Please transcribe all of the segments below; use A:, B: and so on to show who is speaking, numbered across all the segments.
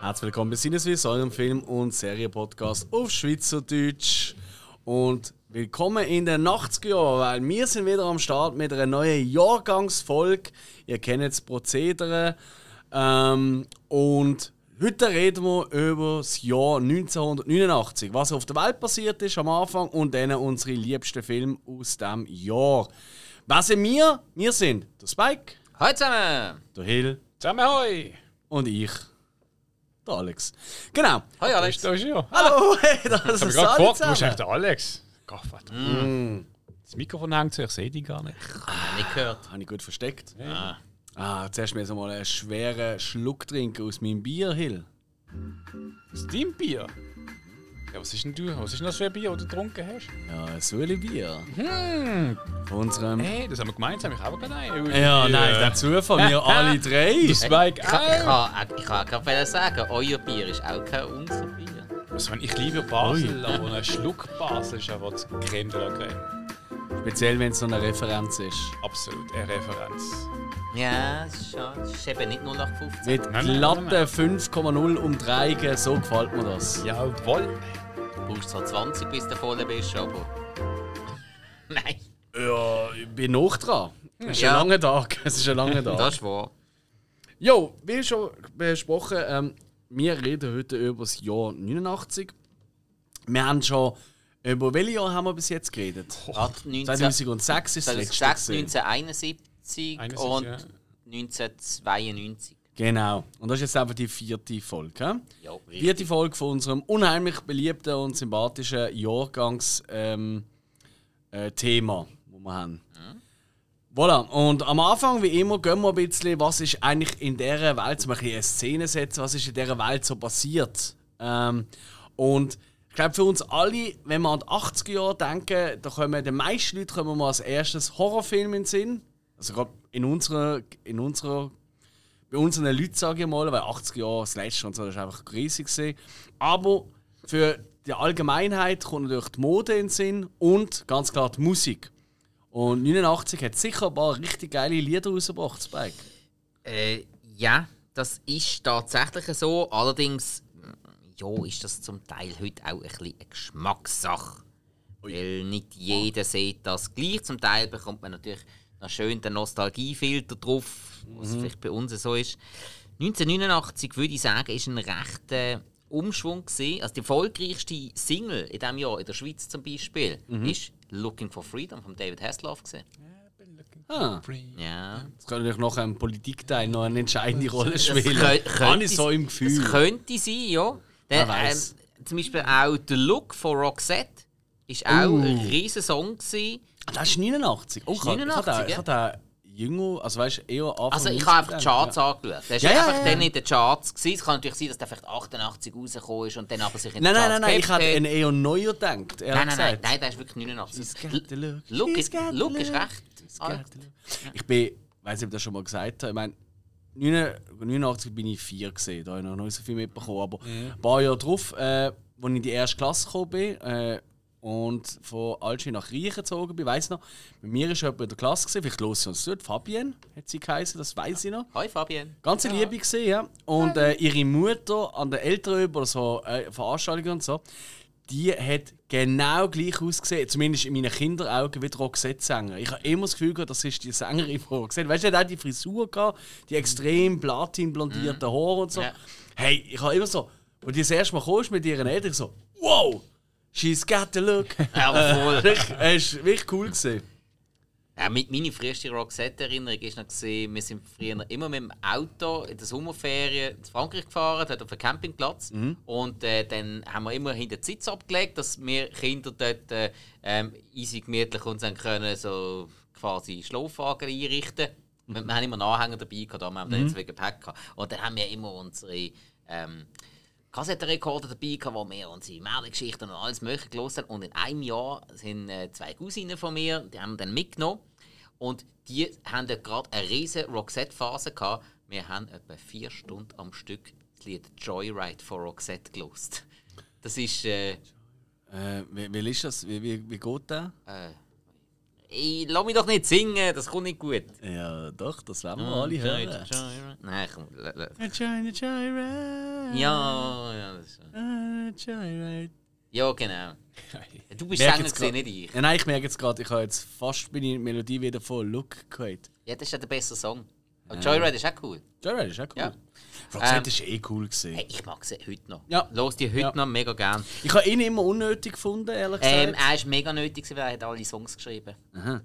A: Herzlich willkommen bei Sinneswiss, eurem Film- und Serienpodcast auf Schweizerdeutsch. Und willkommen in den 80er Jahren, weil wir sind wieder am Start mit einer neuen Jahrgangsfolge. Ihr kennt das Prozedere. Ähm, und heute reden wir über das Jahr 1989, was auf der Welt passiert ist am Anfang und dann unsere liebsten Filme aus diesem Jahr. Wer sind wir? Wir sind der Spike,
B: Hallo zusammen!
A: der Hill
C: Zusammen hoi!
A: und ich, der Alex. Genau.
B: Hoi Alex!
C: Da ist er. Hab
A: Hallo, Oh, hey, das
C: ich
A: ist
C: gerade
A: Sali
C: gefragt, wo ist
A: zusammen.
C: eigentlich der Alex? Gott, Vater. Das Mikrofon hängt so, ich sehe dich gar nicht.
B: Ah, nicht gehört.
A: Habe ich gut versteckt. Ah, zuerst mir jetzt mal einen schweren Schluck trinken aus meinem Bier, Hill.
C: Steambier? Ja, was ist denn du? Was ist denn das für ein Bier, das du getrunken hast?
A: Ja, ein Söhlebier. Von unserem...
C: Hm. Hey, das haben wir gemeinsam, ich habe gerade einen.
A: Ja, nein, der Zufall, wir alle drei.
B: Ich
C: Spike
B: kann, ich
C: auch.
B: kann, ich kann gerade wollen sagen, euer Bier ist auch kein unser Bier.
C: Also, wenn ich liebe Basel, aber ein Schluck Basel ist einfach das Creme de la Creme.
A: Speziell, wenn es so eine Referenz ist.
C: Absolut, eine Referenz.
B: Ja, es ist schon. Es ist eben nicht 0815.
A: Mit
C: nein, nein,
A: glatten 5,0 Umdrehungen, so gefällt mir das.
C: Jawohl!
B: Du brauchst zwar 20, bis du voll bist, aber. Nein,
A: Ja, ich bin noch dran. Es ist
B: Ja.
A: ein langer Tag. Es ist ein langer Tag.
B: das ist wahr.
A: Jo, wie schon besprochen, ähm, wir reden heute über das Jahr 89. Wir haben schon. Über welches Jahr haben wir bis jetzt geredet?
B: Hat 19,
A: 2006 ist das letzte.
B: 2006,
A: gewesen.
B: 1971
C: 71,
B: und
C: ja.
B: 1992.
A: Genau. Und das ist jetzt einfach die vierte Folge. hä?
B: Ja, richtig.
A: vierte Folge von unserem unheimlich beliebten und sympathischen Jahrgangs-Thema, ähm, äh, Thema, wo wir haben. Voilà, und am Anfang, wie immer, gehen wir ein bisschen, was ist eigentlich in dieser Welt, zum Beispiel eine Szene setzen, was ist in dieser Welt so passiert. Ähm, und ich glaube, für uns alle, wenn wir an die 80er Jahre denken, da kommen den meisten Leuten kommen mal als erstes Horrorfilm in den Sinn. Also gerade in unserer, in unserer bei unseren Leuten, sage ich mal, weil 80 Jahre das letzte und so, das war einfach riesig. Gewesen. Aber für die Allgemeinheit kommt natürlich die Mode in den Sinn und ganz klar die Musik. Und 89 hat sicher ein paar richtig geile Lieder rausgebracht, Spike.
B: Äh, ja, das ist tatsächlich so. Allerdings mh, ja, ist das zum Teil heute auch ein bisschen eine Geschmackssache. Weil nicht jeder sieht das gleich. Zum Teil bekommt man natürlich noch schön den Nostalgiefilter drauf, was vielleicht bei uns so ist. 1989 würde ich sagen, ist ein rechter Umschwung gewesen. Also die erfolgreichste Single in diesem Jahr, in der Schweiz zum Beispiel, ist Looking for Freedom von David Hasselhoff. Gewesen.
A: Ah,
B: Ja.
A: das könnte natürlich noch im Politikteil noch eine entscheidende Rolle spielen.
B: kö-
A: Habe ich so im
B: Es
A: Gefühl.
B: könnte sein, ja.
A: Wer
B: Dann,
A: weiß.
B: ähm, zum Beispiel auch der Look von Roxette ist auch
A: Uh.
B: ein riesen Song gewesen.
A: Ah, Das ist 89. Oh, ich habe-
B: 89,
A: ich habe den jünger, also weißt du, eher Anfang
B: Also ich
A: 90
B: habe einfach die
A: gedacht,
B: Charts
A: ja.
B: angeschaut. Der ist
A: Ja, ja,
B: einfach
A: ja,
B: dann
A: ja.
B: in den Charts gewesen. Es kann natürlich sein, dass der vielleicht 88 rausgekommen ist und dann aber sich in
A: Nein,
B: den
A: nein,
B: Charts
A: nein, nein, ich habe
B: gehabt hat.
A: einen eher neuer gedacht. ehrlich
B: Nein, nein, nein,
A: gesagt.
B: nein, der ist wirklich 89.
A: She's got the look.
B: Look,
A: She's
B: ist-
A: got the
B: Look ist
A: look.
B: recht.
A: She's
B: Alex.
A: got the look. Ich bin, weiß nicht, ob ich das schon mal gesagt habe, ich meine, 89 bin ich vier gesehen, da habe ich noch nicht so viel mitbekommen, aber ein paar Jahre drauf, äh, als ich in die erste Klasse gekommen bin äh, und von Altschi nach Riechen gezogen bin, weiß noch, bei mir ist jemand in der Klasse gewesen, vielleicht los sie uns dort, Fabienne hat sie geheißen, das weiß ich noch.
B: Hi Fabian.
A: Ganze Liebe gesehen, ja. Und äh, ihre Mutter an der Eltern über so äh, Veranstaltungen und so, die hat genau gleich ausgesehen, zumindest in meinen Kinderaugen, wie die Roxette-Sänger. Ich habe immer das Gefühl gehabt, das ist die Sängerin von Roxette. Weißt du, die hat auch die Frisur gehabt, die extrem platinblondierten Haare und so.
B: Ja.
A: Hey, ich habe immer so, als die das erste Mal kommst mit ihren Eltern, ich so, wow, she's got the look.
B: Ja, voll.
A: Wirklich, äh, ist wirklich cool gesehen.
B: Ja, mi- meine früheste Roxette-Erinnerung war noch, gewesen, wir sind früher immer mit dem Auto in der Sommerferien zu Frankreich gefahren, dort auf den Campingplatz. Und äh, dann haben wir immer hinter den Sitz abgelegt, dass wir Kinder dort äh, ähm, easy gemütlich uns dann können, so quasi Schlafwagen einrichten Wir, wir haben immer einen Anhänger dabei, gehabt, darum haben wir mhm. jetzt wegen Gepäck gehabt. Und dann haben wir immer unsere. Ähm, Kassettenrekorder dabei, gehabt, wo wir unsere Märchengeschichten und alles Mögliche gelesen haben. Und in einem Jahr sind äh, zwei Cousinen von mir, die haben dann mitgenommen. Und die haben dort gerade eine riesige Roxette-Phase gehabt. Wir haben etwa vier Stunden am Stück das Lied Joyride von Roxette gelost. Das ist. Äh,
A: Äh, wie, wie ist das? Wie, wie, wie geht das?
B: äh, Ich lass mich doch nicht singen, das kommt nicht gut.
A: Ja, doch, das werden
B: Hm,
A: wir alle hören.
B: Nein, komm. la- la-
A: A China Joyride.
B: Ja, ja, das ist-
A: a Joyride.
B: ja, genau. Du bist
A: Merk
B: Sänger,
A: jetzt
B: gewesen,
A: grad-
B: nicht ich.
A: Ja, nein, ich merke jetzt gerade, ich habe jetzt fast meine Melodie wieder von Look gehört.
B: Ja, das ist ja der beste Song. Aber Joyride ist auch cool.
A: Joyride ist auch cool.
B: Ja.
A: Roxette
B: Ähm,
A: ist eh cool gewesen.
B: Hey, ich mag sie heute noch.
A: Ja.
B: Los die heute
A: Ja.
B: noch mega gern.
A: Ich habe ihn immer unnötig gefunden, ehrlich gesagt.
B: Ähm, er ist mega nötig, gewesen, weil er hat alle Songs geschrieben.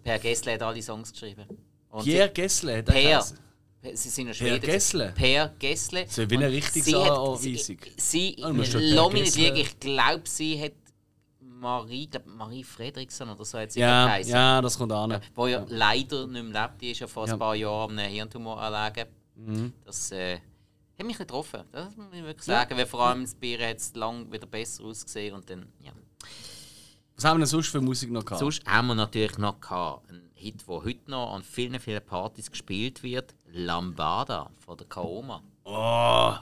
B: Per Gessle hat alle Songs geschrieben. äh, Und
A: Pierre Gessle hat er
B: Per.
A: geheißen.
B: Sie sind in Schweden.
A: Gessle?
B: Per Gessle.
A: So wie eine
B: Und
A: richtige
B: sie hat-
A: Anweisung.
B: Sie, sie
A: Ah, du musst schon Per
B: lass mich nicht
A: Gessle.
B: liegen, ich glaube, sie hat Marie, glaub, Marie Fredriksson oder so hat sie
A: Ja,
B: geheißen.
A: ja, das kommt an.
B: Wo ja leider nicht mehr lebt, die ist ja vor
A: Ja. Mhm.
B: ein paar Jahren an einem Hirntumor erlegen. Das äh, hat mich getroffen, das muss ich wirklich sagen. Weil vor allem das Bier hat es lang wieder besser ausgesehen und dann, ja.
A: Was haben wir denn sonst für Musik noch gehabt?
B: Sonst haben wir natürlich noch gehabt, einen Hit, der heute noch an vielen, vielen Partys gespielt wird: Lambada von der Kaoma.
A: Oh,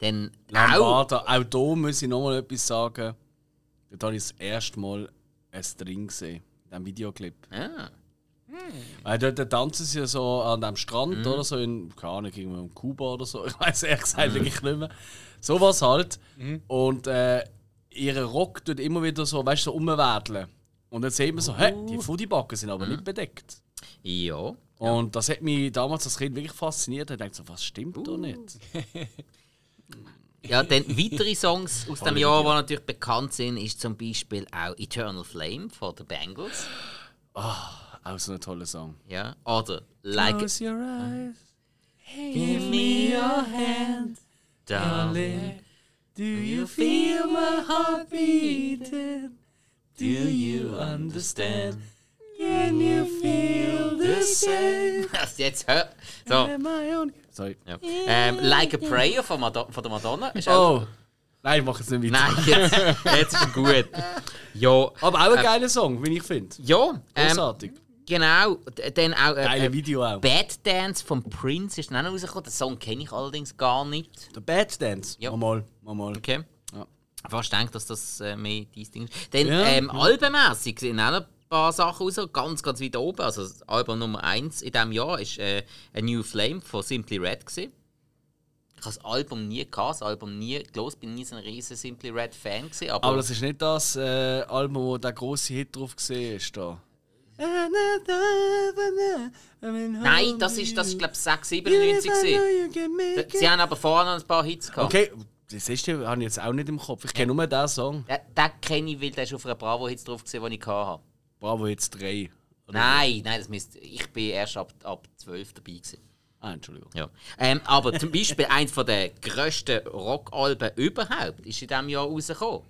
B: Denn auch,
A: Lambada. Auch da muss ich nochmal etwas sagen. Dort habe ich das erste Mal einen String gesehen. In diesem Videoclip.
B: ah,
A: Weil dort dort tanzen sie ja so an dem Strand
B: Mhm.
A: oder so in, keine Ahnung, irgendwo in Kuba oder so. Ich weiß ehrlich gesagt wirklich nicht mehr. Sowas halt.
B: Mhm.
A: Und äh, ihre Rock tut immer wieder so, weißt du, so umwedeln. Und dann sieht man so, hä, die Foodiebacken sind aber nicht bedeckt.
B: Uh. Mhm. ja.
A: Und das hat mich damals als Kind wirklich fasziniert. Ich dachte so, was stimmt
B: Uh.
A: da nicht?
B: Ja, dann weitere Songs aus dem Jahr, die natürlich bekannt sind, ist zum Beispiel auch Eternal Flame von den Bangles.
A: Auch so ein toller Song.
B: Ja. Oder Like Uh. It.
A: Close your eyes,
B: Give me your hand, darling.
A: do you feel my heart beating? Do you understand? Can you feel the same?
B: Also jetzt hör. So.
A: Am I on- Sorry.
B: Ja. Ähm, like a Prayer von, Mado von der Madonna. Ist auch
A: Oh, nein, ich mach jetzt nicht weiter.
B: Nein, jetzt, jetzt ist gut. Ja,
A: Aber auch ein geiler Song, wie ich finde.
B: ja ähm,
A: Großartig.
B: genau. D- Dann auch äh,
A: Geiles
B: äh,
A: Video auch.
B: Bad Dance von Prince ist dann auch noch rausgekommen. Den Song kenne ich allerdings gar nicht.
A: Der Bad Dance.
B: Ja.
A: Mal, mal, mal, mal.
B: Okay.
A: Ja.
B: Fast denkt, dass das äh, mehr dein Ding ist. Dann
A: Ja,
B: ähm,
A: ja.
B: albenmässig sind auch noch ein paar Sachen raus, ganz, ganz weit oben. Also das Album Nummer 1 in diesem Jahr ist äh, A New Flame von Simply Red. Gewesen. Ich habe das Album nie gehabt, das Album nie gelesen, bin nie so ein riesen Simply Red Fan gewesen, aber,
A: Aber das ist nicht das äh, Album, wo der große Hit drauf gesehen ist. Da.
B: Nein,
A: Nein,
B: das ist, das ist glaube ich 697 gewesen. Sie haben aber vorher noch ein paar Hits gehabt.
A: Okay, das ist ja, habe ich jetzt auch nicht im Kopf. Ich kenne nur den Song.
B: Den, den kenne ich, weil der ist auf einer Bravo-Hits drauf gewesen, den ich hatte.
A: Bravo, jetzt drei. Oder-
B: Nein, nein, das müsste, ich bin erst ab, ab 12 dabei gewesen.
A: Ah, Entschuldigung.
B: Ja. Ähm, aber zum Beispiel eins von der grössten Rockalben überhaupt ist in diesem Jahr rausgekommen.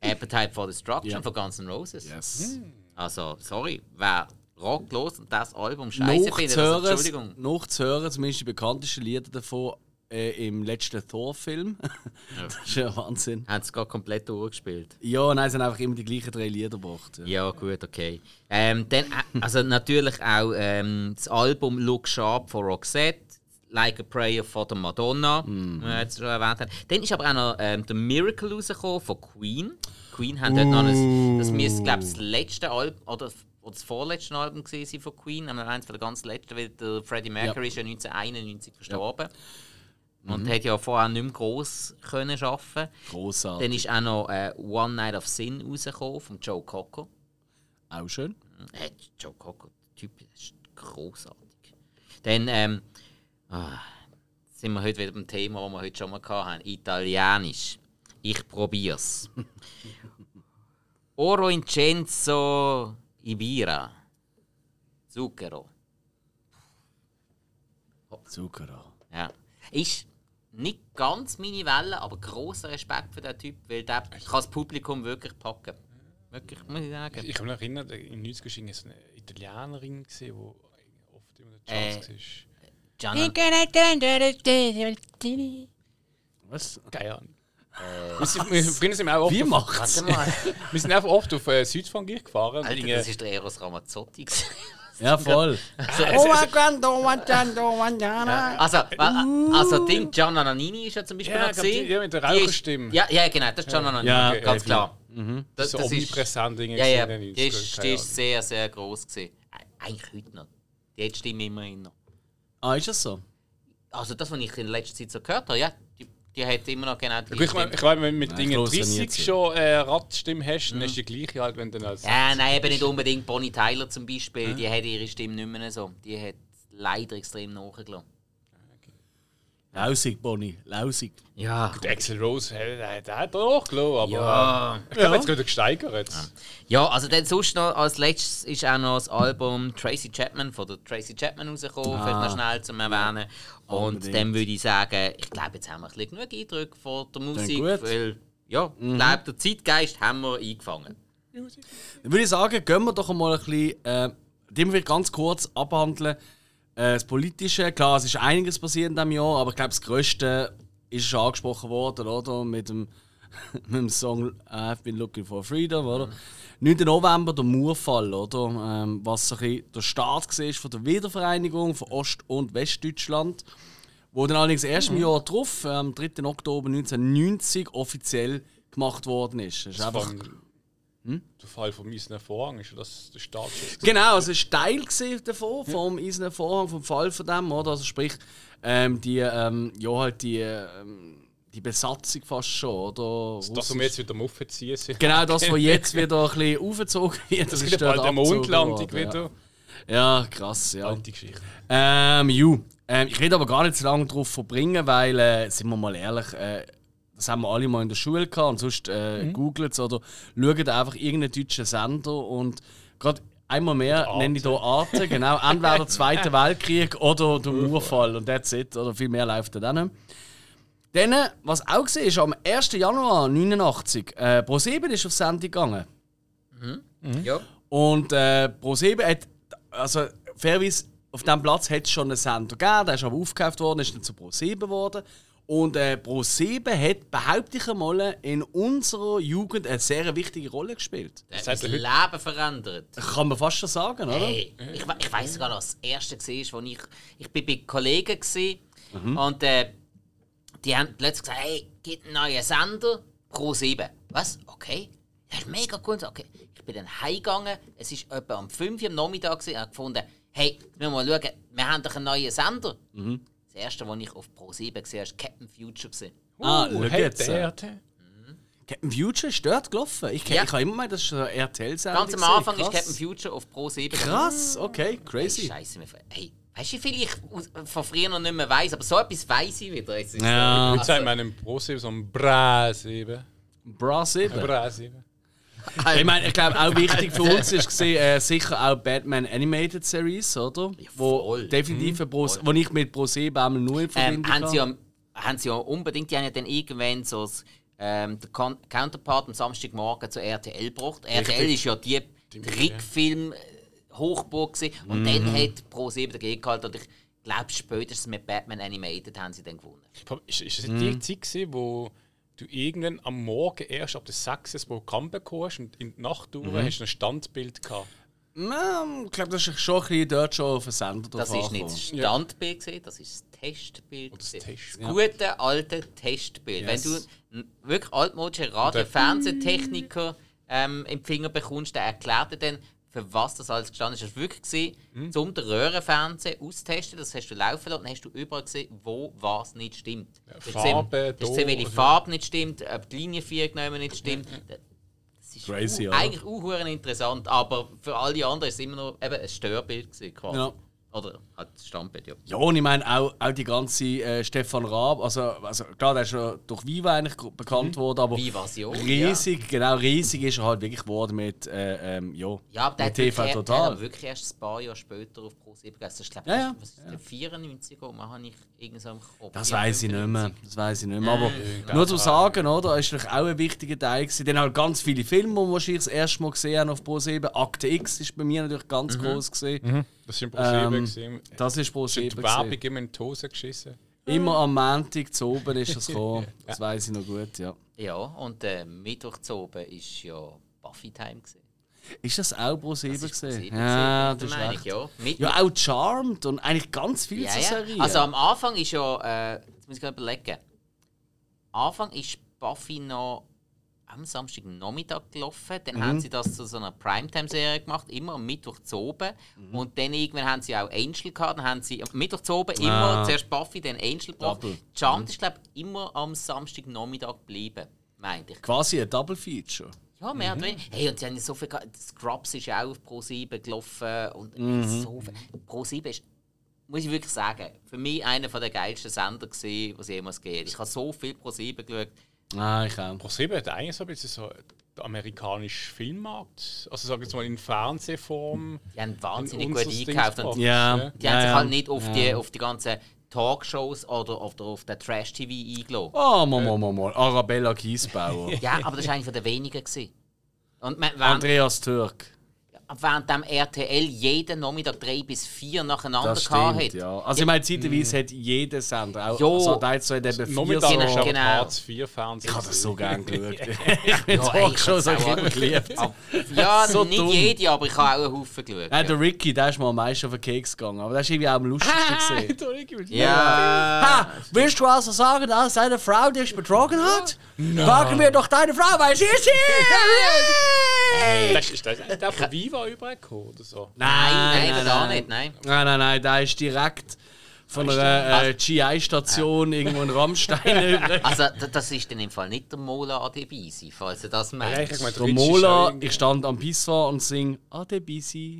B: Appetite for Destruction
A: Ja.
B: von Guns N' Roses.
A: Yes.
B: Also, sorry, wer Rock los und das Album scheiße
A: Noch
B: findet,
A: zu
B: also,
A: hören,
B: Entschuldigung.
A: noch zu hören, zumindest die bekanntesten Lieder davon äh, im letzten Thor-Film. das ist ja Wahnsinn.
B: Haben sie gerade komplett durchgespielt.
A: Ja, nein, sie haben einfach immer die gleichen drei Lieder gebracht. Ja.
B: Ja, gut, okay. Ähm, dann, äh, also natürlich auch ähm, das Album Look Sharp von Roxette, Like a Prayer von der Madonna, die wir jetzt schon erwähnt haben. Dann ist aber auch noch ähm, The Miracle rausgekommen von Queen. Queen haben dort noch ein, das müsste, glaube ich, das letzte Album oder, oder das vorletzte Album gewesen sein von Queen, aber eins von der ganz letzten, weil der Freddie Mercury ist ja 1991 verstorben. Und hat ja Mhm. vorher nicht mehr gross können arbeiten. Dann
A: Großartig.
B: ist auch noch äh, One Night of Sin rausgekommen von Joe Cocker.
A: Auch schön.
B: Äh, Joe Cocker, der Typ das ist großartig. Dann ähm, ah, sind wir heute wieder beim Thema, das wir heute schon mal hatten: Italienisch. Ich probier's. Oro Incenso Ibira. Zucchero.
A: Zucker.
B: Ja. Ist nicht ganz meine Welle, aber großer Respekt für den Typ, weil der kann das Publikum wirklich packen. Wirklich, muss ich sagen.
C: Ich kann mich noch erinnern, in den 90er war es eine Italienerin, die oft immer der
B: Äh.
C: Charts war.
B: Gianna,
A: Was?
C: Keine Ahnung.
B: Äh,
C: Wir sind- wir- Früher sind wir auch oft
A: Wie
C: auf-
A: macht's?
B: warte mal.
C: Wir sind einfach oft auf äh, Südfrankreich gefahren.
B: Alter,
C: und
B: das
C: Dinge.
B: ist der Eros Ramazzotti. gewesen.
A: Ja, voll. Oh,
B: also, also, wa- also Ding, Gianna Nannini ist ja zum Beispiel
C: Uh. Ja,
B: noch
C: ich glaub, die-
B: gesehen.
C: die mit der Raucherstimme.
B: Ja, ja, genau, das ist Gianna Nannini,
A: Ja,
B: ganz
C: okay. mhm.
B: klar. Das,
C: So
B: das ist,
C: omnipräsent Dinge
B: ja, ja,
C: gesehen in den
B: die
C: 90ern,
B: ist, die
C: keine
B: ist sehr, sehr groß gesehen. Eigentlich heute noch. Die hat Stimme immerhin noch.
A: Ah, ist das so?
B: Also das, was ich in letzter Zeit so gehört habe, ja, die, die hat immer noch genau die
C: Gut, Ich
B: Stimme.
C: meine, ich meine, wenn du mit
A: Nein,
C: Dingen
A: ich höre sie
C: 30
A: nie. Mhm.
C: schon äh, Radstimme hast, dann ist die gleiche halt, wenn du dann als.
B: Ja, nein, eben nicht unbedingt. Bonnie Tyler zum Beispiel,
C: Hm?
B: die hat ihre Stimme nicht mehr so. Die hat leider extrem nachgelassen.
A: Lausig, Bonnie, lausig.
B: Ja.
C: Der Axel Rose äh, der hat auch durchgelassen, aber
B: Ja.
C: äh, ich glaube, jetzt wird er gesteigert.
B: Ja, also dann sonst noch als letztes ist auch noch das Album Tracy Chapman von der Tracy Chapman rausgekommen,
C: Ah.
B: vielleicht noch schnell zum Erwähnen. Und
A: Unbedingt.
B: dann würde ich sagen, ich glaube, jetzt haben wir ein bisschen genug Eindrücke von der Musik,
A: gut.
B: weil ja,
C: Mhm.
B: ich glaube, der Zeitgeist haben wir eingefangen.
A: Dann würde ich sagen, gehen wir doch mal ein bisschen, äh, dem wir ganz kurz abhandeln. Äh, das Politische, klar, es ist einiges passiert in diesem Jahr, aber ich glaube, das Größte ist schon angesprochen worden, oder? Mit dem, mit dem Song äh, I've Been Looking for Freedom, oder? 9. November, der Murfall, oder? Ähm, was so ein bisschen der Start war von der Wiedervereinigung von Ost- und Westdeutschland. Wo dann allerdings erst im Jahr drauf, am 3. Oktober 1990, offiziell gemacht worden ist. Das ist einfach
C: Von-
B: Hm?
C: Der Fall von Miesen Vorhang ist ja das der Startschuss.
A: Genau, also es war Teil gewesen davon, vom eisernen Vorhang, vom Fall von dem, oder? Also sprich, ähm, die, ähm, ja halt die, ähm, die Besatzung fast schon, oder?
C: Das, um
A: Russisch-
C: jetzt wieder am Aufziehen sind.
A: Genau das, was jetzt wieder ein bisschen aufgezogen wird, das,
C: Es
A: ist
C: gibt
A: dort
C: bald eine
A: abgezogen
C: Mondlandung
A: worden,
C: wieder. Halt
A: Ja. ja, krass, ja.
C: Alte Geschichte.
A: Ähm, ju. Ähm, ich rede aber gar nicht so lange drauf verbringen, weil, äh, sind wir mal ehrlich, äh, das haben wir alle mal in der Schule gehabt und sonst äh, googelt es oder schaut einfach irgendeinen deutschen Sender und gerade einmal mehr nenne ich hier Arte, genau, entweder der Zweite Weltkrieg oder der Mauerfall und that's it, oder viel mehr läuft dann nicht. Dann, äh, was auch gesehen ist, am 1. Januar 1989, äh, Pro7 ist auf Sendung gegangen.
C: Mhm.
B: Ja.
A: Und äh, ProSieben hat, also fairerweise, auf diesem Platz hat es schon einen Sender gegeben, der ist aber aufgekauft worden, ist dann zu ProSieben geworden. Und äh, ProSieben hat, behaupte ich einmal, in unserer Jugend eine sehr wichtige Rolle gespielt.
B: Das,
C: hat
B: das
C: sich heute-
B: Leben verändert.
A: Kann man fast schon sagen, oder?
B: Hey, ich, we- ich weiß sogar, noch, was das erste war, wo ich, ich bin bei Kollegen war
A: Mhm.
B: und äh, die haben plötzlich gesagt, hey, gibt einen neuen Sender, Pro 7. Was? Okay. Das ist mega cool. Okay. Ich bin dann heimgegangen, es war etwa um 5 Uhr am Nachmittag gewesen, und habe gefunden, hey, jetzt müssen wir mal schauen, wir haben doch einen neuen Sender.
A: Mhm.
B: Das erste, was ich auf Pro 7 gesehen habe, war Captain Future. Gewesen.
A: Ah,
C: Uh,
A: schau
C: hey,
A: jetzt.
B: äh,
C: der, der.
A: Captain Future ist dort gelaufen. Ich,
B: Ja.
A: ich habe immer mal, das ist eine RTL-Sendung.
B: Ganz am Anfang
A: Ah, gesehen.
B: ist
A: Krass.
B: Captain Future auf Pro 7.
A: Krass, okay,
B: Hey,
A: crazy.
B: Scheiße, mir fällt- hey, weißt du, wie viel ich aus- von früher noch nicht mehr weiß, aber so etwas weiß ich wieder. Es ist Also,
A: Ja.
C: Jetzt haben wir einen Pro-7, so einen Bra-7.
A: Bra 7.
C: Bra-7.
A: Ich meine, ich glaube, auch wichtig für uns ist gesehen, äh, sicher auch Batman Animated Series, oder? wo
B: Mhm. voll.
A: definitiv ein Pro, wo ich mit Pro 7 einmal nur in
B: ähm,
A: Verbindung
B: haben, sie
A: habe.
B: ja, haben sie ja unbedingt, die haben ja dann irgendwann so das, ähm, den Con Counterpart am Samstagmorgen zu RTL gebracht. RTL ist ja Mhm. die Trickfilm äh, Hochburg gewesen. und dann hat Pro 7 dagegen gehalten und ich glaube spätestens mit Batman Animated haben sie dann gewonnen.
C: Ist, ist das die Zeit, gewesen, wo du irgendwann am Morgen erst ab der 6. das Programm bekommen hast und in der Nacht mhm. hast du ein Standbild gehabt?
A: Ähm, Ich glaube, das ist schon ein bisschen dort schon auf den Sender drauf
B: Das ist nicht das
A: angekommen.
B: Standbild, gewesen, das ist das Testbild.
C: Das
B: gewesen.
C: Test.
B: Das gute alte Testbild.
A: Yes.
B: Wenn du n- wirklich altmodische Radio-Fernsehtechniker ähm, im Finger bekommst, der erklärt dir dann, für was das alles gestanden ist. Das war wirklich, gewesen, um den Röhrenfernseher auszutesten. Das hast du laufen lassen und dann hast du überall gesehen, wo was nicht stimmt. Du hast
C: Farbe,
B: gesehen, du hast gesehen, welche
C: Ton,
B: Farbe nicht stimmt, ob die Linie 4 genommen nicht stimmt. Das ist
A: Crazy,
B: u-
A: oder?
B: eigentlich auch interessant, aber für alle anderen ist es immer noch eben ein Störbild gewesen, quasi.
A: Ja.
B: Oder halt das Standbild, ja.
A: Ja, und ich meine auch, auch die ganze äh, Stefan Raab, also, also klar, der ist ja durch Viva eigentlich gro-
B: Mhm.
A: bekannt worden, aber
B: Vivasion,
A: riesig, genau, riesig ist er halt wirklich geworden mit, äh, ähm, ja,
B: Ja, aber der
A: mit
B: hat wirklich,
A: TV
B: der hat
A: Total.
B: aber wirklich erst ein paar Jahre später auf Pro 7 Das ist, glaube ich,
A: Ja, ja.
B: was ist der 94 und man habe ich irgendwie so im Kopf.
A: Das weiß ich nicht mehr. Das weiß ich nicht mehr. Aber nur zum Sagen, oder? Ist natürlich auch ein wichtiger Teil. Gewesen. Dann halt ganz viele Filme, die wir wahrscheinlich das erste Mal gesehen haben auf Pro 7. Akte X ist bei mir natürlich
B: Mhm.
A: ganz groß gesehen.
C: Das sind
A: Ähm,
C: Pro-7. Ähm,
A: Das ist Pro 7.
C: die Werbung immer in die Hose geschissen.
A: Immer am Montag zu oben ist das gekommen. Das weiß ich noch gut, ja.
B: Ja, und äh, Mittwoch zu oben ist ja Buffy Time gesehen.
A: Ist das auch Pro 7
B: Das ist Pro
A: gesehen?
B: 7
A: Ja, das
B: gewesen,
A: ist
B: meine
A: recht.
B: ich, ja. Mit,
A: Ja, auch Charmed und eigentlich ganz viel
B: ja,
A: zur Serie.
B: ja. Also am Anfang ist ja, äh, jetzt muss ich gerade überlegen. Am Anfang ist Buffy noch am Samstagnachmittag gelaufen. Dann
A: Mhm.
B: haben sie das zu so einer Primetime-Serie gemacht, immer am Mittwoch zu oben.
A: Mhm.
B: Und dann irgendwann haben sie auch Angel gehabt. Dann haben sie am Mittwoch zu oben immer
A: Ah. Mhm.
B: zuerst Buffy, dann Angel gebracht.
A: Doppel.
B: Charmed ist, glaube ich, immer am Samstagnachmittag geblieben, meinte ich.
A: Quasi ein Double Feature.
B: Ja, mehr
A: Mhm.
B: oder weniger. Hey, und sie haben ja so viel. ge- Scrubs ist ja auch auf Pro 7 gelaufen. Und
A: Mhm.
B: so viel. Pro 7 ist, muss ich wirklich sagen, für mich einer der geilsten Sender, gewesen, was jemals geht. Ich habe so viel Pro 7 geschaut.
A: Ah, ich auch.
C: ProSieben hat eigentlich so ein bisschen so den amerikanischen Filmmarkt, also sagen wir jetzt mal in Fernsehform.
B: Die haben wahnsinnig
C: In
B: gut
C: unser Ding
B: eingekauft. Und
C: gebracht.
A: Ja.
B: die haben
A: ja,
B: sich
A: ja.
B: halt nicht auf, die, auf die ganzen Talkshows oder auf, der- auf den Trash-TV eingeladen.
A: Oh, mal, mal, mal, mal. Arabella Giesbauer.
B: Ja, aber das war einer der wenigen. Gewesen. Und man, während,
A: Andreas Türk.
B: während dem RTL jeden Nachmittag drei bis vier nacheinander
A: Das
B: gehabt
A: stimmt,
B: hat.
A: ja. Also ich meine,
C: Mhm.
A: zeitweise hat jeder Sender auch...
B: Jo.
A: Also da hat so in eben vier
C: Momentan
A: so...
B: Genau,
C: ist aber
B: genau.
C: Hartz IV Fernsehen.
A: Ich habe das so gerne geschaut. ich bin
B: Ja,
A: ja,
B: ey,
A: auch
B: ich
A: schon so
B: hab's auch
A: gerne geliebt.
B: Ab- Ja,
A: So
B: nicht
A: dumm.
B: jede, aber ich habe auch einen Haufen geschaut.
A: Ja, der Ricky, der ist mal am meisten auf den Keks gegangen, aber der ist irgendwie auch am lustigsten
B: Ah.
A: gesehen.
B: ja.
A: Ha, willst du also sagen, dass deine Frau dich betrogen hat? Fragen wir doch deine Frau, weil sie ist hier!
C: Das ist das ist der von Viva übergekommen oder so.
B: Nein, nein, da nicht, nein.
A: Ah, Nein, nein, nein, der ist direkt von einer äh, GI-Station
B: Ah.
A: irgendwo in Rammstein. über-
B: Also, d- das ist dann im Fall nicht der Mola Adebisi, falls du das
C: Eigentlich
B: meinst.
C: hat man
A: Der
C: Ritsch ist
A: Mola,
C: irgendwie-
A: ich stand am Pissoir und sing "Ah, Adebisi.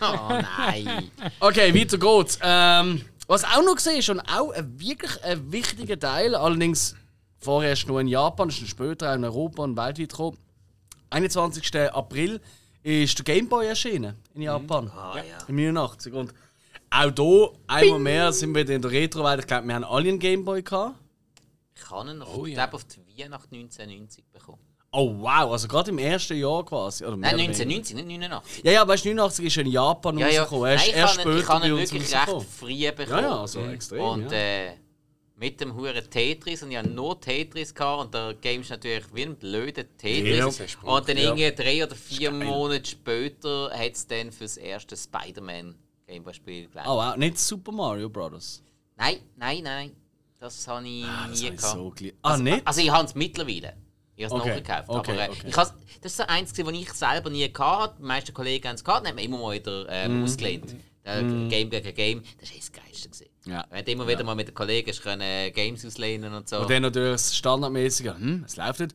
B: Oh nein.
A: Okay, weiter geht's. Ähm, was auch noch gesehen ist und auch ein wirklich ein wichtiger Teil, allerdings vorerst nur in Japan, ist dann später auch in Europa und weltweit gekommen. 21. April ist der Game Boy erschienen in Japan.
B: Ah, ja.
A: In 89. Und auch hier, einmal mehr, sind wir wieder in der Retro-Welt. Ich glaube, wir haben alle einen Game Boy gehabt.
B: Ich habe ihn noch,
C: Oh,
B: ich
C: ja.
B: glaube, auf die Weihnacht 1990 bekommen.
A: Oh wow, also gerade im ersten Jahr quasi. Oder mehr
B: Nein,
A: oder weniger.
B: 1990, nicht 89.
A: Ja, ja, aber weißt du, 89 ist in Japan
B: Ja, ja.
A: rausgekommen. Er
B: Nein,
A: ist
B: ich
A: erst
B: habe ihn, ich
A: später
B: habe
A: bei
B: ihn
A: uns
B: wirklich recht
A: rausgekommen.
B: früh bekommen.
A: Ja, ja, also extrem.
B: Und
A: ja.
B: äh, mit dem Huren Tetris und ich hatte nur Tetris gehabt, und der Game ist natürlich wie ein blöder Tetris.
A: Ja.
B: und dann
A: Ja.
B: irgendwie drei oder vier Monate später hat es dann für das erste Spider-Man Gameboy-Spiel gelegt.
A: Oh wow, nicht Super Mario Brothers.
B: Nein, nein, nein. Das habe ich
A: Das
B: nie
A: hab ich
B: gehabt.
A: so geliebt. Ah, nicht?
B: Also ich habe es mittlerweile. Ich habe es
A: Okay,
B: nachgekauft.
A: okay,
B: aber äh,
A: okay.
B: Ich has, das ist so eins, das ich selber nie gehabt habe. Die meisten Kollegen haben es gehabt, dann haben wir immer mal wieder ähm,
A: Mhm.
B: ausgelehnt. Äh, Game gegen Game. Das war das Geilste. Gewesen.
A: Ja.
B: Wenn du immer wieder mal mit den Kollegen hast können äh, Games auslehnen und so.
A: Und dann natürlich das standardmäßige, hm, es läuft nicht.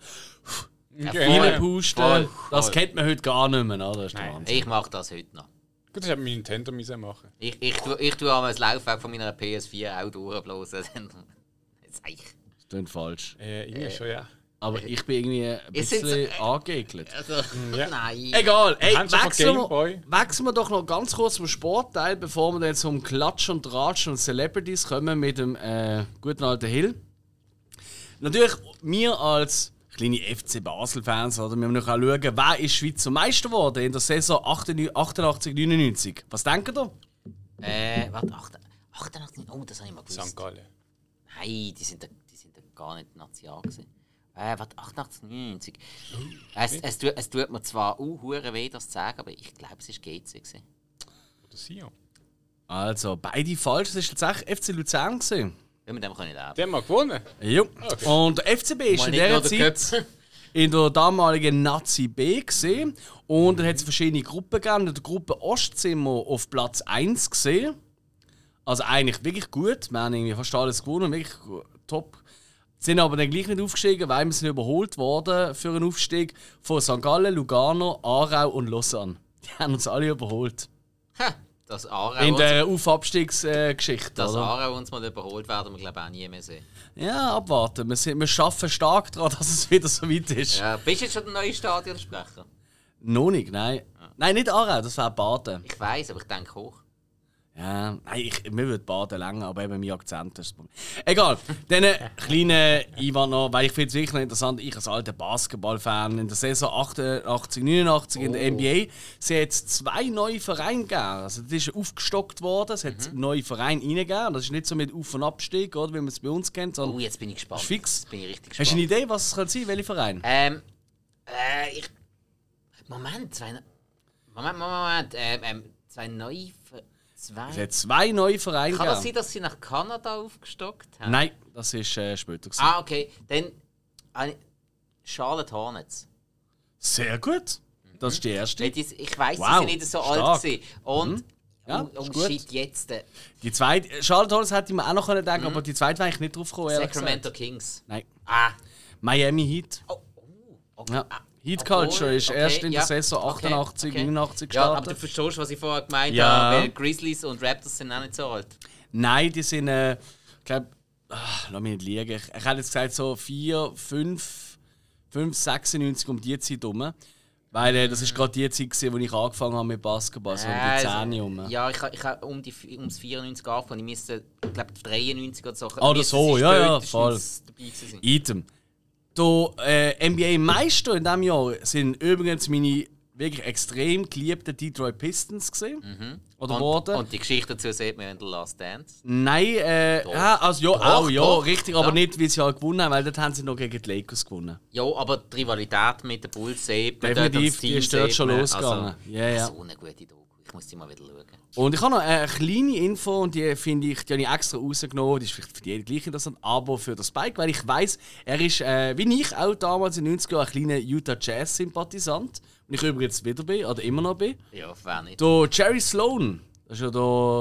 B: Ja,
C: Ja,
B: voll.
C: ja.
A: Reinpusten,
B: voll,
A: das
B: voll.
A: kennt man heute gar nicht mehr, oder? Das ist der
C: Nein.
A: Wahnsinn.
B: ich mache das heute noch.
C: Gut, das hätte mein Nintendo müssen machen.
B: Ich, ich, tu- ich tue einmal das Laufwerk von meiner PS4 auch durchblasen. Jetzt ich.
A: Das klingt falsch. Äh,
C: Äh, irgendwie schon, ja.
A: Aber ich bin irgendwie ein
B: Ihr seid
A: bisschen
B: so-
A: angekegelt.
B: Also,
C: Ja.
B: nein.
A: Egal, Mhm, ey,
C: Haben Sie schon
A: wechseln
C: Game Boy?
A: wir, wechseln wir doch noch ganz kurz zum Sportteil, bevor wir dann zum Klatsch und Ratsch und Celebrities kommen mit dem äh, guten alten Hill. Natürlich, wir als kleine FC Basel-Fans, oder, wir müssen auch schauen, wer ist Schweizer Meister geworden in der Saison 88, 99. Was denkt ihr?
B: Äh, warte, 88. Oh, das habe ich mal gewusst.
C: St. Gallen.
B: Nein, die sind, da, die sind da gar nicht national gewesen. Äh, was, 88, 90?
A: Oh,
B: Es, es, tut, es tut mir zwar auch hure weh, das zu sagen, aber ich glaube, es war GC. gewesen.
C: Oder Sion.
A: Also, beide falsch. Es war tatsächlich FC Luzern. Gewesen.
B: Wenn wir dem können leben
C: Der hat mal gewonnen.
A: Jo. Und der FCB ist in
B: nur
A: dieser
B: der
A: Zeit
B: Köpf.
A: in der damaligen Nazi B gesehen. Und dann hat es verschiedene Gruppen gegeben. In der Gruppe Ost sind wir auf Platz 1 gesehen. Also eigentlich wirklich gut. Wir haben irgendwie fast alles gewonnen. Wirklich gu- top. Sind aber dann gleich nicht aufgestiegen, weil wir sind überholt worden für einen Aufstieg von St. Gallen, Lugano, Aarau und Lausanne. Die haben uns alle überholt.
B: Ha, Dass Aarau,
A: In
B: uns,
A: der Auf-Abstiegsgeschichte.
B: dass
A: oder?
B: Aarau uns mal überholt werden, wir glaube ich auch nie mehr sehen.
A: Ja, abwarten. Wir, sind, wir arbeiten stark daran, dass es wieder so weit ist.
B: Ja, bist du jetzt schon der neue Stadionsprecher?
A: Noch nicht, nein. Nein, nicht Aarau, das wäre Baden.
B: Ich weiß, aber ich denke hoch.
A: Ja, nein, ich, mir würde Baden länger, aber eben mein Akzent ist das Problem. Egal, dann äh, kleine Ivan noch, weil ich finde es wirklich noch interessant, ich als alter Basketballfan in der Saison 88, 89
B: Oh.
A: in der NBA, sie hat jetzt zwei neue Vereine gegeben. Also das ist aufgestockt worden, es hat
B: Mhm.
A: neue Vereine reingegeben. Das ist nicht so mit Auf- und Abstieg, oder, wie man es bei uns kennt, sondern...
B: Oh, jetzt bin ich gespannt.
A: Ist fix.
B: Jetzt bin ich richtig
A: Hast du eine
B: gespannt.
A: Idee, was es könnte sein, welche Verein?
B: Ähm, äh, ich. Moment, zwei. Moment, Moment, Moment. Ähm, ähm, zwei neue. Ver- Zwei.
A: Es hat zwei neue Vereine
B: Kann das
A: gegeben.
B: sein, dass sie nach Kanada aufgestockt haben?
A: Nein, das ist äh, später. gewesen.
B: Ah, okay. Dann. ah, Charlotte Hornets.
A: Sehr gut. Das ist die erste.
B: Weil die- Ich weiß, sie
A: Wow,
B: sind nicht so
A: stark. Mhm.
B: alt gewesen. Und,
A: Ja,
B: und,
A: ist
B: und
A: gut.
B: shit, jetzt. äh,
A: Die zweite, Charlotte Holmes hätte ich mir auch noch können denken, aber die zweite wäre ich nicht drauf gekommen, ehrlich
B: Sacramento
A: gesagt.
B: Kings.
A: Nein.
B: Ah.
A: Miami Heat.
B: Oh, oh, okay.
A: Ja.
B: Ah,
A: Heat
B: obwohl,
A: Culture ist
B: okay,
A: erst in der
B: ja,
A: Saison
B: okay,
A: 88,
B: okay.
A: 89
B: Ja, aber
A: gestartet.
B: du verstehst, was ich vorher gemeint
A: Ja.
B: habe. Weil Grizzlies und Raptors sind auch nicht so alt.
A: Nein, die sind, äh, ich glaube, lass mich nicht liegen. Ich, ich hätte jetzt gesagt, so 4, 5, 5, 96 um die Zeit rum. Weil äh,
B: Mhm.
A: das ist gerade die Zeit, gewesen, wo ich angefangen habe mit Basketball, so um
B: Äh,
A: die 10 rum.
B: Also, Ja, ich, ha- ich habe um die, f- ums 94 angefangen. Ich müsste, ich glaube, 93 oder so.
A: Ah, Oder
B: Müsste
A: so,
B: sie
A: ja, ja,
B: spätestens
A: voll.
B: dabei gewesen sein.
A: Item. Der äh, NBA-Meister in diesem Jahr sind übrigens meine wirklich extrem geliebten Detroit Pistons gesehen. Oder
B: Mhm. Und,
A: wurden.
B: und die Geschichte dazu sieht man in der Last Dance.
A: Nein, äh, ja, also ja,
B: Doch,
A: auch, ja,
B: doch,
A: richtig,
B: doch.
A: aber nicht, weil sie halt gewonnen haben, weil dort haben sie noch gegen die Lakers gewonnen.
B: Ja, aber die Rivalität mit den Bulls sieht man dort
A: Definitiv,
B: und das
A: die
B: Team
A: ist dort
B: sieht
A: schon
B: man.
A: losgegangen.
B: Also,
A: Ja, ja.
B: So eine gute Doku. Ich muss die mal wieder schauen.
A: Und ich habe noch eine kleine Info und die finde ich, die habe ich extra rausgenommen. Die ist vielleicht für jeden gleich interessant, aber für den Spike, weil ich weiß, er ist, äh, wie ich auch damals in den 90 Jahren, ein kleiner Utah Jazz-Sympathisant. Und ich übrigens wieder bin, oder immer noch bin.
B: Ja, wer nicht.
A: Der Jerry Sloan, das war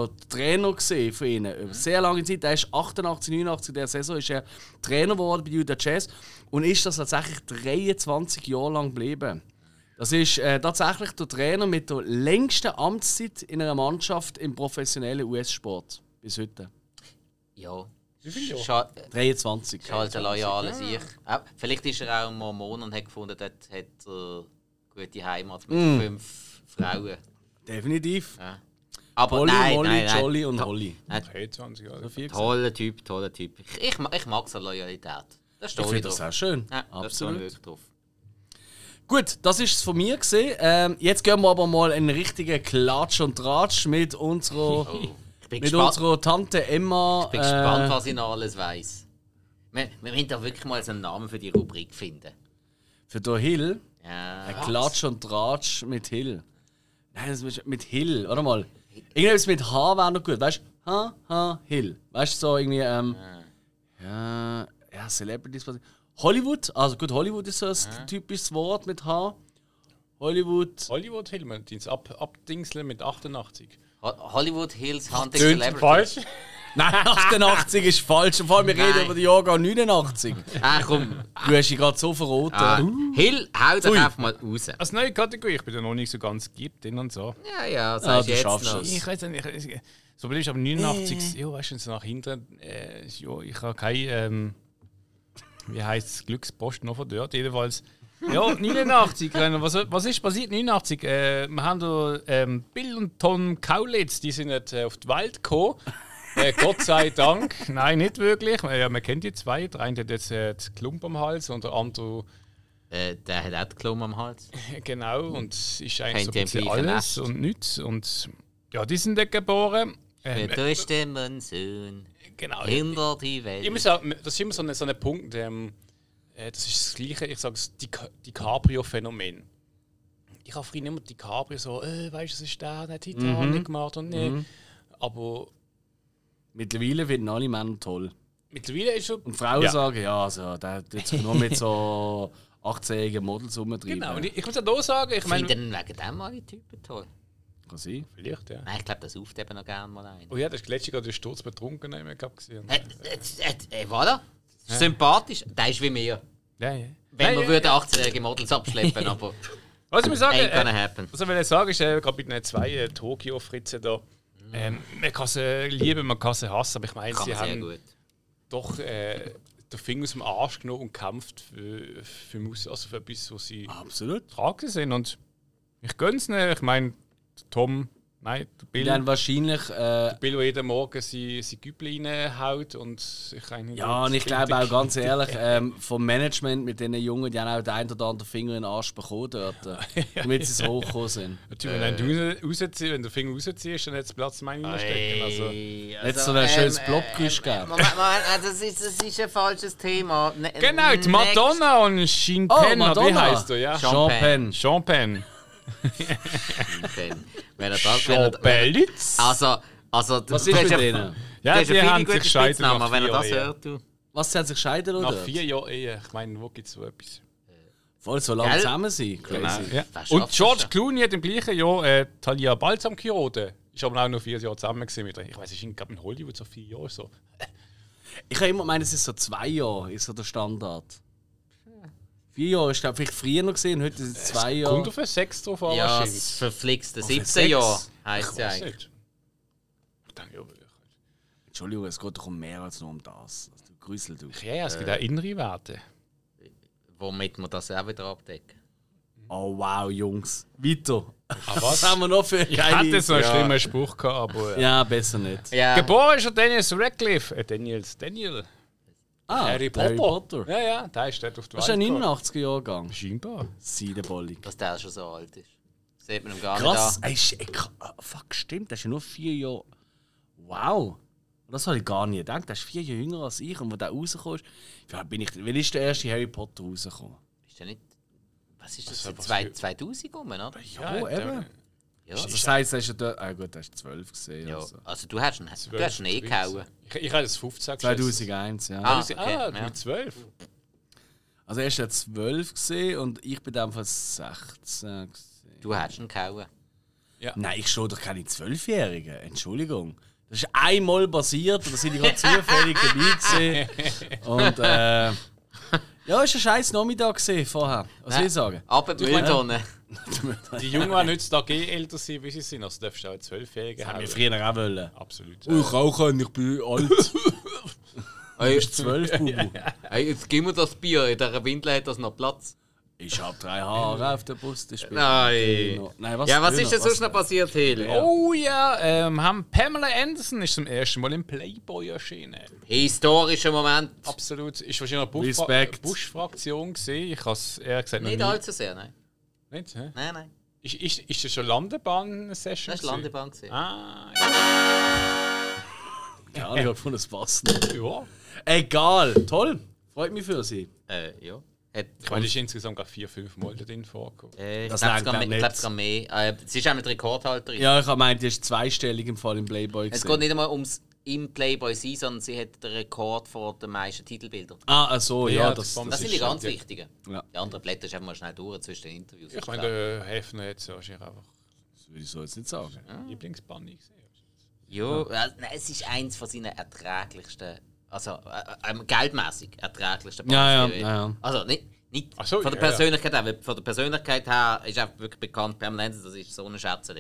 A: ja der Trainer gewesen von ihnen. Über sehr lange Zeit, der ist 88, 89 in der Saison, ist er Trainer geworden bei Utah Jazz und ist das tatsächlich 23 Jahre lang geblieben. Das ist äh, tatsächlich der Trainer mit der längsten Amtszeit in einer Mannschaft im professionellen US-Sport. Bis heute.
B: Ja.
C: Wie viel Jahre?
B: Scha- äh,
A: 23.
B: ist halt ein loyaler Sieg. Ah, vielleicht ist er auch ein Mormon und hat gefunden, dort hat er gute Heimat mit
A: Mm.
B: fünf Frauen.
A: Definitiv.
B: Ja. Aber
A: Polly,
B: nein,
A: Molly,
B: nein, nein.
A: Jolly und Holly.
C: Hey, 20 Jahre.
A: Vier gesagt.
B: Toller Typ, toller Typ. Ich, ich, ma- ich mag seine Loyalität. Da
A: Ich
B: stehe
A: finde
B: ich
A: das
B: drauf.
A: auch schön.
B: Ja, da stehe ich
A: Absolut.
B: wirklich drauf.
A: Gut, das ist es von mir gesehen. Ähm, jetzt gehen wir aber mal einen richtigen Klatsch und Tratsch mit unserer,
B: Oh. Ich bin
A: mit
B: gespannt,
A: unserer Tante Emma.
B: bin
C: Äh.
B: gespannt was ich noch alles weiss. Wir, wir müssen da wirklich mal so einen Namen für die Rubrik finden.
A: äh, für den Hill.
B: Ja.
A: Ein Klatsch und Tratsch mit Hill. Nein, das ist mit Hill. Warte mal. Irgendwas mit H wäre noch gut. Weißt du? H, H, Hill. Weißt du, so irgendwie. Ähm, ja. ja, Celebrities. was- Hollywood. Also gut, Hollywood ist so ein typisches Wort mit H. Hollywood.
C: Hollywood-Filme, die ins Ab Abdingseln mit 88.
B: Ho- Hollywood Hills Hunting
C: Tönt
B: Celebrity.
C: falsch.
A: Nein, 88 ist falsch. Vor allem, wir reden
B: Nein.
A: über den Jahrgang 89.
B: Ah, komm.
A: Du hast dich gerade so verraten.
B: Ah,
C: Uh.
B: Hill, hau doch einfach mal raus.
C: Als neue Kategorie, ich bin da noch nicht so ganz geübt drin und so.
B: Ja, ja,
A: Ah,
B: sag
A: du
B: jetzt
A: schaffst
B: noch.
A: es.
C: Ich weiß nicht, ich, ich- so blöd ist aber 89, ja, weißt du, so nach hinten, äh, ja, ich habe kein, ähm, wie heißt es, Glückspost noch von dort, jedenfalls. Ja, 89, Rainer, was, was ist passiert 89? Äh, wir haben da ähm, Bill und Tom Kaulitz, die sind nicht äh, auf die Welt gekommen. Äh, Gott sei Dank, nein, nicht wirklich. Ja, man kennt die zwei. Der eine hat jetzt äh, die Klump am Hals und der andere
B: Äh, der hat auch die Klum am Hals.
C: Genau, und es ist eigentlich so
B: Kennt ihr
C: ein bisschen
B: im gleichen
C: alles
B: Nest?
C: und nichts. Und ja, die sind dort geboren. Ähm,
B: Du bist der Monsun,
C: genau.
B: hinter die Welt.
C: Ich muss sagen, das ist immer so ein, so ein Punkt, ähm, äh, das ist das gleiche, ich sage es, Di DiCaprio-Phänomen. Ich habe früher immer DiCaprio so, äh, weißt du, es ist der, der hat
B: Mhm.
C: Titanic gemacht und nicht. Aber
A: Mittlerweile finden alle Männer toll.
C: mittlerweile ist schon.
A: Und Frauen
C: Ja.
A: sagen, ja, also, der tut sich nur mit so 18-jährigen Models rumtreiben.
C: Genau, und ich, ich muss auch sagen, ich
B: Ich finde
C: meine.
B: ihn wegen dem alle Typen toll.
A: Kann sein.
C: Vielleicht, ja.
B: Nein, ich glaube, das ruft eben noch gerne mal ein.
C: Oh ja, das ist letztes Jahr der Sturz betrunken, haben wir gehabt gesehen.
B: Äh, äh, äh, äh, voilà. Sympathisch. Der ist wie mir.
C: Ja, ja.
B: Wenn
C: Nein,
B: wir würden 18-jährige Models abschleppen, aber
C: Was ich mir sagen,
B: ain't gonna
C: äh,
B: happen.
C: was ich will sagen ist, äh, gerade mit den zwei äh, Tokio-Fritzen da, ähm, man kann sie lieben, man kann sie hassen, aber ich meine,
B: Mhm. Kann
C: sie
B: man sehr
C: haben
B: gut.
C: doch äh, den Finger aus dem Arsch genommen und gekämpft für, für, Mus- also für etwas, was sie
A: Absolut.
C: tragen sind. Und ich gönn's ihnen. Ich meine, Tom, nein, der Bill,
A: Die haben wahrscheinlich. Äh,
C: Bill, der jeden Morgen sein, sein Güppel reinhaut und ich kann
A: ja, und ich glaube auch ganz ehrlich, ähm, vom Management mit diesen Jungen, die haben auch den einen oder anderen Finger in den Arsch bekommen dort, äh, damit sie so hochgekommen sind.
C: Natürlich, wenn, du raus- rausziehst, wenn du den Finger rausziehst, dann hat es Platz in meinen Stecken. Also,
A: Jetzt so ein schönes Blobküsch geben.
B: ähm, äh, Moment, Moment, äh, das ist, das ist ein falsches Thema. Ne-
C: genau, die
B: next.
C: Madonna und Sean Penn, oder wie
A: Oh, Madonna.
C: heißt du, ja?
B: Sean
A: Penn.
C: Sean Penn.
B: Wenn er das, wenn
C: Sean
B: er, wenn er,
C: Pellitz.
B: also, also, du-
A: Was
B: du
A: ist
B: hast
A: mit
B: ja-
A: denen?
C: Ja,
B: Das ist
C: die
B: ein
C: haben
B: guter
C: sich scheiden
B: Spitzname,
C: nach
B: wenn er
C: vier
B: das
C: Jahren.
B: hört. Du.
A: Was, sie haben sich scheiden oder?
C: Nach vier Jahren Ehe. Ich meine, wo gibt es so etwas?
A: Voll so lange
B: Gell?
A: zusammen sein. Crazy.
B: Genau.
C: Ja.
B: Wer schafft
C: Und
B: das
C: George
B: schon?
C: Clooney hat im gleichen Jahr äh, Talia Balsam geheiratet. Ich habe auch noch vier Jahre zusammen gesehen mit ihr. Ich weiß, ich glaube in Hollywood so vier Jahre so.
A: Ich habe immer gemeint, es ist so zwei Jahre, ist so der Standard.
C: Hm.
A: Vier Jahre, ich glaube, vielleicht früher noch gesehen, heute sind es zwei Jahre.
C: Kommt auf einen Sex drauf an,
B: Ja,
C: wahrscheinlich.
B: das verflixte
A: für
B: 17 Jahre
A: sechs?
B: heisst es ja
C: Weiß
B: eigentlich.
C: nicht. Ich denke, ja,
A: Entschuldigung, es geht doch um mehr als nur um das. Du Grüßel, du.
C: Ja, ja, es
B: Äh.
C: gibt auch innere Werte.
B: Womit wir das auch wieder abdecken.
A: Oh wow, Jungs. Weiter.
C: Aber
A: Was
C: was?
A: haben wir noch für
C: Ich
A: geile-
C: hatte so einen
A: ja.
C: schlimmen Spruch gehabt, aber. ja.
A: Ja, besser nicht.
B: Ja,
C: Geboren ist er Dennis Radcliffe. Äh, Daniels Daniel.
A: Ah,
C: Harry
A: der
C: Potter. Ja, ja, der ist dort auf der
A: Das ist ein 89er-Jahrgang.
C: Scheinbar.
A: Seidenbollig.
B: dass der schon so alt ist. Sieht man ihm gar
A: Krass.
B: nicht
A: Ey, ist, ey, kr- ah, fuck, stimmt, der ist ja nur vier Jahre. Wow. Das habe ich gar nicht gedacht. Der ist vier Jahre jünger als ich. Und wo der rausgekommen ist, wie alt bin ich, denn? wann ist der erste Harry Potter rausgekommen?
B: an. Ist der nicht... Was ist das?
C: Also, Was- was-
B: Zwei- 2000 rum, oder?
A: Ja, eben.
B: Ja.
A: Also, das heisst, er ist ja dort. Ah, gut, er ist zwölf gesehen.
B: ja.
A: Also.
B: Also du hast ihn, du hast ihn eh gehauen.
C: Ich, ich habe das 15 geschätzt.
A: 2001, ja.
B: Ah, okay.
C: Ah,
B: ja.
C: mit 12.
A: Also, er ist ja zwölf gesehen und ich bin dann fast 16 gesehen.
B: Du hast ihn gehauen.
A: Nein, ich schaue doch keine Zwölfjährigen. Entschuldigung. Das ist einmal passiert und da sind ich gerade zufällig dabei gewesen. Und äh, ja, es war ein scheiß Nachmittag gewesen vorher. Was soll ich sagen?
B: Ab in die Mülltonne.
C: Die Jungen wollen heutzutage eh älter sein, wie sie sind. Also darfst du auch einen 12-Jährigen
A: Haben
C: haben.
A: wir früher Oh, auch wollen.
C: Absolut.
A: Ich auch können, ich bin alt.
B: Ey,
A: Zwölf, Bubu.
B: ey, jetzt gib mir das Bier. In dieser Windel hat das noch Platz.
A: Ich hab drei Haare auf der Brust. Ich bin
B: Nein.
A: Nein, was
B: Ja, was
A: früher?
B: ist denn sonst noch passiert, Hill?
C: Oh ja, ähm, haben Pamela Anderson ist zum ersten Mal im Playboy erschienen.
B: Historischer Moment.
C: Absolut. Ist wahrscheinlich eine
A: Respekt.
C: Bush- Bush-Fraktion gesehen. Ich habe es ehrlich gesagt noch
B: Nicht
C: nie.
B: allzu sehr, nein.
C: Nicht, hä?
B: Nein, nein.
C: Ist, ist, ist das schon Landebahn-Session?
B: Das war
C: gewesen?
B: Landebahn. gewesen.
C: Ah,
A: Keine Ahnung, ich hab gefunden, es passt nicht.
C: ja.
A: Egal, toll. Freut mich für sie.
B: Äh, ja. Hat,
C: Ich meine, das ist insgesamt gerade vier, fünf Mal da drin vorgekommen.
B: äh, ich
A: Das
B: glaube, es
A: langt
B: gab
A: auch
B: mehr- ich
A: nicht.
B: glaub, es gab mehr. Äh, sie ist auch mit Rekordhalterin.
A: Ja, ich hab gemeint, die ist zweistellig im Fall im Playboy.
B: Es
A: gewesen.
B: geht nicht einmal ums im Playboy sein, sondern sie hat den Rekord vor den meisten Titelbildern.
A: Ah, ach so, ja,
C: Ja,
A: das,
C: das
A: das,
C: kommt.
B: Das,
C: ist
B: sind die
C: schon-
B: ganz
C: ja.
B: wichtigen.
A: Ja.
B: Die anderen Blätter ist einfach mal schnell durch zwischen den Interviews.
C: Ich meine, der Hefner hat ja wahrscheinlich einfach
A: das würde ich so jetzt nicht sagen.
B: Ah.
C: Lieblingsbunny gesehen.
B: ja, äh, nein, es ist eins von seinen erträglichsten, also äh, ähm, geldmäßig erträglichsten
A: Ja, ja,
B: Partys.
A: ja, ja.
B: Also nicht, nicht
C: Ach so,
B: von der
C: ja, ja.
B: Persönlichkeit her, weil von der Persönlichkeit her ist einfach wirklich bekannt, Pam Lenz, das ist so eine Schätzchen.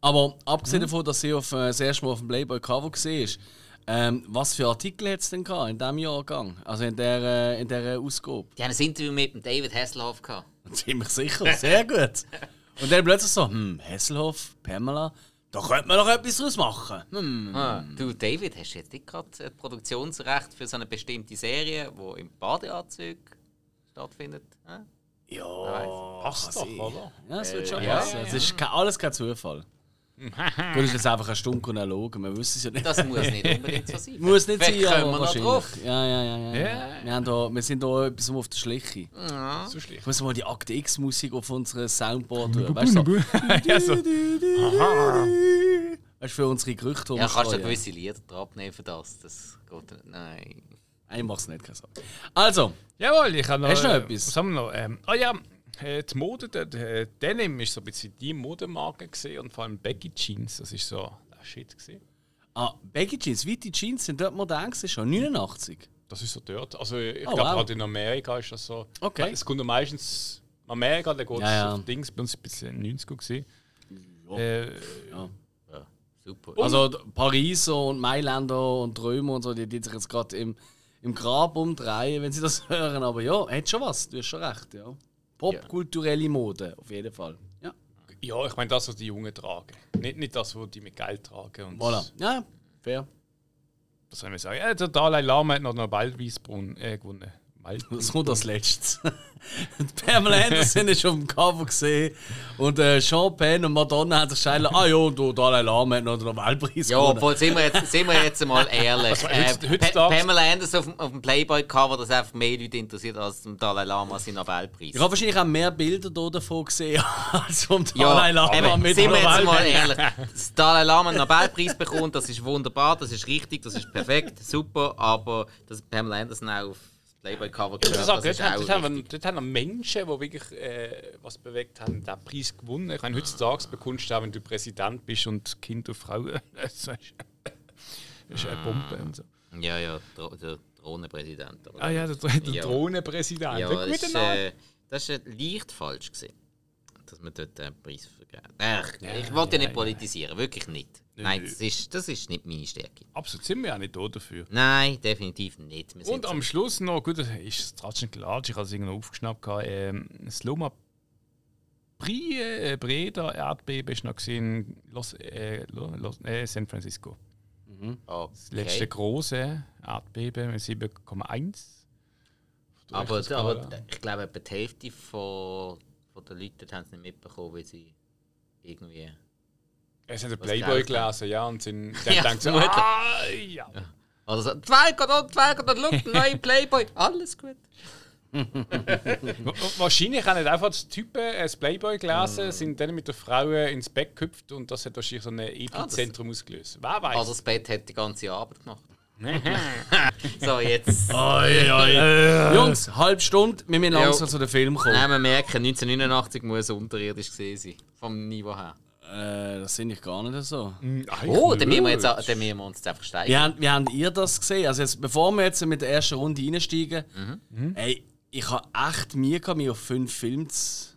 A: Aber abgesehen davon, dass sie auf, äh, das erste Mal auf dem Playboy Cover gesehen ist, ähm, was für Artikel hat es denn gehabt in diesem Jahrgang? Also in der, äh, in der Ausgabe?
B: Die haben ein Interview mit dem David Hasselhoff gehabt.
A: Ziemlich sicher, sehr gut. Und dann plötzlich so, hm, Hesselhoff, Pamela, da könnte man doch etwas draus machen. Hm.
C: Mhm.
B: Ah, du, David, hast du jetzt nicht gerade das Produktionsrecht für so eine bestimmte Serie, die im Badeanzug stattfindet? Oh. Hm?
A: Ja, kann
C: Passt doch,
A: sein.
C: oder?
A: Ja, es wird schon
B: ja,
A: passen. Es ist kein, alles kein Zufall. Gut, ist jetzt einfach ein Stunk und ein Logen, wir wissen es ja nicht.
B: Das muss nicht unbedingt so sein.
A: Muss nicht
B: Vielleicht
A: sein,
B: kommen
A: aber
B: wir noch
A: wahrscheinlich.
B: drauf.
A: Ja, ja, ja, ja. ja.
C: Ja.
A: Wir, haben da, wir sind da etwas auf der Schliche.
B: Ah.
C: So schlecht.
A: Ich muss mal die Akte X-Musik auf unserem Soundboard hören. Weißt du, so,
C: ja, so.
A: weißt, du, für unsere Gerüchte, die
B: Ja, kannst du
A: streuen.
B: gewisse Lieder drauf nehmen für das. Das geht nicht. Nein.
A: Nein, ich mach's nicht, keine Sorge. Also,
C: Jawohl, ich habe noch.
A: Hast du noch
C: äh,
A: etwas?
C: Was haben wir noch? Ähm, ah ja, äh, die Mode, der, der Denim ist so ein bisschen die Modemarke gesehen und vor allem Baggy Jeans, das ist so der Shit gesehen.
A: ah, Baggy Jeans, weite Jeans sind dort modern gewesen, schon 89.
C: Das ist so dort. Also ich
A: Oh,
C: glaube
A: wow.
C: halt in Amerika ist das so.
A: Okay.
C: Es kommt ja meistens in Amerika, da geht es
A: Ja, ja.
C: auf Dings, bei uns ist es ein bisschen Äh, 90er gesehen.
B: Super.
A: Also die Pariser und Mailänder und Römer und so, die die sich jetzt gerade im, im Grab umdrehen, wenn sie das hören. Aber ja, hat schon was, du hast schon recht, ja. Popkulturelle Mode, auf jeden Fall. Ja,
C: Ja, ich meine das, was die Jungen tragen. Nicht, nicht das, was die mit Geld tragen. Und
A: voilà. Ja, fair.
C: Das soll man sagen. Ja, der Dalai Lama hat noch einen Waldwiesbrunnen äh, gewonnen. Wald
A: Das kommt als letztes. Die Pamela Anderson ist auf dem Cover gesehen und äh, Sean Penn und Madonna haben sich scheinbar, ah ja, du Dalai Lama hat noch den Nobelpreis
B: ja,
A: gewonnen.
B: obwohl, sind wir jetzt, sind wir jetzt mal
C: Also
B: ehrlich. Äh,
C: heutz-
B: Pa-
C: heutzutage-
B: Pamela Anderson auf, dem- auf dem Playboy-Cover, das einfach mehr Leute interessiert als dem Dalai Lama seinen Nobelpreis.
A: Ich habe wahrscheinlich auch mehr Bilder da davon gesehen als vom Dalai Lama
B: eben,
A: mit
B: sind wir jetzt mal
A: Nobelpreis.
B: ehrlich. Das Dalai Lama einen Nobelpreis bekommt, das ist wunderbar, das ist richtig, das ist perfekt, super, aber dass Pamela Anderson auch auf das Playboy-Cover
C: Das
B: gehört.
C: ist auch, dort, haben, dort,
B: auch
C: haben, dort haben Menschen, die wirklich äh, was bewegt haben, den Preis gewonnen. Ich meine, heutzutage bekommst du auch, wenn du Präsident bist und Kind und Frau. Das ist das ist eine Pumpe und so.
B: richtig. Ja, ja, Dro- der Drohnenpräsident. oder?
C: Ah ja, der, der
B: Ja.
C: Drohnenpräsident.
B: Ja,
C: Ja,
B: das
C: Guten
B: ist,
C: Abend.
B: äh, das ist äh, leicht falsch gewesen, dass man dort den Preis vergeben. Ach, ich wollte ja, nicht politisieren, wirklich nicht. Nein, das ist, das ist nicht meine Stärke.
C: Absolut, sind wir ja nicht da dafür.
B: Nein, definitiv nicht. Wir sind
C: Und am Schluss noch, gut, das ist es tratschen klatsch, ich habe es irgendwo aufgeschnappt, gehabt, ähm, das Loma Brie, äh, Breda Erdbeben ist noch gesehen in Los, äh, Lo- Los, äh, San Francisco.
B: okay.
C: Das letzte große Erdbeben mit 7,1.
B: aber,
C: Auf der
B: aber
C: Richter-Skala.
B: ich glaube, etwa die Hälfte von, von den Leuten haben es nicht mitbekommen, weil sie irgendwie.
C: es hat ein
B: was
C: Playboy
B: glaubt man?
C: gelesen, ja, und sind, dann
B: Ja,
C: denkt so,
B: vermutlich.
C: ah, ja.
B: Oder also so, Dwerg oder Dwerg oder schau, der neue Playboy, alles gut.
C: Wa- wa- Wahrscheinlich haben nicht einfach die Typen äh, das Playboy
B: Mm.
C: gelesen, sind dann mit der Frau äh, ins Bett gehüpft und das hat wahrscheinlich so ein Epizentrum ausgelöst. Wer weiß.
B: Ah, Also das Bett hat die ganze Arbeit gemacht. so, jetzt.
A: Oi, oi. Jungs, halbe Stunde, wir müssen langsam
B: Jo.
A: zu dem Film kommen.
B: Nein, wir merken, 1989 muss unterirdisch gewesen sein. Vom Niveau her.
A: Äh, das sind ich gar nicht so.
C: Hm,
B: Oh, dann müssen wir, jetzt, dann müssen wir uns jetzt einfach steigern.
A: Wie, habt- wie habt ihr das gesehen? Also jetzt, bevor wir jetzt mit der ersten Runde einsteigen,
B: Mhm.
A: ey, ich habe echt Mühe gehabt, mich auf fünf Filme zu,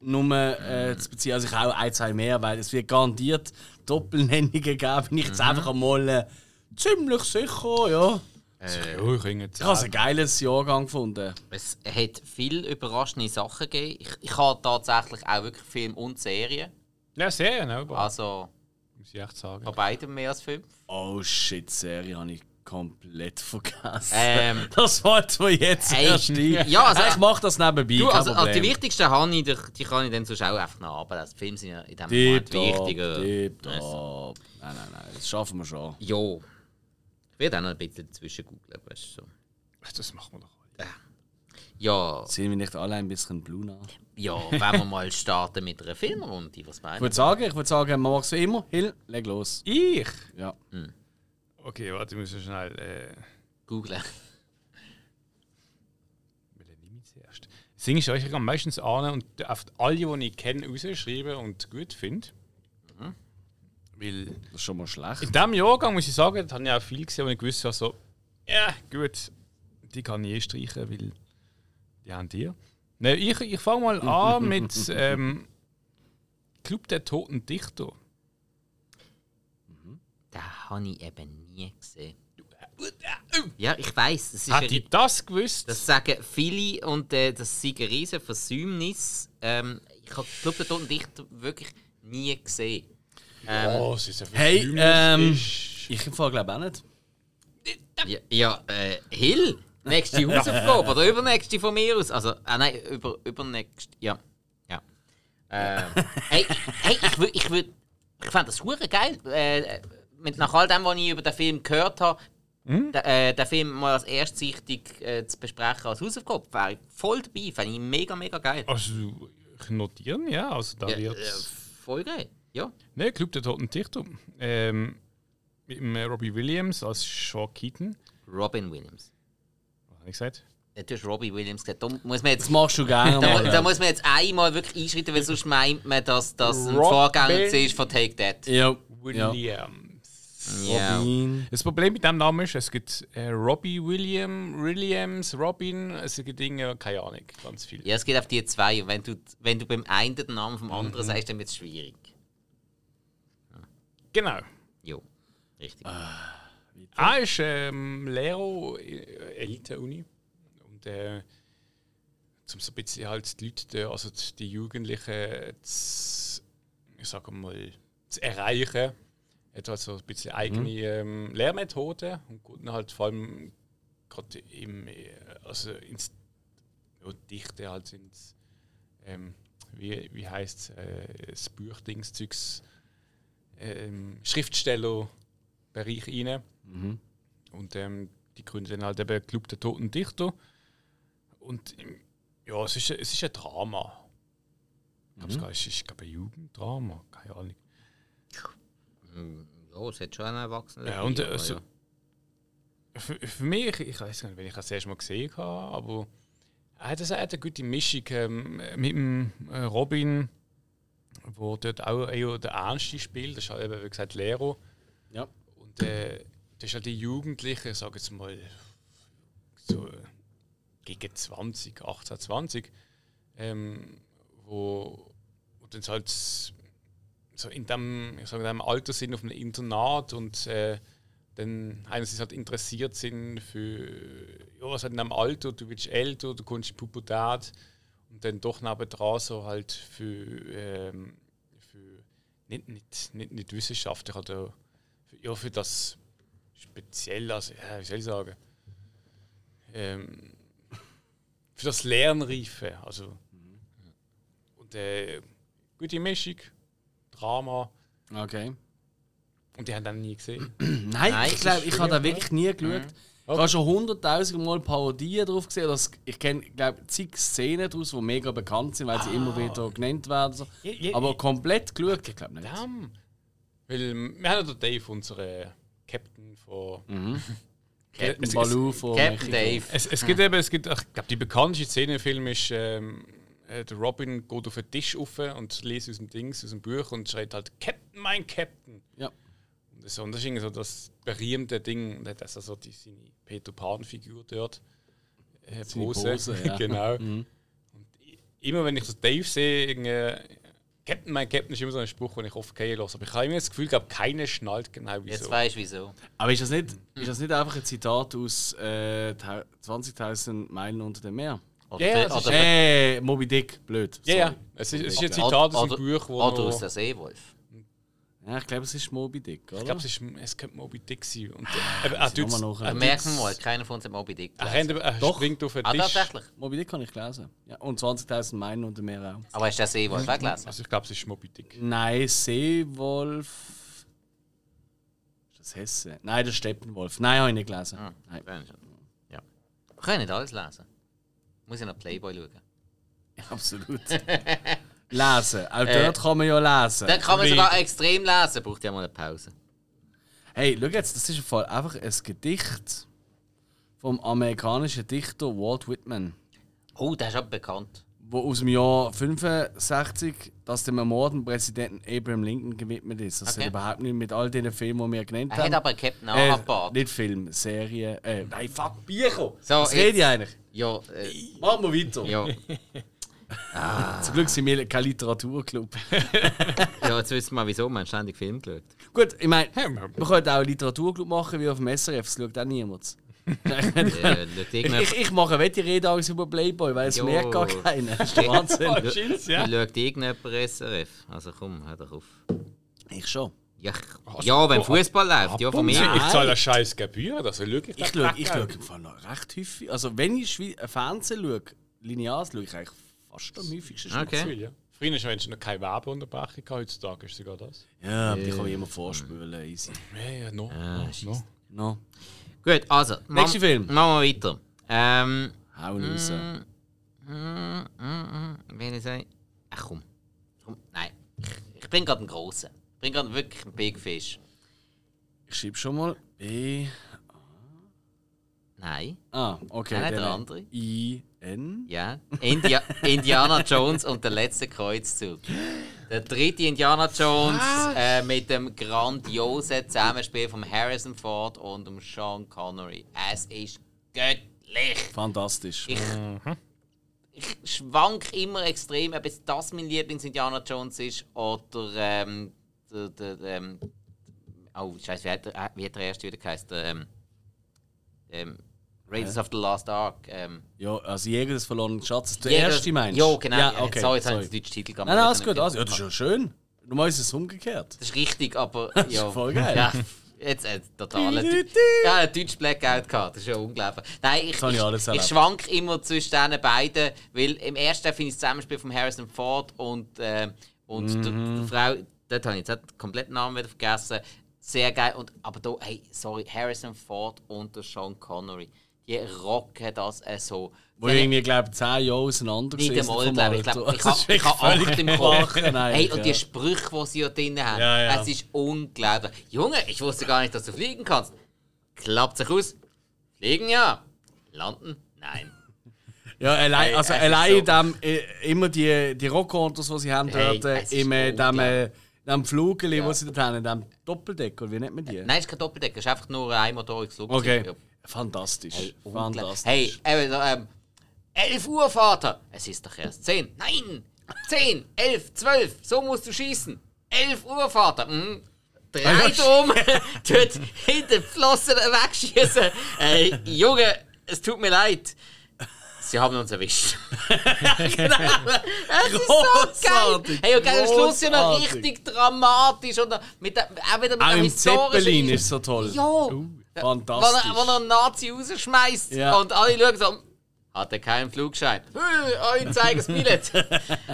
A: nur,
B: Mhm.
A: äh, zu beziehen. Also ich auch ein, zwei mehr, weil es wird garantiert Doppelnennungen geben, bin ich
B: Mhm.
A: jetzt einfach einmal äh, ziemlich sicher, ja.
C: Ja, ich ringe jetzt.
A: Ich habe ein geiles Jahrgang gefunden.
B: Es hat viel überraschende Sachen gegeben. Ich, ich habe tatsächlich auch wirklich Film und Serien.
C: Ja, sehr, ne, aber
B: Also
C: muss ich echt sagen.
B: bei beidem mehr als fünf.
A: Oh shit, die Serie habe ich komplett vergessen.
B: Ähm.
A: das wollte man jetzt
B: Ey,
A: erst ein.
B: ja, also-
A: ich mache das nebenbei,
B: Du,
A: kein
B: also, also die
A: Problem.
B: wichtigsten habe ich, die- die kann ich dann sonst auch einfach nacharbeiten. Die Filme sind ja in diesem Moment
A: Tipptopp,
B: wichtiger.
A: tipptopp.
B: Also,
A: Nein, nein, nein, das schaffen wir schon.
B: ja. Ich werde auch noch ein bisschen dazwischen googeln, weißt du. So.
C: Das machen wir doch heute.
B: Ja,
A: Sind wir nicht alle ein bisschen Bluna?
B: ja, wenn wir mal starten mit einer Filmrunde, was
A: Ich
B: meinst
A: würde sagen, ich würde sagen, man macht es wie immer. Hill, leg los.
C: Ich?
A: Ja.
C: Okay, warte, ich muss ja schnell. Äh,
B: du? Googlen.
C: welchen nehme ich zuerst? Das Ding ist, ja, ich kann meistens ahnen und auf alle, die ich kenne, rausschreiben und gut finde. Weil
A: Das ist schon mal schlecht.
C: in diesem Jahrgang, muss ich sagen, da habe ich auch viel gesehen, und ich wusste ja so, ja, gut, die kann ich eh streichen, weil die haben die. Nein, ich ich fange mal an mit ähm, Club der Toten Dichter.
B: Den habe ich eben nie gesehen. Ja, ich weiß, das ist
C: Hätte
B: ein,
C: ich das gewusst?
B: das sagen viele und äh, das ist ein riesen Versäumnis. Ähm, ich habe Club der Toten Dichter wirklich nie gesehen.
C: oh, es ist ein
A: Hey,
C: Versäumnis.
A: ähm,
C: Ist-
A: ich im Fall glaube auch nicht.
B: Ja, ja äh, Hill, nächste Hausaufgabe oder übernächste von mir aus. Also, ah, nein, über, übernächste, ja. ja. Ähm, hey, hey, ich würde, ich, würd, ich fand das hure geil. Äh, mit, nach all dem, was ich über den Film gehört habe, den, äh, den Film mal als erstsichtig äh, zu besprechen als Hausaufgabe, wäre ich voll dabei. Fände ich mega, mega geil.
C: Also, ich notieren, ja. Also, da
B: Ja, äh,
C: wird
B: voll geil, ja.
C: Ne, Club der Toten Dichter. Ähm, mit dem äh, Robbie Williams als Sean Keaton.
B: Robin Williams.
C: Was habe ich gesagt?
B: Äh, Du hast Robbie Williams gesagt, da muss man jetzt
A: Das machst du gerne
B: Da,
A: mal.
B: da muss man jetzt einmal wirklich einschreiten, weil sonst meint man, dass das ein
C: Robin-
B: Vorgänger ist von Take That.
A: ja. ja.
C: Williams.
B: Ja.
A: Robin.
C: Das Problem mit dem Namen ist, es gibt äh, Robbie William, Williams, Robin, es gibt Dinge, keine Ahnung, ganz viel.
B: ja, es geht auf die zwei. Und wenn du, wenn du beim einen den Namen vom
C: Mhm.
B: anderen sagst, dann wird es schwierig.
C: Genau.
B: Jo, richtig.
C: Ah, ist ähm, Lehrer, äh, Elite-Uni. Und äh, zum so ein bisschen halt die Leute, da, also die- die Jugendlichen, äh, zu, ich sage mal, zu erreichen. Hat halt so ein bisschen eigene ähm, Lehrmethoden und geht dann halt vor allem gerade im, äh, also ins ja, Dichte, halt ins, ähm, wie, wie heißt es, äh, das Buchdingszeugs, ähm, Schriftstellerbereich rein. Und ähm, die gründen dann halt eben Club der Toten Dichter. Und ähm, ja, es ist, es ist ein Drama. Ich glaube, es ist glaub, ein Jugenddrama, keine Ahnung.
B: Ja, Mm, äh, es hat schon einen Erwachsenen.
C: Äh, Ja, und
B: dabei,
C: also,
B: aber
C: für, für mich, ich weiß gar nicht, wenn ich das erste Mal gesehen habe, aber er hat das- er hat eine gute Mischung ähm, mit dem äh, Robin, wo dort auch eher der Ernste spielt. Das ist halt eben, wie gesagt, Lehrer.
A: Ja.
C: Und äh, das ist halt die Jugendlichen, sage jetzt mal, so gegen 20, 18, 20, ähm, wo, wo dann halt so in dem, ich sag, in dem Alter sind auf einem Internat und äh, dann einerseits halt interessiert sind für, ja, was halt in dem Alter, du bist älter, du kommst in die Pubertät und dann doch nebendran so halt für, ähm, für nicht, nicht, nicht, nicht wissenschaftlich oder für, ja, für das Spezielle, also, ja, wie soll ich sagen, ähm, für das Lernreife. Also, und äh, gute Mischung, Drama,
A: Okay.
C: und die haben dann nie gesehen.
A: Nein,
B: Nein,
A: ich glaube,
B: das
A: ich habe da wirklich nie geschaut. Ich habe schon hunderttausend Mal Parodien drauf gesehen. Oder es- ich kenne, glaube zig Szenen daraus, die mega bekannt sind, weil sie immer wieder genannt werden. So.
C: Je- je-
A: Aber komplett geschaut, ich glaube nicht.
C: Damn. Weil ähm, wir haben ja den Dave, unseren Captain von.
B: Captain
C: es, es,
A: Baloo von
B: Captain
A: Mexiko.
B: Dave.
C: es, es gibt eben, es gibt, ach, ich glaube, die bekannteste Szene im Film ist, ähm, äh, der Robin geht auf den Tisch auf und liest aus dem Dings, aus dem Buch und schreit halt: Captain, mein Captain!
A: Ja.
C: Und das, und das ist irgendwie so das berühmte Ding, und das ist also die, seine Peter Pan-Figur dort. Äh,
A: Seine
C: Pose.
A: Pose, ja. Mhm.
C: genau. Und i- immer wenn ich das Dave sehe, irgendwie, Captain, mein Captain ist immer so ein Spruch, den ich oft gehen lasse. Aber ich habe immer das Gefühl, gehabt, keiner schnallt genau wieso.
B: Jetzt weißt du wieso.
A: Aber ist das, nicht,
C: Mhm.
A: ist das nicht einfach ein Zitat aus äh, tau- 20.000 Meilen unter dem Meer?
B: Oder,
C: Ja, ja,
B: oder,
C: es ist-
B: oder,
A: Äh, Moby Dick, blöd.
C: ja, ja.
A: sorry.
C: Es ist, es ist ein
B: oder,
C: Zitat aus
B: oder-
C: dem Buch, wo
B: oder
C: noch- Ah,
B: aus der Seewolf.
A: ja. Ich glaube, es ist Moby Dick, oder?
C: ich glaube, es, ist- es könnte Moby Dick sein.
B: Ah,
C: Und, äh, eben, er, tut's,
A: Nochmal nachher.
C: er,
A: Das-
B: Merken wir mal, keiner von uns hat Moby Dick.
C: er, rennt- er
A: Doch.
C: springt auf den
B: Ah,
C: Tisch.
B: tatsächlich.
A: Moby Dick kann ich gelesen. Ja, und 20.000 Meilen unter dem Meer auch.
B: Aber hast du den Seewolf auch gelesen?
C: also ich glaube, es ist Moby Dick.
A: Nein, Seewolf. Ist das Hessen? Nein, der Steppenwolf. Nein, habe ich nicht gelesen.
C: Ah.
B: Hm,
A: Nein.
B: Ja. Wir können nicht alles lesen. Muss ich noch Playboy schauen.
A: Absolut. lesen. Auch
C: Äh,
A: dort kann man ja lesen.
B: Dann kann man
C: Wie-
B: sogar extrem lesen, braucht ja mal eine Pause.
A: Hey, schau jetzt, das ist im Fall einfach ein Gedicht vom amerikanischen Dichter Walt Whitman,
B: Oh, der ist aber bekannt.
A: wo aus dem Jahr 65, das dem ermordeten Präsidenten Abraham Lincoln gewidmet ist. Das
B: Okay.
A: hat überhaupt nicht mit all den Filmen, die wir genannt
B: Er
A: haben.
B: hat aber Captain
A: Äh,
B: Ahab äh,
A: nicht Film, Serie. Äh, nein, fuck, Bücher!
B: So,
A: Was rede ich
B: jetzt-
A: eigentlich?
B: Ja, äh,
A: Machen wir weiter.
B: ja,
A: Zum Glück sind wir kein Literaturclub.
B: ja, jetzt wissen wir mal, wieso. Wir haben ständig Film geschaut.
A: Gut, ich meine,
C: Ja,
A: wir können auch einen Literaturclub machen wie auf dem SRF, das schaut auch niemand.
B: Äh,
A: Ich, ich, ich mache Wettirede alles über Playboy, weil es
B: Jo.
A: merkt gar keiner. Das ist der Wahnsinn.
C: Jeans,
B: Ja.
C: ja.
B: Schaut irgendjemand SRF? Also komm, hör doch auf.
A: Ich schon.
B: Ja, ja wenn Fußball läuft, ja, von mir.
C: Ich zahle eine scheiß Gebühr, also das ist wirklich
A: Ich schaue, ich schaue im Fall noch recht häufig. Also, wenn ich Schwe- äh, Fernsehen schaue, linear, schaue ich eigentlich fast am häufigsten. Schweizer.
B: Okay.
C: Ja. Früher hast du noch keine Werbeunterbrechung gehabt, heutzutage ist sogar das.
A: Ja, aber die kann ich immer vorspülen. Easy.
C: Ja, ja, noch.
B: Ah, scheiße.
A: No.
B: Gut, also. ma-
A: Nächster Film.
B: Machen wir weiter. Ähm.
A: Hauen raus.
B: Mm, mm, mm, will ich sagen? Ach komm. komm nein. Ich, ich bin gerade ein Grossen. Ich bin gerade wirklich ein Big Fish.
A: Ich schreibe schon mal B.
B: Nein.
A: Ah, okay.
B: Nein, der
A: dann
B: andere.
A: I. N.
B: Ja. India Indiana Jones und der letzte Kreuzzug. Der dritte Indiana Jones äh, mit dem grandiosen Zusammenspiel von Harrison Ford und dem Sean Connery. Es ist göttlich.
A: Fantastisch.
B: Ich, ich schwank immer extrem, ob jetzt das mein Lieblings-Indiana Jones ist oder ähm, der, der, ähm, oh, scheiße, wie, hat der- äh, wie hat der erste wieder geheißen? Der, ähm, ähm, Raiders of the Lost Ark. Ähm,
A: ja, also Jäger des verlorenen Schatzes. Der
B: Jäger-
A: erste meinst du?
B: Ja, genau.
A: Ja, okay.
B: Sorry, jetzt habe
A: sorry.
B: ich den deutschen Titel
A: Nein, nein, alles gut. Alles. Ja, das ist ja schön. Normal ist es umgekehrt.
B: Das ist richtig, aber ja.
A: voll geil.
B: Ja, jetzt äh, total.
A: Du,
B: ein
A: du,
B: Deu-
A: du.
B: Ja, ein deutsches Blackout gehabt. Das ist ja unglaublich. Nein, ich,
A: habe ich
B: ich,
A: alles
B: ich
A: erlebt.
B: schwank immer zwischen diesen beiden, weil im ersten finde ich das Zusammenspiel von Harrison Ford und, äh, und der,
A: Mhm.
B: der Frau, dort habe ich jetzt auch den kompletten Namen wieder vergessen. Sehr geil. Und, aber da, hey, sorry, Harrison Ford und der Sean Connery. Die rocken das äh, so.
A: Wo ich irgendwie, glaube ich, 10 Jahre auseinander
B: Nicht
A: gesessen
B: einmal,
A: vom
B: glaube ich. Ich
A: Alter.
B: glaube, ich
A: Das ist
B: habe ich hab
A: wirklich
B: acht im
A: völlig
B: Kopf.
A: Schwachsinn
B: Hey,
A: eigentlich,
B: und
A: ja.
B: die Sprüche, die sie ja drin haben,
A: Ja, ja.
B: es ist unglaublich. Junge, ich wusste gar nicht, dass du fliegen kannst. Klappt sich aus. Fliegen ja. Landen? Nein.
A: Ja, allein,
B: Ey,
A: also
B: es ist
A: allein
B: so-
A: dem, äh, immer die, die Rockkontos, die sie haben
B: Hey,
A: dort,
B: es
A: äh,
B: ist
A: im, äh, dem, äh, dem Flugeli,
B: Ja.
A: wo sie dort haben, dem Doppeldecker, oder wie nennt man die?
B: Nein, es ist kein Doppeldecker, es ist einfach nur ein einmotoriges Flugzeug.
A: Okay. Fantastisch.
B: Hey, unglaublich.
A: Fantastisch.
B: Hey, eben, ähm, 11 Uhr, Vater! Es ist doch erst 10. Nein! 10, 11, 12, so musst du schießen. 11 Uhr, Vater! Mhm.
A: Oh
B: Drei um, dort hinter die Flossen wegschießen. Ey, Junge, es tut mir leid. Sie haben uns erwischt. Genau. Es ist so geil!
A: Großartig,
B: Hey, und gell, am Schluss ja noch
A: großartig.
B: richtig dramatisch. Und auch mit der, auch wieder mit
A: Auch
B: der
A: im
B: historischen
A: Zeppelin
B: Geschichte.
A: ist so toll.
B: Ja!
A: fantastisch.
B: Wenn er, wenn er einen Nazi rausschmeißt
A: Ja.
B: und alle schauen so, hat er keinen Flugschein? Hey, ich zeige das Billett.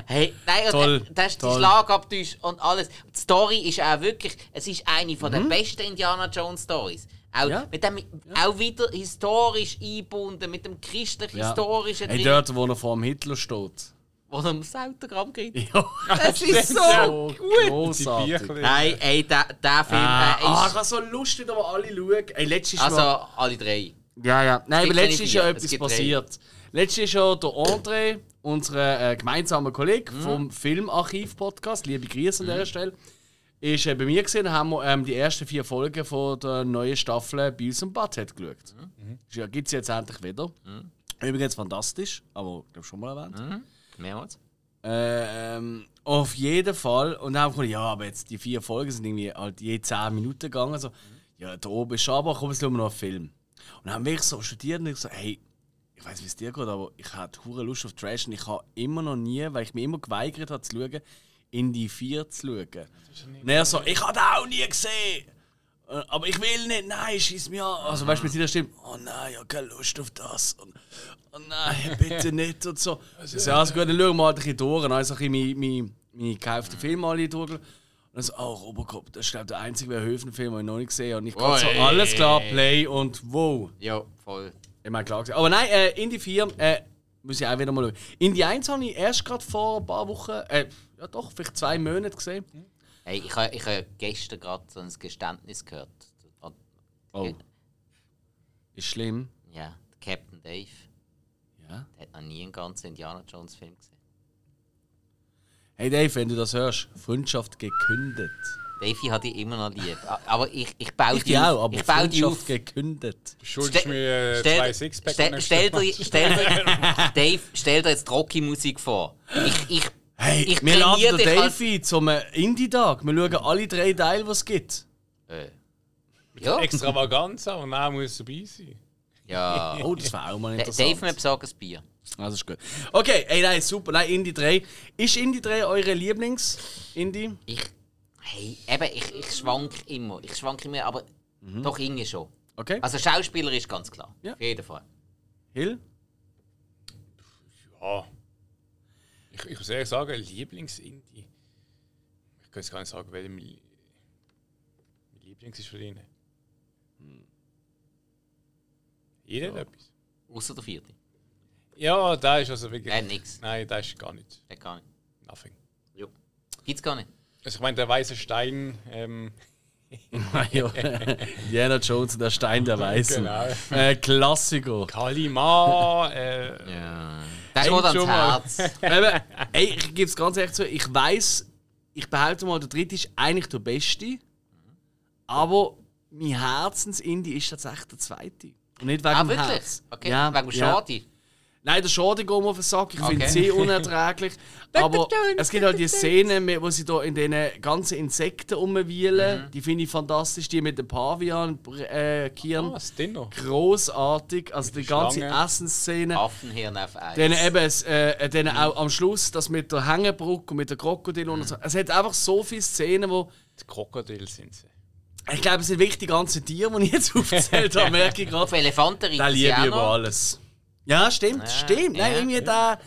B: hey, nein,
A: Toll,
B: und, äh, das ist
A: toll.
B: die Schlagabtüsch und alles. Die Story ist auch wirklich, es ist eine von der besten Indiana Jones Stories. Auch,
A: Mhm. Ja.
B: mit dem, auch wieder historisch eingebunden, mit dem
A: Ja.
B: christlich-historischen
A: Hey,
B: drin,
A: dort, wo er vor dem Hitler steht.
B: wo er das Autogramm kriegt.
A: Ja,
B: Es ist so...
A: so
C: Die
A: großartig.
C: Bierchen.
B: Nein, ey, der, der Film
A: Ah,
B: äh,
A: ah,
B: ist...
A: ich habe so lustig, aber alle schauen. Ey, letztes
B: Also,
A: Mal.
B: alle drei.
A: Ja, ja. Nein, aber
B: gibt keine
A: letztes ist
B: vier,
A: ja
B: es
A: etwas
B: gibt drei.
A: passiert. Letztes ist ja der André, unser äh, gemeinsamer Kollege
B: Mhm.
A: vom Filmarchiv-Podcast, liebe Grüße an dieser Stelle, ist äh, bei mir gesehen, haben wir ähm, die ersten vier Folgen von der neuen Staffel bei uns im Butthead geschaut.
B: Mhm.
A: Mhm. Ja, gibt es jetzt endlich wieder. Übrigens fantastisch, aber ich glaube schon mal
B: Mhm.
A: erwähnt.
B: Mehrmals.
A: Äh, ähm, auf jeden Fall. Und dann haben wir gedacht, ja, aber jetzt die vier Folgen sind irgendwie halt je 10 Minuten gegangen. Also, ja, da oben ist Schaber, komm, jetzt schauen wir noch einen Film. Und dann haben wir so studiert und ich so, hey, ich weiß wie es dir geht, aber ich hatte hure Lust auf Trash und ich habe immer noch nie, weil ich mir immer geweigert habe zu schauen, in die vier zu schauen. Und er so, ich habe das auch nie gesehen. Äh, Aber ich will nicht, nein, schieß mir an. Also, weißt du, mit seiner Stimme, oh nein, ich habe keine Lust auf das. Und, oh nein, bitte nicht und so. Also, ja, also gut, dann schauen wir halt ein bisschen durch. Und dann habe ich so ein bisschen meine, meine, meine gekauften Filme alle durch. Und dann so, oh, Robocop, das ist, glaube ich, der einzige Verhöfen-Film, den ich noch nicht gesehen habe. Und ich gerade so,
B: Oi.
A: alles klar, Play und wow.
B: Ja, voll.
A: Ich meine, klar gesehen. Aber nein, äh, Indie 4, äh, muss ich auch wieder mal schauen. Indie 1 habe ich erst gerade vor ein paar Wochen, äh, ja doch, vielleicht zwei Monate gesehen.
B: Hey, ich habe ich ha gestern gerade so ein Geständnis gehört. An-
A: Oh. Ist schlimm.
B: Ja, Captain Dave.
A: Ja.
B: Der hat noch nie einen ganzen Indiana Jones Film gesehen.
A: Hey Dave, wenn du das hörst, Freundschaft gekündet.
B: Davey hat ich immer noch lieb. A- Aber ich, ich baue
A: Ich
B: die
A: die auch,
B: auf.
A: aber
B: Ich baue die
A: Freundschaft
B: auf.
A: gekündet.
C: Schuldest
B: Ste-
C: mir äh,
B: stell-
C: zwei Sixpack
B: ste- Stell dir, stell dir, Dave, stell dir jetzt Rocky-Musik vor. Ich, ich,
A: Hey,
B: ich
A: wir laden den
B: trainiere dich
A: Dave
B: als-
A: ein zum äh, Indie-Tag. Wir schauen alle drei Teile, die es gibt.
B: Äh. Ja,
C: Extravaganza und dann muss dabei sein.
B: ja.
A: Oh, das wäre auch mal
B: Da-
A: interessant.
B: Dave, mir besorgen ein Bier.
A: Also ist gut. Okay, hey, nein, super. Nein, Indie 3. Ist Indie 3 eure Lieblings-Indie?
B: Ich, hey, eben, ich, ich schwank immer. Ich schwank immer, aber
A: Mhm.
B: doch irgendwie schon.
A: Okay.
B: Also Schauspieler ist ganz klar.
A: Ja.
B: Auf jeden Fall.
A: Hill?
C: Ja. Ich, ich muss ehrlich sagen, Lieblings-Indie. Ich kann jetzt gar nicht sagen, welcher mein, mein Lieblings ist von ihnen.
B: Hm.
C: Jeder hat etwas.
B: Außer der vierte.
C: Ja, da ist also wirklich.
B: Der hat nichts.
C: Nein, da ist gar nicht.
B: Der gar nicht.
C: Nothing.
B: Jo. Gibt's gar nicht.
C: Also ich meine, der weiße Stein. Ähm,
B: Ah,
A: Ja. Diana Jones und der Stein der Weißen.
C: Genau.
A: Äh, Klassiker.
C: Kalima. Äh,
B: Ja. Der geht
C: schon
B: ans
C: mal.
B: Herz.
A: Eben, ey, ich gebe es ganz ehrlich zu, ich weiß, ich behalte mal, der dritte ist eigentlich der beste, aber mein Herzensindie ist tatsächlich der zweite. Und nicht wegen
B: Ah,
A: dem
B: wirklich?
A: Herz.
B: Okay,
A: Ja,
B: wegen dem
A: ja.
B: Schade.
A: Nein, der Schade geht mir auf den Sack, ich finde
B: Okay.
A: sie unerträglich. aber es gibt halt die Szenen, mit- wo sie da in diesen ganzen Insekten rumwühlen,
B: Mhm.
A: die finde ich fantastisch, die mit dem Pavian, äh, Kieren.
B: Oh,
C: ah, das Dinner.
A: Großartig, also die ganze
C: Schlange.
A: Essensszene.
B: Affenhirn auf Eis.
A: Dann eben, es, äh, dann auch am Schluss, das mit der Hängebrücke und mit der Krokodil und so. Es hat einfach so viele Szenen, wo.
C: Die Krokodil sind sie.
A: Ich glaube, es sind wirklich die ganzen Tiere, die ich jetzt aufgezählt habe, merke ich
B: Auf
A: gerade.
B: Elefanten reiten
A: Den
B: sie
A: liebe
B: auch
A: ich
B: noch.
A: über alles. Ja, stimmt, stimmt. Nein,
B: ja.
A: irgendwie der,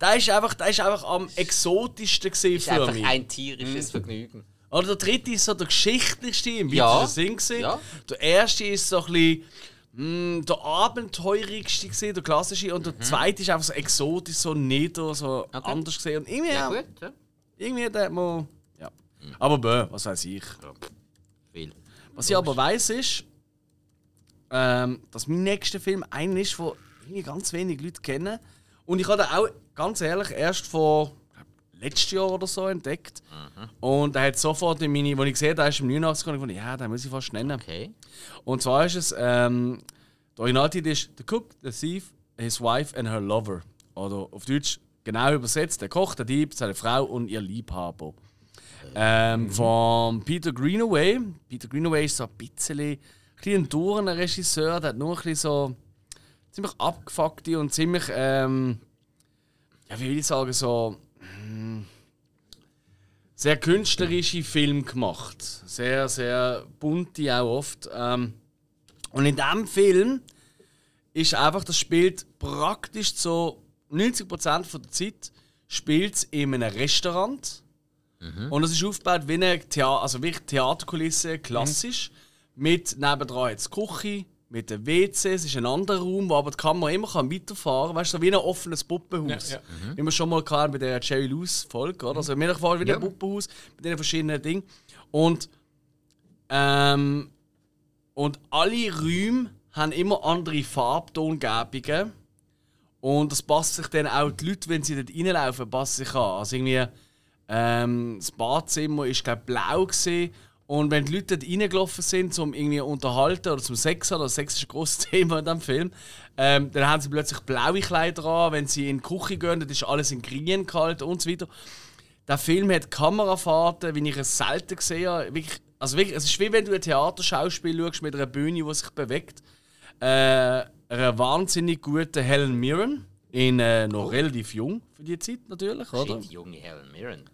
A: der, ist einfach, der ist einfach am exotischsten gewesen
B: Ist
A: für
B: einfach
A: mich.
B: ein tierisches Vergnügen.
A: Oder der dritte ist so der geschichtlichste im
B: Ja.
A: weitesten Sinn. gewesen.
B: Ja.
A: Der erste ist so ein bisschen mh, der abenteurigste, gewesen, der klassische. Und der
B: Mhm.
A: zweite ist einfach so exotisch, so nieder, so anders gesehen. Und irgendwie,
B: Ja,
A: ja,
B: gut. Mhm. Ja.
A: irgendwie hat man. Ja. Aber bö, was weiß ich.
B: Viel.
A: Was ich aber weiß ist, ähm, dass mein nächster Film einer ist, den irgendwie ganz wenig Leute kennen. Und ich habe den auch, ganz ehrlich, erst vor glaub, letztes Jahr oder so entdeckt. Und er hat sofort in meine, als ich gesehen habe, der ist im 89 und ich dachte, ja, den muss ich fast nennen.
B: Okay.
A: Und zwar ist es, ähm, der Originaltitel ist The Cook, The Thief, His Wife and Her Lover. Oder auf Deutsch genau übersetzt, der Koch, der Dieb, seine Frau und ihr Liebhaber. Ähm, von Peter Greenaway. Peter Greenaway ist so ein bisschen, ein bisschen ein Regisseur, der hat nur ein bisschen so ziemlich abgefuckte und ziemlich, ähm, ja, wie will ich sagen, so hm, sehr künstlerische Filme gemacht. Sehr, sehr bunte auch oft. Ähm, und in diesem Film ist einfach, das spielt praktisch so 90% von der Zeit spielt es in einem Restaurant.
C: Mhm.
A: Und es ist aufgebaut wie eine Thea also wie Theaterkulisse,
C: Mhm.
A: klassisch. Mit nebendran jetzt die Küche, mit dem WC, es ist ein anderer Raum, wo aber die Kamera immer kann weiterfahren kann. Weißt du, so wie ein offenes Puppenhaus.
C: Ja, ja. Mhm.
A: Wie wir schon mal hatten bei der Jerry Lewis-Folge, oder? Also, in jedem Fall wieder ein Puppenhaus mit den verschiedenen Dingen. Und, ähm, und alle Räume haben immer andere Farbtongebungen. Und das passt sich dann auch die Leute, wenn sie dort reinlaufen, passt sich an. Also irgendwie, ähm, das Badzimmer ist glaub, blau gewesen. und wenn die Leute dort reingelaufen sind, zum irgendwie unterhalten oder zum Sex haben, oder Sex ist ein großes Thema in diesem Film, ähm, dann haben sie plötzlich blaue Kleider an, wenn sie in die Küche gehen, dann ist alles in Grün gehalten und so weiter. Der Film hat Kamerafahrten, wie ich es selten gesehen habe. Wirklich, also wirklich, es ist wie wenn du ein Theaterschauspiel schaust mit einer Bühne, die sich bewegt. Äh, einer wahnsinnig guten Helen Mirren. In äh, noch relativ jung für die Zeit natürlich, oder?
B: Shit, junge Helen Mirren.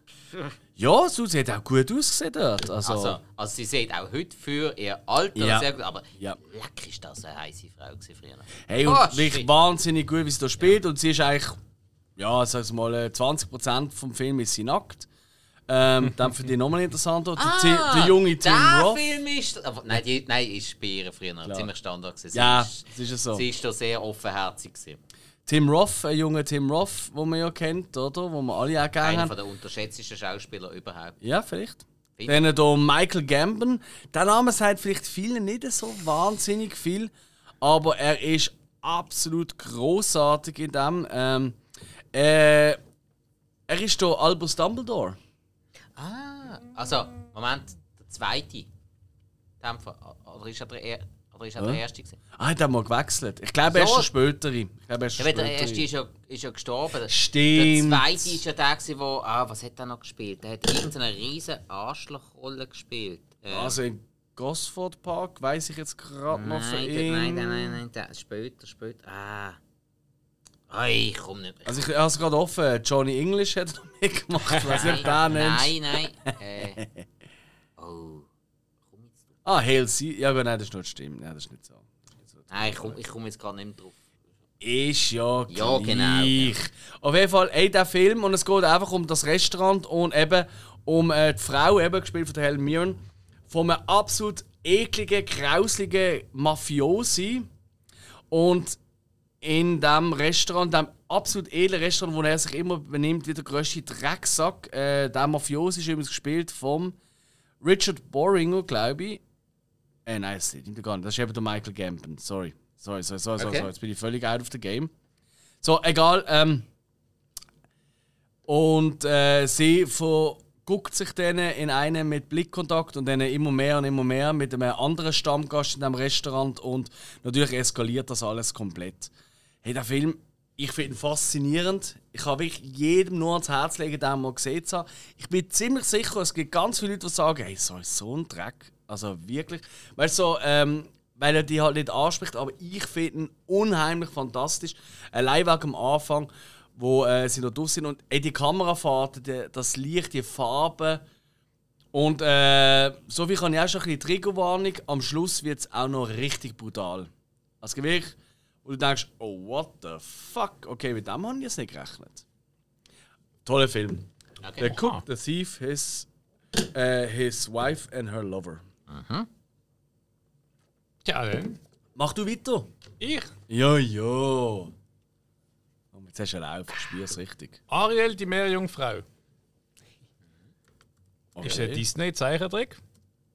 A: Ja, so, sie hat auch gut ausgesehen dort. Also,
B: Also, also sie sieht auch heute für ihr Alter
A: Ja.
B: sehr gut, aber
A: Ja.
B: leck ist das eine heiße Frau gewesen früher.
A: hey, und
B: Ah,
A: wirklich
B: shit.
A: wahnsinnig gut, wie sie da spielt. Und sie ist eigentlich, ja, sag's mal, äh, 20% vom Film ist sie nackt. Ähm, dann für die nochmal interessanter. Der, Ti- der junge Tim
B: der
A: Roth.
B: Film Ah, ist. Aber, nein, die, nein, ist bei ihr früher ziemlich Standard gewesen. Sie
A: Ja,
B: ist-
A: das ist ja so.
B: Sie ist da sehr offenherzig gewesen.
A: Tim Roth, ein junger Tim Roth, den man ja kennt, oder? Wo wir alle auch gerne
B: Einer
A: haben.
B: von der unterschätztesten Schauspieler überhaupt.
A: Ja, vielleicht.
B: Vielleicht.
A: Dann hier Michael Gambon. Der Name sagt vielleicht vielen nicht so wahnsinnig viel, aber er ist absolut großartig in dem. Ähm, äh, er ist hier Albus Dumbledore.
B: Ah, also, Moment, der zweite. In dem Fall. Oder ist er der, er oder ist er der erste gewesen?
A: Ah, hat er mal gewechselt. Ich glaube, er ist
B: So.
A: der spätere. Ich glaube, er ist
B: Ja,
A: der
B: weil der erste
A: spätere.
B: ist ja, ist ja gestorben.
A: Stimmt.
B: Der zweite ist ja der, gewesen, wo, ah, was hat er noch gespielt? Der hat irgendeine riesen Arschlochrolle gespielt. Ähm,
A: Also in Gosford Park weiß ich jetzt gerade noch für
B: nein,
A: ihn.
B: der, nein, nein, nein, nein, der später, später. Ah. Ei, ich komm nicht mehr.
A: Also ich habe es gerade offen. Johnny English hat noch mitgemacht. Ich weiß nicht, ob du den nennst.
B: nein, nein. Äh, oh. Komm jetzt drauf.
A: Ah, Hail Caesar. Ja, gut, nein, das ist nicht stimmt. Nein, das ist nicht so.
B: Nein, ich komm, ich komm jetzt gar nicht mehr drauf.
A: Ist ja gleich.
B: Ja, genau, ja.
A: Auf jeden Fall, ey, der Film und es geht einfach um das Restaurant und eben um äh, die Frau, eben gespielt von der Helen Mirren, von einem absolut ekligen, grausligen Mafiosi. Und in dem Restaurant, dem absolut edlen Restaurant, wo er sich immer benimmt wie der grösste Drecksack, äh, der Mafiosi ist übrigens gespielt vom Richard Boringer, glaube ich. Äh, nein, das stimmt gar nicht. Das ist eben der Michael Gambon. Sorry. Sorry, sorry, sorry, sorry,
B: Okay.
A: sorry. Jetzt bin ich völlig out of the game. So, egal. Ähm, und äh, sie verguckt sich denen in einen mit Blickkontakt und denen immer mehr und immer mehr mit einem anderen Stammgast in diesem Restaurant und natürlich eskaliert das alles komplett. Hey, der Film, ich finde ihn faszinierend. Ich kann wirklich jedem nur ans Herz legen, den mal gesehen zu haben. Ich bin ziemlich sicher, es gibt ganz viele Leute, die sagen, hey, so, so ein Dreck. Also wirklich. Weißt du, so, ähm, weil er die halt nicht anspricht, aber ich finde ihn unheimlich fantastisch. Äh, Allein wegen dem Anfang, wo äh, sie noch drauf sind und ey, die Kamerafahrten, die, das Licht, die Farben. Und äh, so viel kann ich auch schon ein bisschen Triggerwarnung. Am Schluss wird es auch noch richtig brutal. Also wirklich, wo du denkst, oh what the fuck, okay, mit dem haben die jetzt nicht gerechnet. Toller Film. The
B: Okay.
A: Cook, The Thief, his, äh, his Wife and Her Lover.
C: Tja, dann.
A: Mach du weiter.
C: Ich,
A: Ja, ja. Oh, jetzt hast du einen Lauf, spür's richtig.
C: Ariel, die Meerjungfrau.
A: Okay.
C: Ist ein Disney-Zeichentrick.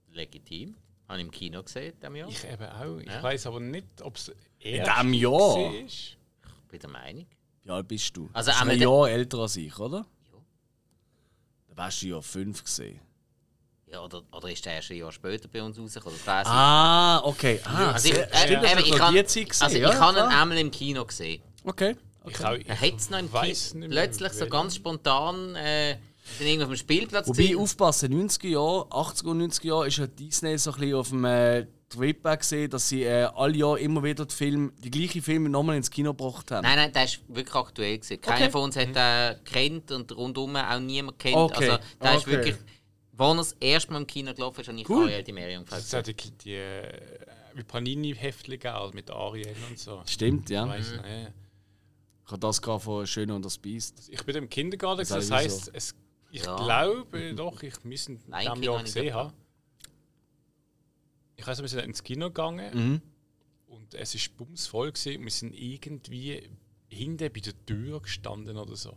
B: Legitim. Habe ich im Kino gesehen, dem Jahr.
C: Ich eben auch. Ich weiß aber nicht, ob es
A: In diesem
B: Oh.
A: Jahr?
B: Ich bin der Meinung.
A: Wie alt bist du?
B: Also
A: Also bist
B: einmal
A: ein
B: der-
A: Jahr älter als ich, oder?
B: Ja.
A: Da warst du ja fünf gesehen.
B: Ja, oder, oder ist der erst ein Jahr später bei uns rausgekommen? Das
A: Ah, okay. Ah,
B: also ich,
A: sehr- stimmt,
B: äh,
A: das
B: eben,
A: war
B: ich
A: noch
B: kann,
A: die Zeit gewesen,
B: also
A: ja,
B: ich habe ihn
A: klar.
B: einmal im Kino gesehen.
A: Okay.
C: Ich, auch, ich
B: Er hat es noch im
C: weiss
B: Kino.
C: nicht mehr,
B: Plötzlich so
C: welchen.
B: ganz spontan. Äh, wir sind irgendwo auf dem Spielplatz.
A: Wobei,
B: gewesen.
A: aufpassen, 90er Jahre, 80er und 90er Jahre ist ja Disney so ein bisschen auf dem äh, Trip auch gesehen, dass sie äh, alle Jahre immer wieder die, Film, die gleichen Filme nochmal ins Kino gebracht haben.
B: Nein, nein, der ist wirklich aktuell. Gewesen. Keiner von uns hat ihn kennt und rundum auch niemand kennt.
A: Okay,
B: Also, der ist
A: okay.
B: wirklich. Als er das erste Mal im Kino gelaufen ist, habe ich
A: Cool.
B: Ariel die Merium
C: Das
B: gefällt.
C: sind die, die äh, wie Panini-Heftlinge auch mit Ariel und so.
A: Stimmt, ja.
C: Weiss nicht, ja.
A: Ich habe das gerade von Schön und das Biest.
C: Ich bin im Kindergarten, das, das
A: sag ich
C: heisst,
A: so. Mhm.
C: es, ich
B: Ja.
C: glaube doch, ich muss ihn in
B: Lion
C: diesem
B: King
C: Jahr
B: habe ich
C: gesehen
B: gehabt.
C: haben. Ich weiß, wir sind ins Kino gegangen
A: Mhm.
C: und es war bumsvoll gewesen und wir sind irgendwie hinten bei der Tür gestanden oder so.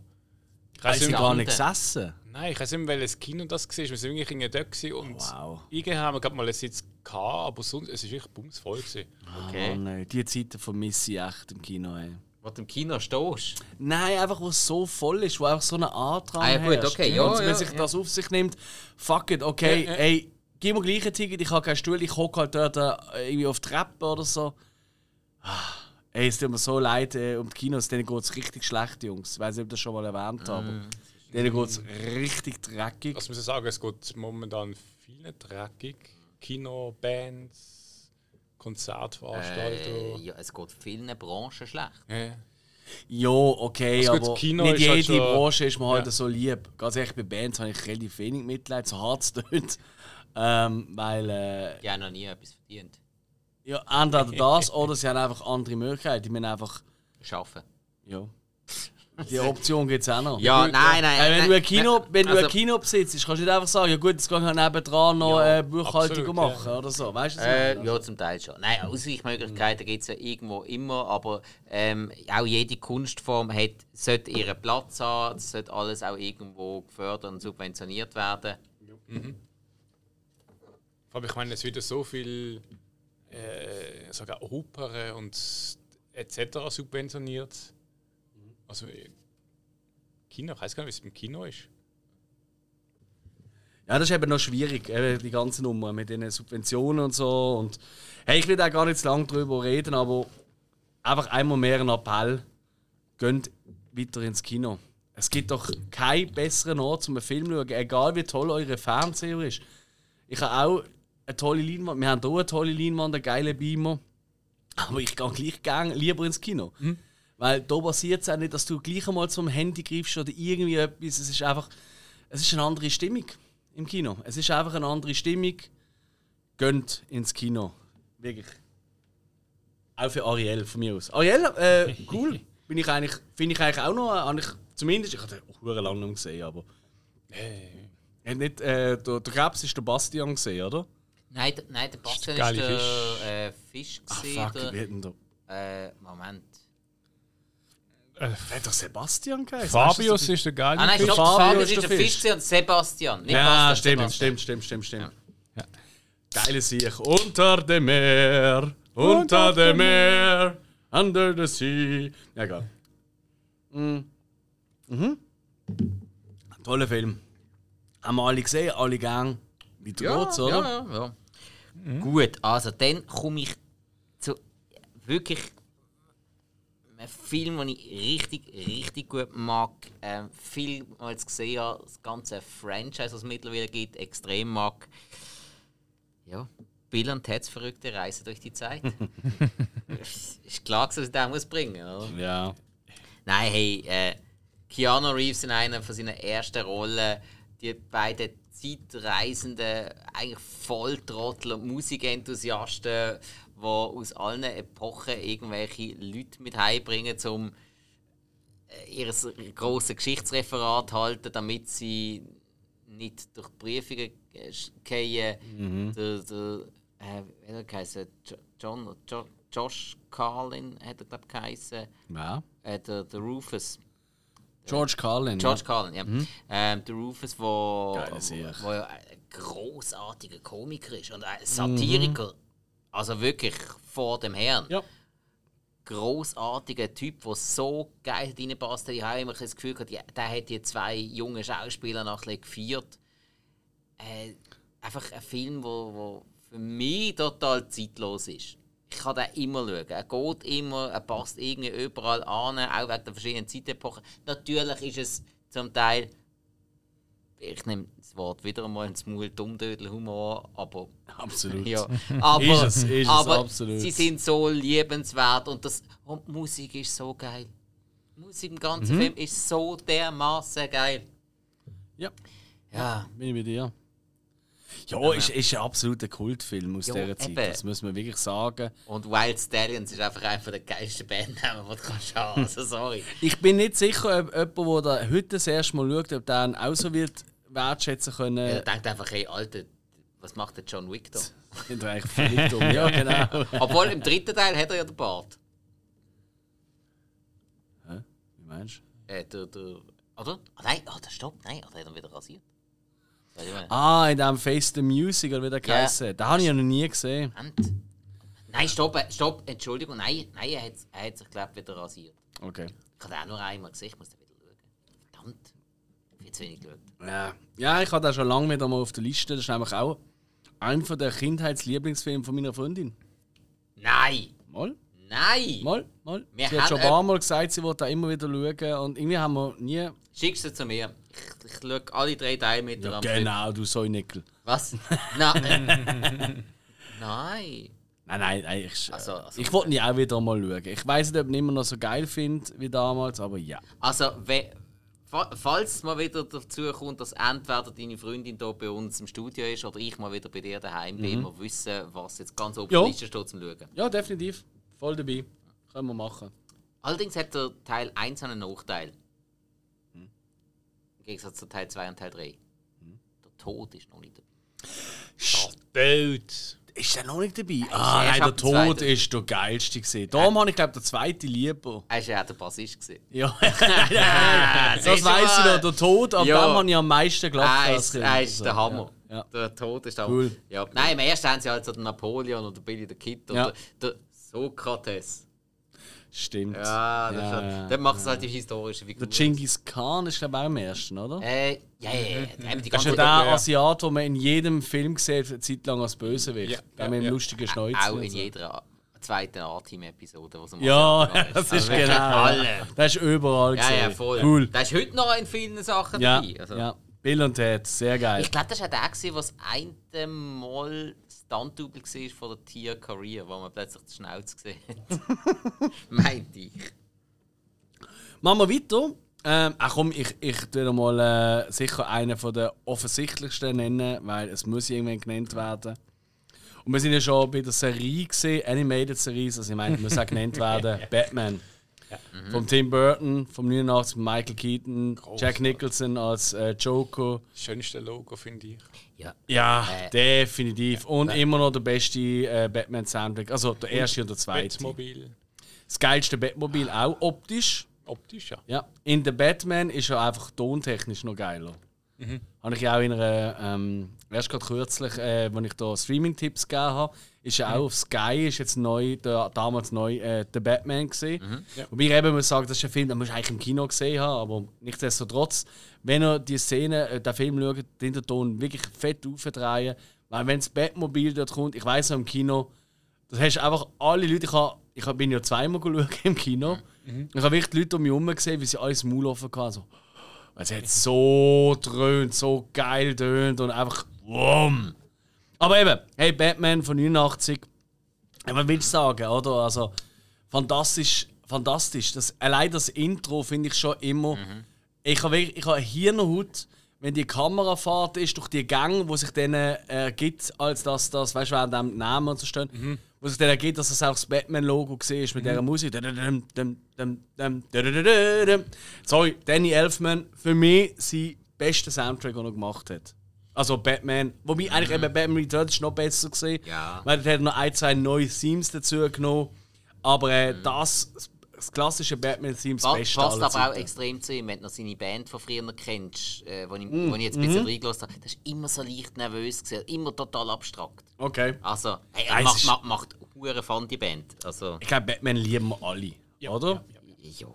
C: Ich
A: Haben
C: weiß
A: sie
C: nicht,
A: gar
B: Landen.
A: nicht gesessen?
C: nein, ich weiß nicht, mehr, welches Kino das war. Wir sind wirklich in der gewesen und
A: Wow.
C: irgendwie haben wir gerade mal einen Sitz gehabt, aber sonst, es war wirklich bumsvoll. Gewesen.
A: Oh
B: Okay.
A: nein, die Zeiten vermisse ich echt im Kino. Ey.
B: Wo du im Kino stehst.
A: Nein, einfach, wo es so voll ist, wo einfach so eine Art dran
B: Ah, ja, gut,
A: herrscht.
B: okay, ja,
A: Und wenn
B: ja,
A: sich
B: ja.
A: das auf sich nimmt, fuck it, okay,
C: Ja, ja.
A: ey, gib mir gleich ein Ticket, ich habe keinen Stuhl, ich hocke halt dort äh, irgendwie auf die Treppe oder so. Ah, Ey, es tut mir so leid äh, um die Kinos, denen geht es richtig schlecht, Jungs. Ich weiß nicht, ob ich das schon mal erwähnt habe, aber denen geht es richtig dreckig.
C: Mhm. Was muss ich sagen, es geht momentan viel dreckig. Kino, Bands,
B: Äh,
C: Konzertveranstaltungen.
B: ja, es geht vielen Branchen schlecht.
C: Ja.
A: Ja, okay,
C: Also gut,
A: aber
C: das Kino
A: nicht
C: ist halt
A: jede
C: schon-
A: Branche ist mir halt
C: Ja.
A: so lieb. Ganz ehrlich, bei Bands habe ich relativ wenig Mitleid, so hart es tönt. Ähm, weil, äh,
B: Die haben noch nie etwas verdient.
A: ja, entweder das oder sie haben einfach andere Möglichkeiten. Die müssen einfach,
B: Schaffen.
A: ja. Die Option gibt es auch noch.
B: Ja, nein, nein.
A: Äh, wenn
B: nein,
A: du ein Kino,
B: nein,
A: wenn du
B: also-
A: ein Kino besitzt, kannst du nicht einfach sagen, ja gut, jetzt kann ich nebendran noch
B: Ja,
A: äh, Buchhaltung
C: absolut,
A: machen oder so. Weißt du was ich
B: Äh,
A: meine?
B: ja, zum Teil schon. Nein, Ausweichmöglichkeiten gibt es ja irgendwo immer, aber ähm, auch jede Kunstform hat, sollte ihren Platz haben, es sollte alles auch irgendwo gefördert und subventioniert werden.
C: Aber ich meine, es wird ja so viel äh, sogar Opern und etc. subventioniert.
B: Mhm.
C: Also äh, Kino, ich weiß gar nicht, wie es im Kino ist.
A: Ja, das ist eben noch schwierig, eben die ganze Nummer mit den Subventionen und so. Und, hey, ich will da gar nicht zu lange drüber reden, aber einfach einmal mehr ein Appell. Geht weiter ins Kino. Es gibt doch keinen besseren Ort, um einen Film zu schauen, egal wie toll eure Fernseher ist. Ich habe auch eine tolle Leinwand, wir haben hier eine tolle Leinwand, einen geilen Beamer. Aber ich gehe gleich gern, lieber ins Kino. Weil da passiert es auch nicht, dass du gleich einmal zum Handy greifst oder irgendwie etwas. Es ist einfach, es ist eine andere Stimmung im Kino. Es ist einfach eine andere Stimmung. Gönnt ins Kino. Wirklich. Auch für Ariel von mir aus. Ariel, äh, cool. Bin ich eigentlich, finde ich eigentlich auch noch, äh, habe ich zumindest, ich habe den auch verdammt lange nicht mehr gesehen, aber. Äh, nicht, äh, der, der Krebs ist der Bastian gesehen, oder?
B: Nein, der- nein der Bastian
C: Das
B: ist
C: ist
B: der
C: geile
B: äh, Fisch. gewesen,
A: wie hat denn der?
B: der, äh, Moment.
A: Hat doch Sebastian geheißen?
C: Fabius ist der geile
B: Ah nein,
A: Der
B: stopp,
A: Fabio
B: Fabio
A: ist
B: ist
A: der
B: der Fisch
A: Fisch.
B: gewesen und Sebastian. Nicht
A: Ja,
B: Bastian,
A: stimmt,
B: Sebastian.
A: stimmt, stimmt, stimmt, stimmt. Geile Sieg. Unter dem Meer, unter dem Meer, under the sea. Ja, egal. Mhm. Toller Film. Haben wir alle gesehen, alle gern. Wie ja, geht's, oder?
B: Ja, ja, ja. Gut, also dann komme ich zu wirklich einem Film, den ich richtig, richtig gut mag. Ähm, viel, was ich jetzt gesehen habe, das ganze Franchise, was es mittlerweile gibt, extrem mag. Ja, Bill und Ted's verrückte Reise durch die Zeit. ist klar, dass ich den muss bringen oder?
A: Ja.
B: Nein, hey, äh, Keanu Reeves in einer von seinen ersten Rollen, die beiden Zeitreisenden, eigentlich Volltrottel und Musikenthusiasten, die aus allen Epochen irgendwelche Leute mit heimbringen, um ihr grosses Geschichtsreferat zu halten, damit sie nicht durch die Prüfungen äh, sch- fallen. Der, der, äh, wie hat er geheißen? Jo- John, jo Josh Carlin hat er, glaube ich, geheißen
A: ja.
B: äh, der, der Rufus.
A: George Carlin. Um,
B: George Carlin, ja. Ähm, der Rufus, wo,
A: Geile Serie.
B: wo ja ein großartiger Komiker ist und ein Satiriker. Also wirklich vor dem Herrn.
A: Ja.
B: Großartiger Typ, der so geil reinpasst. Ich habe immer ein bisschen das Gefühl, gehabt, ja, der hat die zwei jungen Schauspieler noch ein bisschen geführt. Äh, einfach ein Film, der wo, wo für mich total zeitlos ist. Ich kann den immer schauen. Er geht immer, er passt irgendwie überall an, auch wegen der verschiedenen Zeitepochen. Natürlich ist es zum Teil ich nehme das Wort wieder einmal ins Maul, Dummdödel-Humor, aber.
A: Absolut.
B: Ja, aber,
A: Ist es, ist es,
B: aber
A: absolut.
B: sie sind so liebenswert und, das, und die Musik ist so geil. Die Musik im
A: Mhm.
B: ganzen Film ist so dermaßen geil.
A: Ja,
B: Ja,
A: bin ich bei dir. Ja, Ist, ist ein absoluter Kultfilm aus
B: Ja,
A: dieser Zeit,
B: eben.
A: das muss man wirklich sagen.
B: und Wild Stallions ist einfach einer der geilsten Bandnamen, die du kannst haben. Also, sorry.
A: Ich bin nicht sicher, ob jemand, der da heute das erste Mal schaut, ob der ihn auch so wird wertschätzen können.
B: Er denkt einfach, hey, Alter, was macht der John Wick da?
A: Sind wir eigentlich völlig dumm. Ja, genau.
B: Obwohl, im dritten Teil hat er ja den Bart.
A: Hä? Wie meinst du?
B: Äh, der, der, oder? Ah, nein, oh, der Stopp, nein, oder hat er wieder rasiert? Soll ich mal-
A: Ah, in dem Face the Music, oder wie der
B: Ja.
A: geheißen Den habe ich ja noch nie gesehen.
B: Moment. Nein, stopp, äh, stopp, Entschuldigung, nein, nein er, hat, er hat sich, glaube ich, wieder rasiert.
A: Okay.
B: Ich habe auch nur einmal gesehen, ich muss da wieder schauen. Verdammt, ich habe zu wenig geschaut.
A: Ja, ja ich hatte den schon lange wieder mal auf der Liste. Das ist nämlich auch einer der Kindheitslieblingsfilme von meiner Freundin.
B: Nein,
A: Mal,
B: nein!
A: mal, mal.
B: Wir
A: sie hat
B: haben
A: schon ein
B: ein-
A: paar Mal gesagt, sie wollte da immer wieder schauen. Und irgendwie haben wir nie...
B: Schick sie zu mir. Ich, ich schaue alle drei Teile mit
A: Ja,
B: am Stück.
A: genau, du Säunickel.
B: Was? Nein. nein.
A: Nein, nein, nein ich,
B: Also, also-
A: ich wollte ihn auch wieder mal schauen. Ich weiß nicht, ob ich ihn immer noch so geil finde wie damals, aber ja.
B: Also, we, fa- falls es mal wieder dazu kommt, dass entweder deine Freundin hier bei uns im Studio ist oder ich mal wieder bei dir daheim bin, wir wissen, was jetzt ganz oben auf
A: Ja.
B: der Liste steht zum Schauen.
A: Ja, definitiv. Voll dabei. Können wir machen.
B: Allerdings hat der Teil 1 einen Nachteil. Im Gegensatz zu Teil 2 und Teil 3. Der Tod ist noch nicht dabei.
C: Bild.
A: Ist der noch nicht dabei? ah, nein,
B: ich hab
A: der
B: den
A: Tod
B: zweiten. Äh.
A: ist der geilste gesehen. Darum habe ich, glaube der zweite lieber.
B: Er war Ah, ja auch der Bassist. gewesen.
A: Ja, das weiss ich noch. Der Tod, ab
B: Ja.
A: dem habe ich am meisten gelacht. als
B: Er Ah, ist,
A: Kind.
B: er ist der
A: Also,
B: Hammer.
A: Ja. Ja.
B: Der Tod ist der
A: Cool.
B: Hammer. Ja. Nein, im ersten haben sie halt so den Napoleon oder Billy the Kid
A: Ja.
B: oder der Sokrates.
A: Stimmt.
B: Ja, das
A: Ja,
B: ja,
A: ja.
B: ja. Dann macht es halt die historische Figur.
A: Der Genghis Khan ist, glaube ich, auch im ersten, oder?
B: Äh,
A: Mhm.
B: ja, ja, ja. Da haben die
A: Das ist ja
B: ganze
A: der
C: ja.
A: Asiat, den man in jedem Film sieht, eine Zeit lang als Bösewicht.
C: Ja,
A: der
C: ja,
A: mit dem
C: ja.
A: lustigen Schnäuzel.
B: Auch
A: und
B: in
A: so.
B: jeder zweiten A-Team-Episode, was
A: Ja, das ist genau.
B: Also Alle.
A: Das ist überall
B: Ja, ja,
A: gesehen.
B: voll.
A: Cool.
B: Der ist heute noch in vielen Sachen
A: Ja,
B: dabei. Also,
A: ja. Bill und Ted, sehr geil.
B: Ich glaube, das war auch der, gewesen, der das eine Mal Stunt-Double war von der Tia Career, wo man plötzlich die Schnauze gesehen hat. Meinte ich.
A: Machen wir weiter. Ähm, ach komm, ich, ich tue noch mal äh, sicher einen von den offensichtlichsten nennen, weil es muss irgendwann genannt werden. Und wir sind ja schon bei der Serie gesehen, Animated Series, also ich meine, muss auch genannt werden, Batman.
B: Mhm.
A: Vom Tim Burton, vom 89, Michael Keaton, Jack Nicholson als äh, Joker.
C: Schönste Logo, finde ich.
B: Ja.
A: Ja,
B: Äh,
A: definitiv. Und immer noch der beste äh, Batman-Soundtrack. Also der erste und der zweite.
C: Batmobil.
A: Das geilste Batmobil auch optisch.
C: Optisch, ja.
A: Ja. In The Batman ist er einfach tontechnisch noch geiler. Habe ich ja auch in einer, ähm, erst gerade kürzlich, äh, als ich da Streaming-Tipps gegeben habe, ist ja auch auf Sky, ist jetzt neu, der, damals neu, äh, The Batman gesehen.
C: Ja.
A: Wobei ich eben muss sagen, das ist ein Film, den musst du eigentlich im Kino gesehen haben, aber nichtsdestotrotz, wenn ihr die Szene, äh, den Film schaut, den den Ton wirklich fett aufdrehen, weil wenn das Batmobil dort kommt, ich weiß noch im Kino, das hast einfach alle Leute, ich, hab, ich hab- bin ja zweimal geschaut im Kino, ich habe wirklich die Leute um mich herum gesehen, wie sie alles den Maul offen hatten. So. Es hat so dröhnt, so geil tönt und einfach wumm. Aber eben, hey, Batman von 89, ja, was willst du sagen, oder? Also, fantastisch, fantastisch. Das, allein das Intro finde ich schon immer. Ich habe wirklich- ich habe Hirnhaut, wenn die Kamerafahrt ist, durch die Gänge, wo sich denen ergibt, als dass das, weißt du, während dem Namen und so stehen,
B: Mhm.
A: wo sich denen ergibt, dass das auch das Batman-Logo war mit dieser Musik. Dum, dum, dum, dum, dum, dum, dum, dum. Sorry, Danny Elfman, für mich sein bester Soundtrack, den er gemacht hat. Also Batman, wobei eigentlich eben Batman Returns ist noch besser gesehen,
B: Mhm. Ja.
A: weil dort hat er noch ein, zwei neue Themes dazu genommen. Aber äh, das das klassische Batman-Theme das
B: Pa-
A: Beste aller
B: passt Mhm. aber auch
A: Zeiten.
B: extrem zu ihm, wenn du noch seine Band von früher kennst, äh, wo, ich,
A: Mm,
B: wo ich jetzt ein
A: mhm.
B: bisschen reingelassen habe. Das ist immer so leicht nervös, gewesen, also immer total abstrakt.
A: Okay.
B: Also, hey,
A: Ja,
B: er
A: es
B: macht,
A: ist-
B: macht, macht hure Fun, die Band. Also,
A: Ich glaube, Batman lieben wir alle, oder?
B: ja, voll.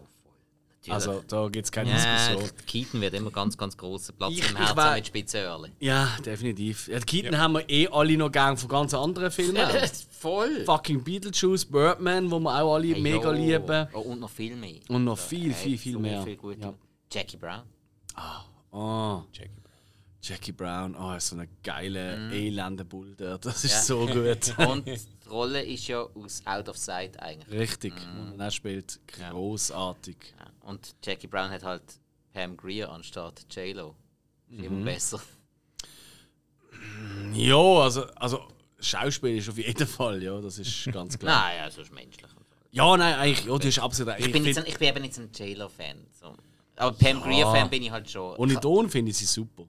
B: Natürlich.
A: Also, da gibt es keine
B: ja,
A: Diskussion.
B: Keaton wird immer ganz, ganz grossen Platz
A: Ich-
B: im
A: ich wär-
B: Herzen mit Spitzenöhrchen.
A: Ja, definitiv. Ja, die Keaton haben wir eh alle noch gern von ganz anderen Filmen.
B: voll.
A: Fucking Beetlejuice, Birdman, wo wir auch alle
B: Hey,
A: mega
B: ja.
A: lieben.
B: Oh, und noch viel mehr.
A: Und noch viel,
B: Hey,
A: viel, viel
B: so
A: mehr.
B: Viel gute.
A: Ja.
B: Jackie Brown.
A: Ah,
C: Jackie Brown.
A: Jackie Brown, oh, so eine geile
B: Mhm.
A: mm. Bull dort. Das ist so gut.
B: Und die Rolle ist ja aus Out of Sight eigentlich.
A: Richtig,
B: Mhm.
A: und er spielt großartig.
B: Ja. Und Jackie Brown hat halt Pam Greer anstatt J-Lo. Ist
A: Mhm.
B: immer besser.
A: Ja, also, also Schauspiel ist auf jeden Fall, ja, das ist ganz klar.
B: Nein, ja, sonst menschlich.
A: ja, nein, eigentlich, ja, du hast absolut recht.
B: Ich bin,
A: Ich
B: jetzt
A: find,
B: ein, ich bin eben nicht so ein J-Lo-Fan. So. Aber Pam Greer-Fan bin ich halt schon.
A: ohne Ton finde ich sie super.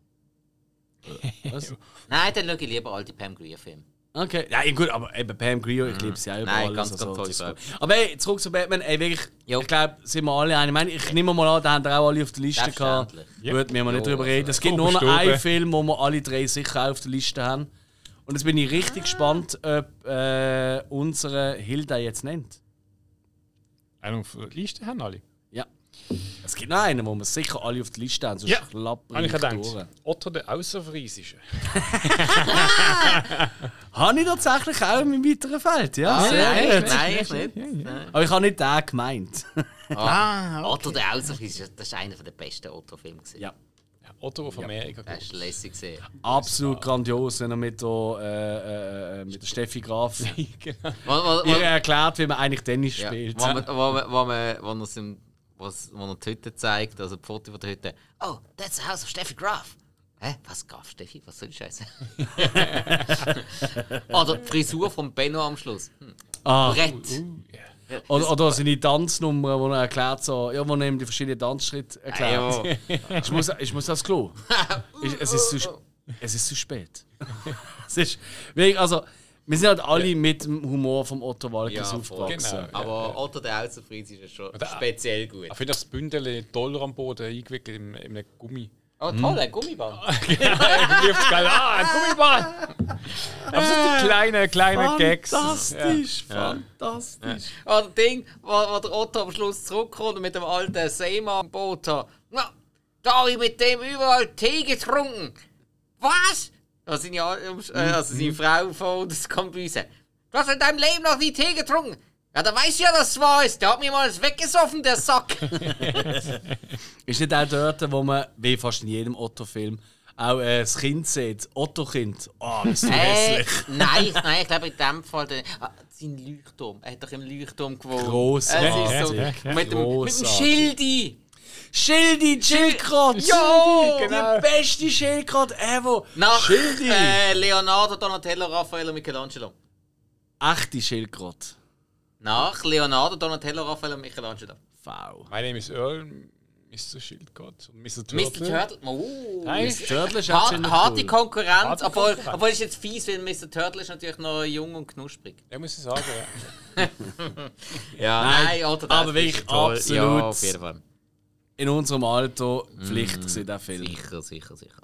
A: Was?
B: Nein, dann schaue ich lieber alte Pam Greer-Filme.
A: Okay, ja gut, aber eben Pam Grier, ich liebe sie auch über
B: Nein,
A: alles.
B: ganz, ganz toll,
A: das ist
B: Frau.
A: gut. Aber hey, zurück zu Batman, ey, wirklich,
B: Jo.
A: ich glaube, sind wir alle einig. Ich meine, ich nehme mal an, da haben wir auch alle auf der Liste gehabt.
B: Selbstverständlich.
A: Gut, wir müssen nicht
B: Jo,
A: drüber reden.
B: also,
A: Es gibt nur noch
C: oben
A: einen
C: stuben.
A: Film, wo wir alle drei sicher auf der Liste haben. Und jetzt bin ich richtig gespannt, ob äh, unsere Hilda jetzt nennt.
C: Eine auf der Liste haben alle.
A: Ja. Es gibt noch einen, wo wir sicher alle auf der Liste haben, sonst
C: Ja,
A: klappern
C: Habe ich
A: durch.
C: gedacht. Otto der Außerfriesische.
A: Habe ich tatsächlich auch im weiteren Feld, Ah, ja. sehr
B: nein,
A: gut.
B: nein, ich nicht.
A: Aber ich habe nicht den gemeint.
B: Ah, Otto der Außerfriesische, das ist einer der besten Otto-Filme. gewesen.
A: ja.
C: Ja, Otto auf Amerika.
B: Das ist lässig gesehen.
A: Absolut grandios, wenn er mit der, äh, äh, mit der Steffi Graf
C: genau.
B: Wo, wo, wo,
A: ihr erklärt, wie man eigentlich Tennis
B: ja,
A: spielt.
B: wo, man- wo, man- wo, man- wo, man's im- was- wo man die Hütte zeigt, also die Foto von der Hütte. Oh, that's the house of Steffi Graf. Hä? Was Graf Steffi? Was soll die Scheiße? Oder die Frisur von Benno am Schluss. Hm.
A: Ah,
B: Brett.
A: oder, oder seine Tanznummern, wo er erklärt, so, ja, wo er ihm die verschiedenen Tanzschritte erklärt.
B: Ah, ja.
A: ich, muss, ich muss das Klo. ich, es, ist zu, sp- es ist zu spät. es ist wirklich, also, wir sind halt alle mit dem Humor von Otto Walkes
B: Ja, voll.
A: aufgewachsen.
C: Genau.
B: Aber Otto der Außenfries ist ja schon
C: der-
B: speziell gut.
C: Ich finde das Bündel toller am Boden, eingewickelt in, in einem Gummi.
B: Oh, toll, ein Gummiband.
C: Wirft geil. Ah, ein Gummiball! Aber so die kleinen, kleinen Gags.
A: Fantastisch, fantastisch.
B: Oder Ah, Ding, wo, wo der Otto am Schluss zurückkommt und mit dem alten Seemann-Boot. hat. Na, da habe ich mit dem überall Tee getrunken. Was? Also seine, Al- äh, also
A: Mhm.
B: seine Frau von das kommt raus. Du hast in deinem Leben noch nie Tee getrunken. Ja, da weiß ich ja, dass es wahr ist. Der hat mir mal weggesoffen, der Sack.
A: Ist nicht auch dort, wo man, wie fast in jedem Otto-Film, auch äh, das Kind sieht, das Otto-Kind. Ah, bist du
B: Äh,
A: hässlich.
B: nein, nein, ich glaube in dem Fall der, ah, sein Leuchtturm. Er hat doch im Leuchtturm gewohnt.
A: Grossartig.
B: Es ist so, mit, dem, mit dem
A: Grossartig.
B: Schildi.
A: Schildi, Schildkröte!
B: Ja,
A: Schildi,
C: genau.
A: Die beste Schildkröte ever!
B: Nach
A: Schildi!
B: äh, Leonardo, Donatello, Raffaello, Michelangelo.
A: Echte Schildkröte.
B: Nach Leonardo, Donatello, Raffaello, Michelangelo.
A: Wow.
C: My name is Earl, Mr. Schildgott und Mr.
B: Mr.
C: Turtle.
B: Turtle. Oh.
C: Nein,
A: Turtle ist
B: Ha-
A: ziemlich
B: Harte
A: cool.
B: Konkurrenz,
C: Harte
B: obwohl,
C: Konkurrenz.
B: obwohl es ist jetzt fies, weil Mr. Turtle ist natürlich noch jung und knusprig.
C: ich muss es sagen. ja.
B: Ja,
A: Nein,
B: Alter, das
A: aber
B: ist
A: wirklich
B: toll.
A: absolut
B: Ja, auf jeden Fall.
A: in unserem Alter Pflicht mm. der Film.
B: Sicher, sicher, sicher.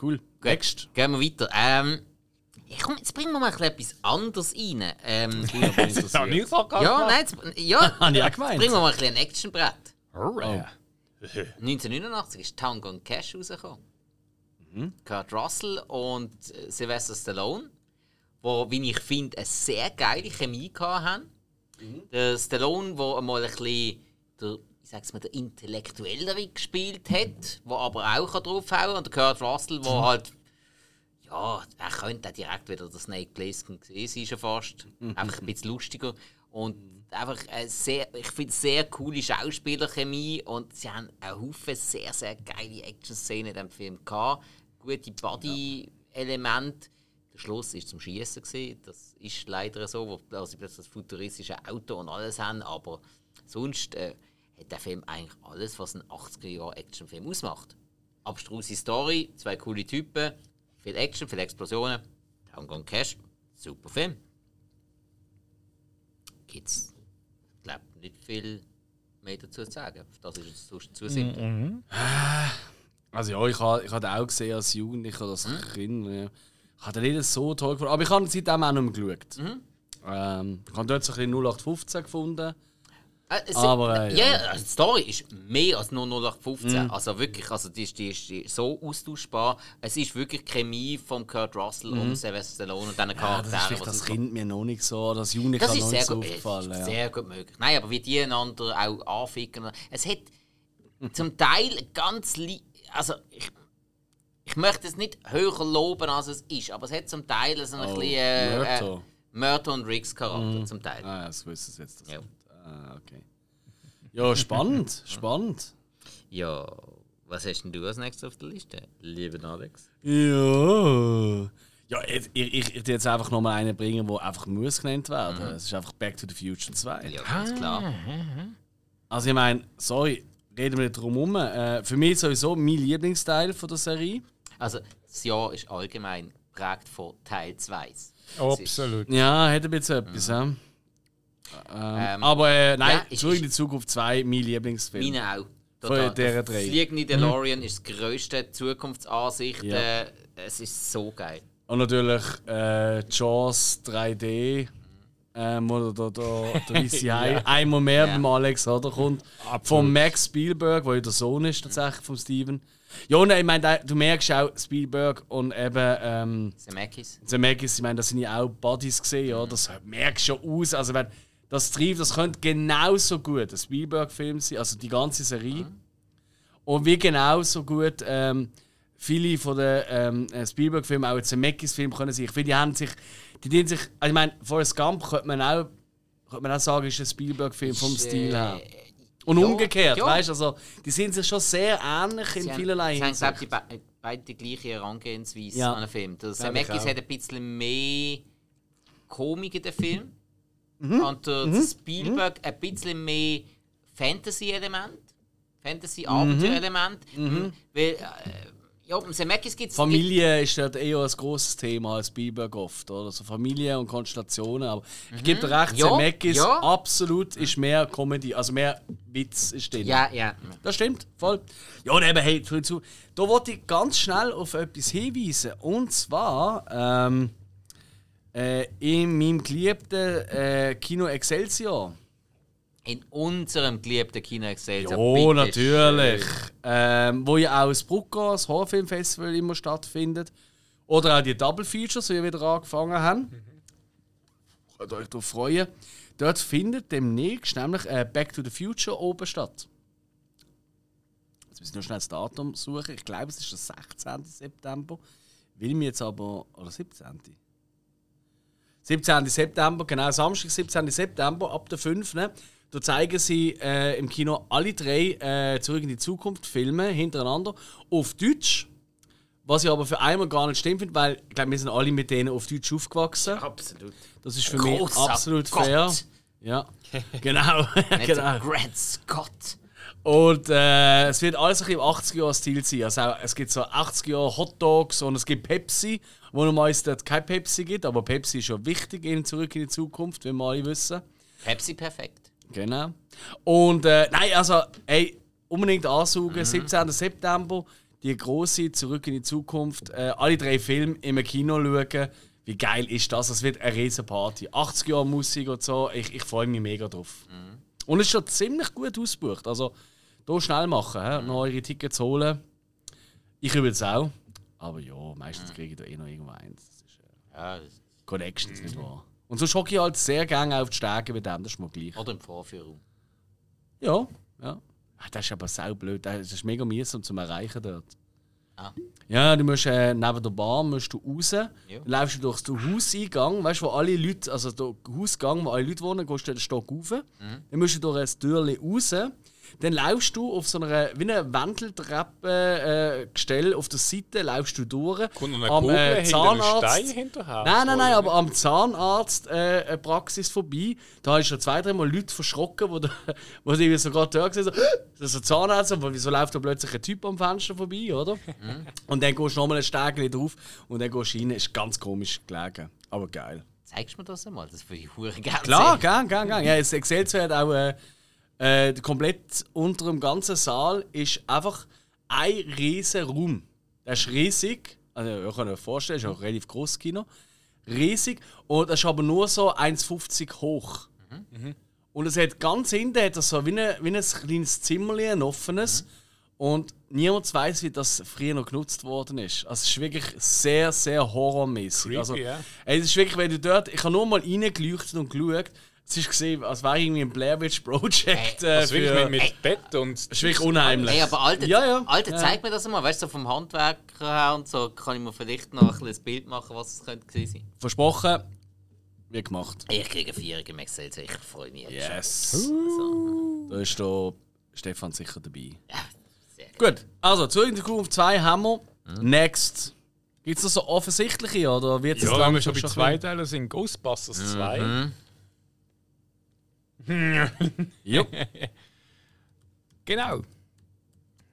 A: Cool. Next.
B: Gehen wir weiter. Ähm, ja, komm, jetzt bringen wir mal ein bisschen etwas anderes rein. Ähm,
C: Das ist auch nicht so geil.
B: ja, nein, jetzt, ja,
A: Habe ich auch
B: bringen
A: gemeint.
B: wir mal ein bisschen ein Actionbrett.
C: nein.
B: 1989 ist Tango und Cash rausgekommen. Kurt Russell und äh, Sylvester Stallone, wo, wie ich finde, eine sehr geile Chemie hatten. Der Stallone, der einmal ein bisschen der, ich sag's mal, der Intellektuellere gespielt hat, der aber auch kann draufhauen Und der Kurt Russell, der halt. Ja, er könnte auch direkt wieder der Snake Plissken gewesen sein, schon fast. Einfach ein bisschen lustiger. Und einfach eine sehr, ich finde, sehr coole Schauspielerchemie. Und sie haben einen Haufen sehr, sehr geile Action-Szenen in diesem Film gehabt. Gute Body-Elemente. Der Schluss war zum Schießen. gewesen. Das ist leider so, wo also sie plötzlich das futuristische Auto und alles haben. Aber sonst äh, hat der Film eigentlich alles, was ein 80er-Jahr-Actionfilm ausmacht. Abstruse Story, zwei coole Typen, viel Action, viele Explosionen. Tango und Cash, super Film. Gibt's glaube nicht viel mehr dazu zu sagen. Das ist jetzt zu,
A: Mm,
B: zu simpel.
A: Also ja, ich habe ich ha den auch gesehen als Jugendlicher, als
B: Hm?
A: Kind. Ja. Ich habe den nicht so toll gefunden. Aber ich habe seitdem auch nicht mehr geschaut.
B: Mhm.
A: Ähm, ich habe dort so ein bisschen 0815 gefunden.
B: Äh, es-
A: Aber, äh, Mm.
B: ja, ja, die Story ist mehr als nur 0815. Also wirklich, also die, ist- die, ist- die ist so austauschbar. Es ist wirklich Chemie von Kurt Russell und Sylvester Stallone und diesen
A: Mm. Ja, das ist
B: Charakteren.
A: vielleicht
B: die
A: das
B: sie-
A: Kind mir noch nicht so, oder das Jugendliche
B: das
A: noch
B: ist sehr
A: nicht so
B: gut, es
A: aufgefallen.
B: ist
A: Ja.
B: sehr gut möglich. Nein, aber wie die einander auch anficken. Es hat zum Teil ganz... Li also ich, ich möchte es nicht höher loben, als es ist, aber es hat zum Teil so ein
A: Oh,
B: bisschen... Äh,
A: Myrtle.
B: Äh, Myrtle und Riggs Charakter zum Teil.
A: Ah, das wüsste es jetzt. Das
B: Ja.
A: Ah, okay. Ja, spannend, spannend.
B: Ja, was hast denn du als nächstes auf der Liste, lieber Alex?
A: Ja. Ja, jetzt- ich, ich, ich tu jetzt einfach nochmal einen bringen, der einfach muss genannt werden. Es ist einfach Back to the Future 2.
B: Mhm. Ja, ganz klar.
A: Also ich meine, sorry, reden wir nicht drum herum. Äh, für mich sowieso mein Lieblingsteil von der Serie.
B: Also, das Jahr ist allgemein geprägt von Teil 2.
C: Oh, Absolut.
A: Ja, hat ein bisschen etwas. Ja. Ähm, aber äh, nein,
B: Mhm. Ähm, ja, ich-
A: zurück in
B: ich-
A: die Zukunft 2, mein Lieblingsfilm.
B: Meine auch.
A: Von dieser
B: Das
A: drei. Mhm.
B: Fliegende DeLorean ist die grösste Zukunftsansicht.
A: Ja.
B: Äh, es ist so geil.
A: Und natürlich äh, Jaws 3D. Ähm, oder der, der, der Weiße Hai. Einmal mehr
B: Ja.
A: beim Alex, oder? Kommt von Max Spielberg, der ja der Sohn ist tatsächlich von Steven. Ja, und ich meine, du merkst auch Spielberg und eben ähm,
B: Zemeckis.
A: Zemeckis, ich meine, das sind ja auch Buddies gesehen,
B: Mhm.
A: ja. Das merkst du schon aus. Also wenn das trifft, das könnte genauso gut ein Spielberg-Film sein, also die ganze Serie.
B: Mhm.
A: Und wie genauso gut ähm, viele von den ähm, Spielberg-Filmen auch ein Zemeckis-Film können sein. Ich finde, die haben sich, die dienen sich, also ich meine, Forrest Gump könnte man auch, könnte man auch sagen, ist ein Spielberg-Film vom
B: Ist,
A: Stil her.
B: äh,
A: Und
B: ja,
A: umgekehrt,
B: ja.
A: weißt du, also die sind sich schon sehr ähnlich in
B: Sie haben-
A: vielerlei
B: Sie haben,
A: Hinsicht.
B: glaube ich, be beide die gleiche Herangehensweise
A: Ja.
B: an einen Film. Also, Der
A: Glaub ich
B: Zemeckis
A: auch.
B: hat ein bisschen mehr Komik in den Film.
A: Mhm.
B: Und der Spielberg ein bisschen mehr Fantasy-Element.
A: Mhm.
B: Fantasy-Abenteuer-Element. Weil, äh, ja, im Zemeckis gibt es...
A: Familie ist dort eher ein großes Thema als Spielberg oft, oder? So Familie und Konstellationen. Aber ich gebe dir recht,
B: Mhm. Ja,
A: Zemeckis
B: ja.
A: absolut ist mehr Comedy, also mehr Witz ist drin.
B: Ja, ja.
A: Das stimmt, voll. Ja, und eben, hey, tu zu. Da wollte ich ganz schnell auf etwas hinweisen. Und zwar ähm, äh, in meinem geliebten äh, Kino Excelsior.
B: In unserem geliebten Kino gesehen.
A: Ja, natürlich. Ähm, wo ja auch das Brucko, das Horrorfilmfestival immer stattfindet. Oder auch die Double Features, die wir wieder angefangen haben. Könnt euch darauf freuen. Dort findet demnächst nämlich äh, Back to the Future oben statt. Jetzt müssen wir noch schnell das Datum suchen. Ich glaube, es ist der 16. September. Will mir jetzt aber. Oder 17. 17. September, genau, Samstag, 17. September, ab der 5. Da zeigen sie äh, im Kino alle drei äh, Zurück in die Zukunft Filme hintereinander auf Deutsch. Was ich aber für einmal gar nicht stimmt finde, weil ich glaube, wir sind alle mit denen auf Deutsch aufgewachsen.
B: Absolut.
A: Das ist für mich
B: Großer
A: absolut
B: Gott.
A: fair. Ja, genau.
B: Nicht
A: genau.
B: genau. Grant Scott.
A: Und äh, es wird alles ein bisschen im 80er-Stil sein. Also auch, es gibt so 80er-Hotdogs und es gibt Pepsi, wo normalerweise dort kein Pepsi gibt, aber Pepsi ist schon wichtig in Zurück in die Zukunft, wie wir alle wissen.
B: Pepsi perfekt.
A: Genau. Und äh, nein, also ey, unbedingt ansaugen, 17. September, die große Zurück in die Zukunft, äh, alle drei Filme im Kino schauen. Wie geil ist das? Es wird eine riesen Party. 80 Jahre Musik und so, ich, ich freue mich mega drauf. Und es ist schon ziemlich gut ausgebucht. Also hier schnell machen, hä? noch eure Tickets holen. Ich übe es auch. Aber ja, meistens kriege ich da eh noch irgendwo eins. Das ist, äh,
B: Ja, das-
A: Connections, nicht wahr? Und so schocke ich halt sehr gerne auf die Stege mit dem, das ist mir gleich.
B: Oder im Vorführraum.
A: Ja, ja. Ah, das ist aber saublöd. Das ist mega mühsam zum Erreichen dort.
B: Ah.
A: Ja, du musst äh, neben der Bar musst du raus, dann läufst du durch den Hauseingang, weißt du, wo alle Leute, also der Hausgang, wo alle Leute wohnen, gehst du den Stock rauf, dann musst du durch ein Türchen raus, dann läufst du auf so einer, wie einer Wendeltreppe äh, Gestell auf der Seite, läufst du durch, äh,
C: Kommt noch eine Kugel hinter einem Stein hinterher?
A: Nein, nein, nein, aber am Zahnarzt äh, eine Praxis vorbei, da ist schon zwei, dreimal Leute verschrocken, wo, da, wo die irgendwie so gerade da sind, so, das ist ein Zahnarzt, aber wieso läuft da plötzlich ein Typ am Fenster vorbei, oder? und dann gehst du nochmal ein Stegchen drauf und dann gehst du rein, ist ganz komisch gelegen, aber geil.
B: Zeigst du mir das einmal? Das würde ich hure gerne
A: Klar,
B: sehen.
A: gang, gang, gang. Ja, jetzt seht ihr auch, äh, äh, komplett unter dem ganzen Saal ist einfach ein riesiger Raum. Der ist riesig. Also, ihr könnt euch vorstellen, ist auch ein relativ großes Kino. Riesig. Und das ist aber nur so 1,50 hoch. Und es hat ganz hinten hat das so wie ein, wie ein kleines Zimmerchen, ein offenes. Und niemand weiß, wie das früher noch genutzt worden ist. Also es ist wirklich sehr, sehr horrormäßig.
C: Creepy,
A: Also,
C: ja.
A: Es ist wirklich, wenn du dort. Ich habe nur mal reingeleuchtet und geschaut. Es ist gesehen, als wäre irgendwie ein Blair Witch Project. Äh,
C: Das ist wirklich
A: für-
C: mit, mit Bett und.
A: ist wirklich unheimlich.
B: Ey, aber Alter,
A: Ja, ja.
B: Alter
A: Ja.
B: zeig mir das einmal. Weißt du, so vom Handwerker her und so kann ich mir vielleicht noch ein bisschen ein Bild machen, was es könnte gewesen sein.
A: Versprochen, wird gemacht.
B: Ey, Ich kriege einen Vierer im Excel, so ich freue mich jetzt
A: Yes.
B: schon.
A: Da ist da Stefan sicher dabei.
B: Ja, sehr gut.
A: Gut, also zurück in die Zukunft 2 haben wir. Next. Gibt es noch so offensichtliche oder wird es
C: Ja, wenn wir schon Mhm. bei
A: langsam
C: zwei Teilen sind, Ghostbusters 2.
A: Ja.
C: Genau.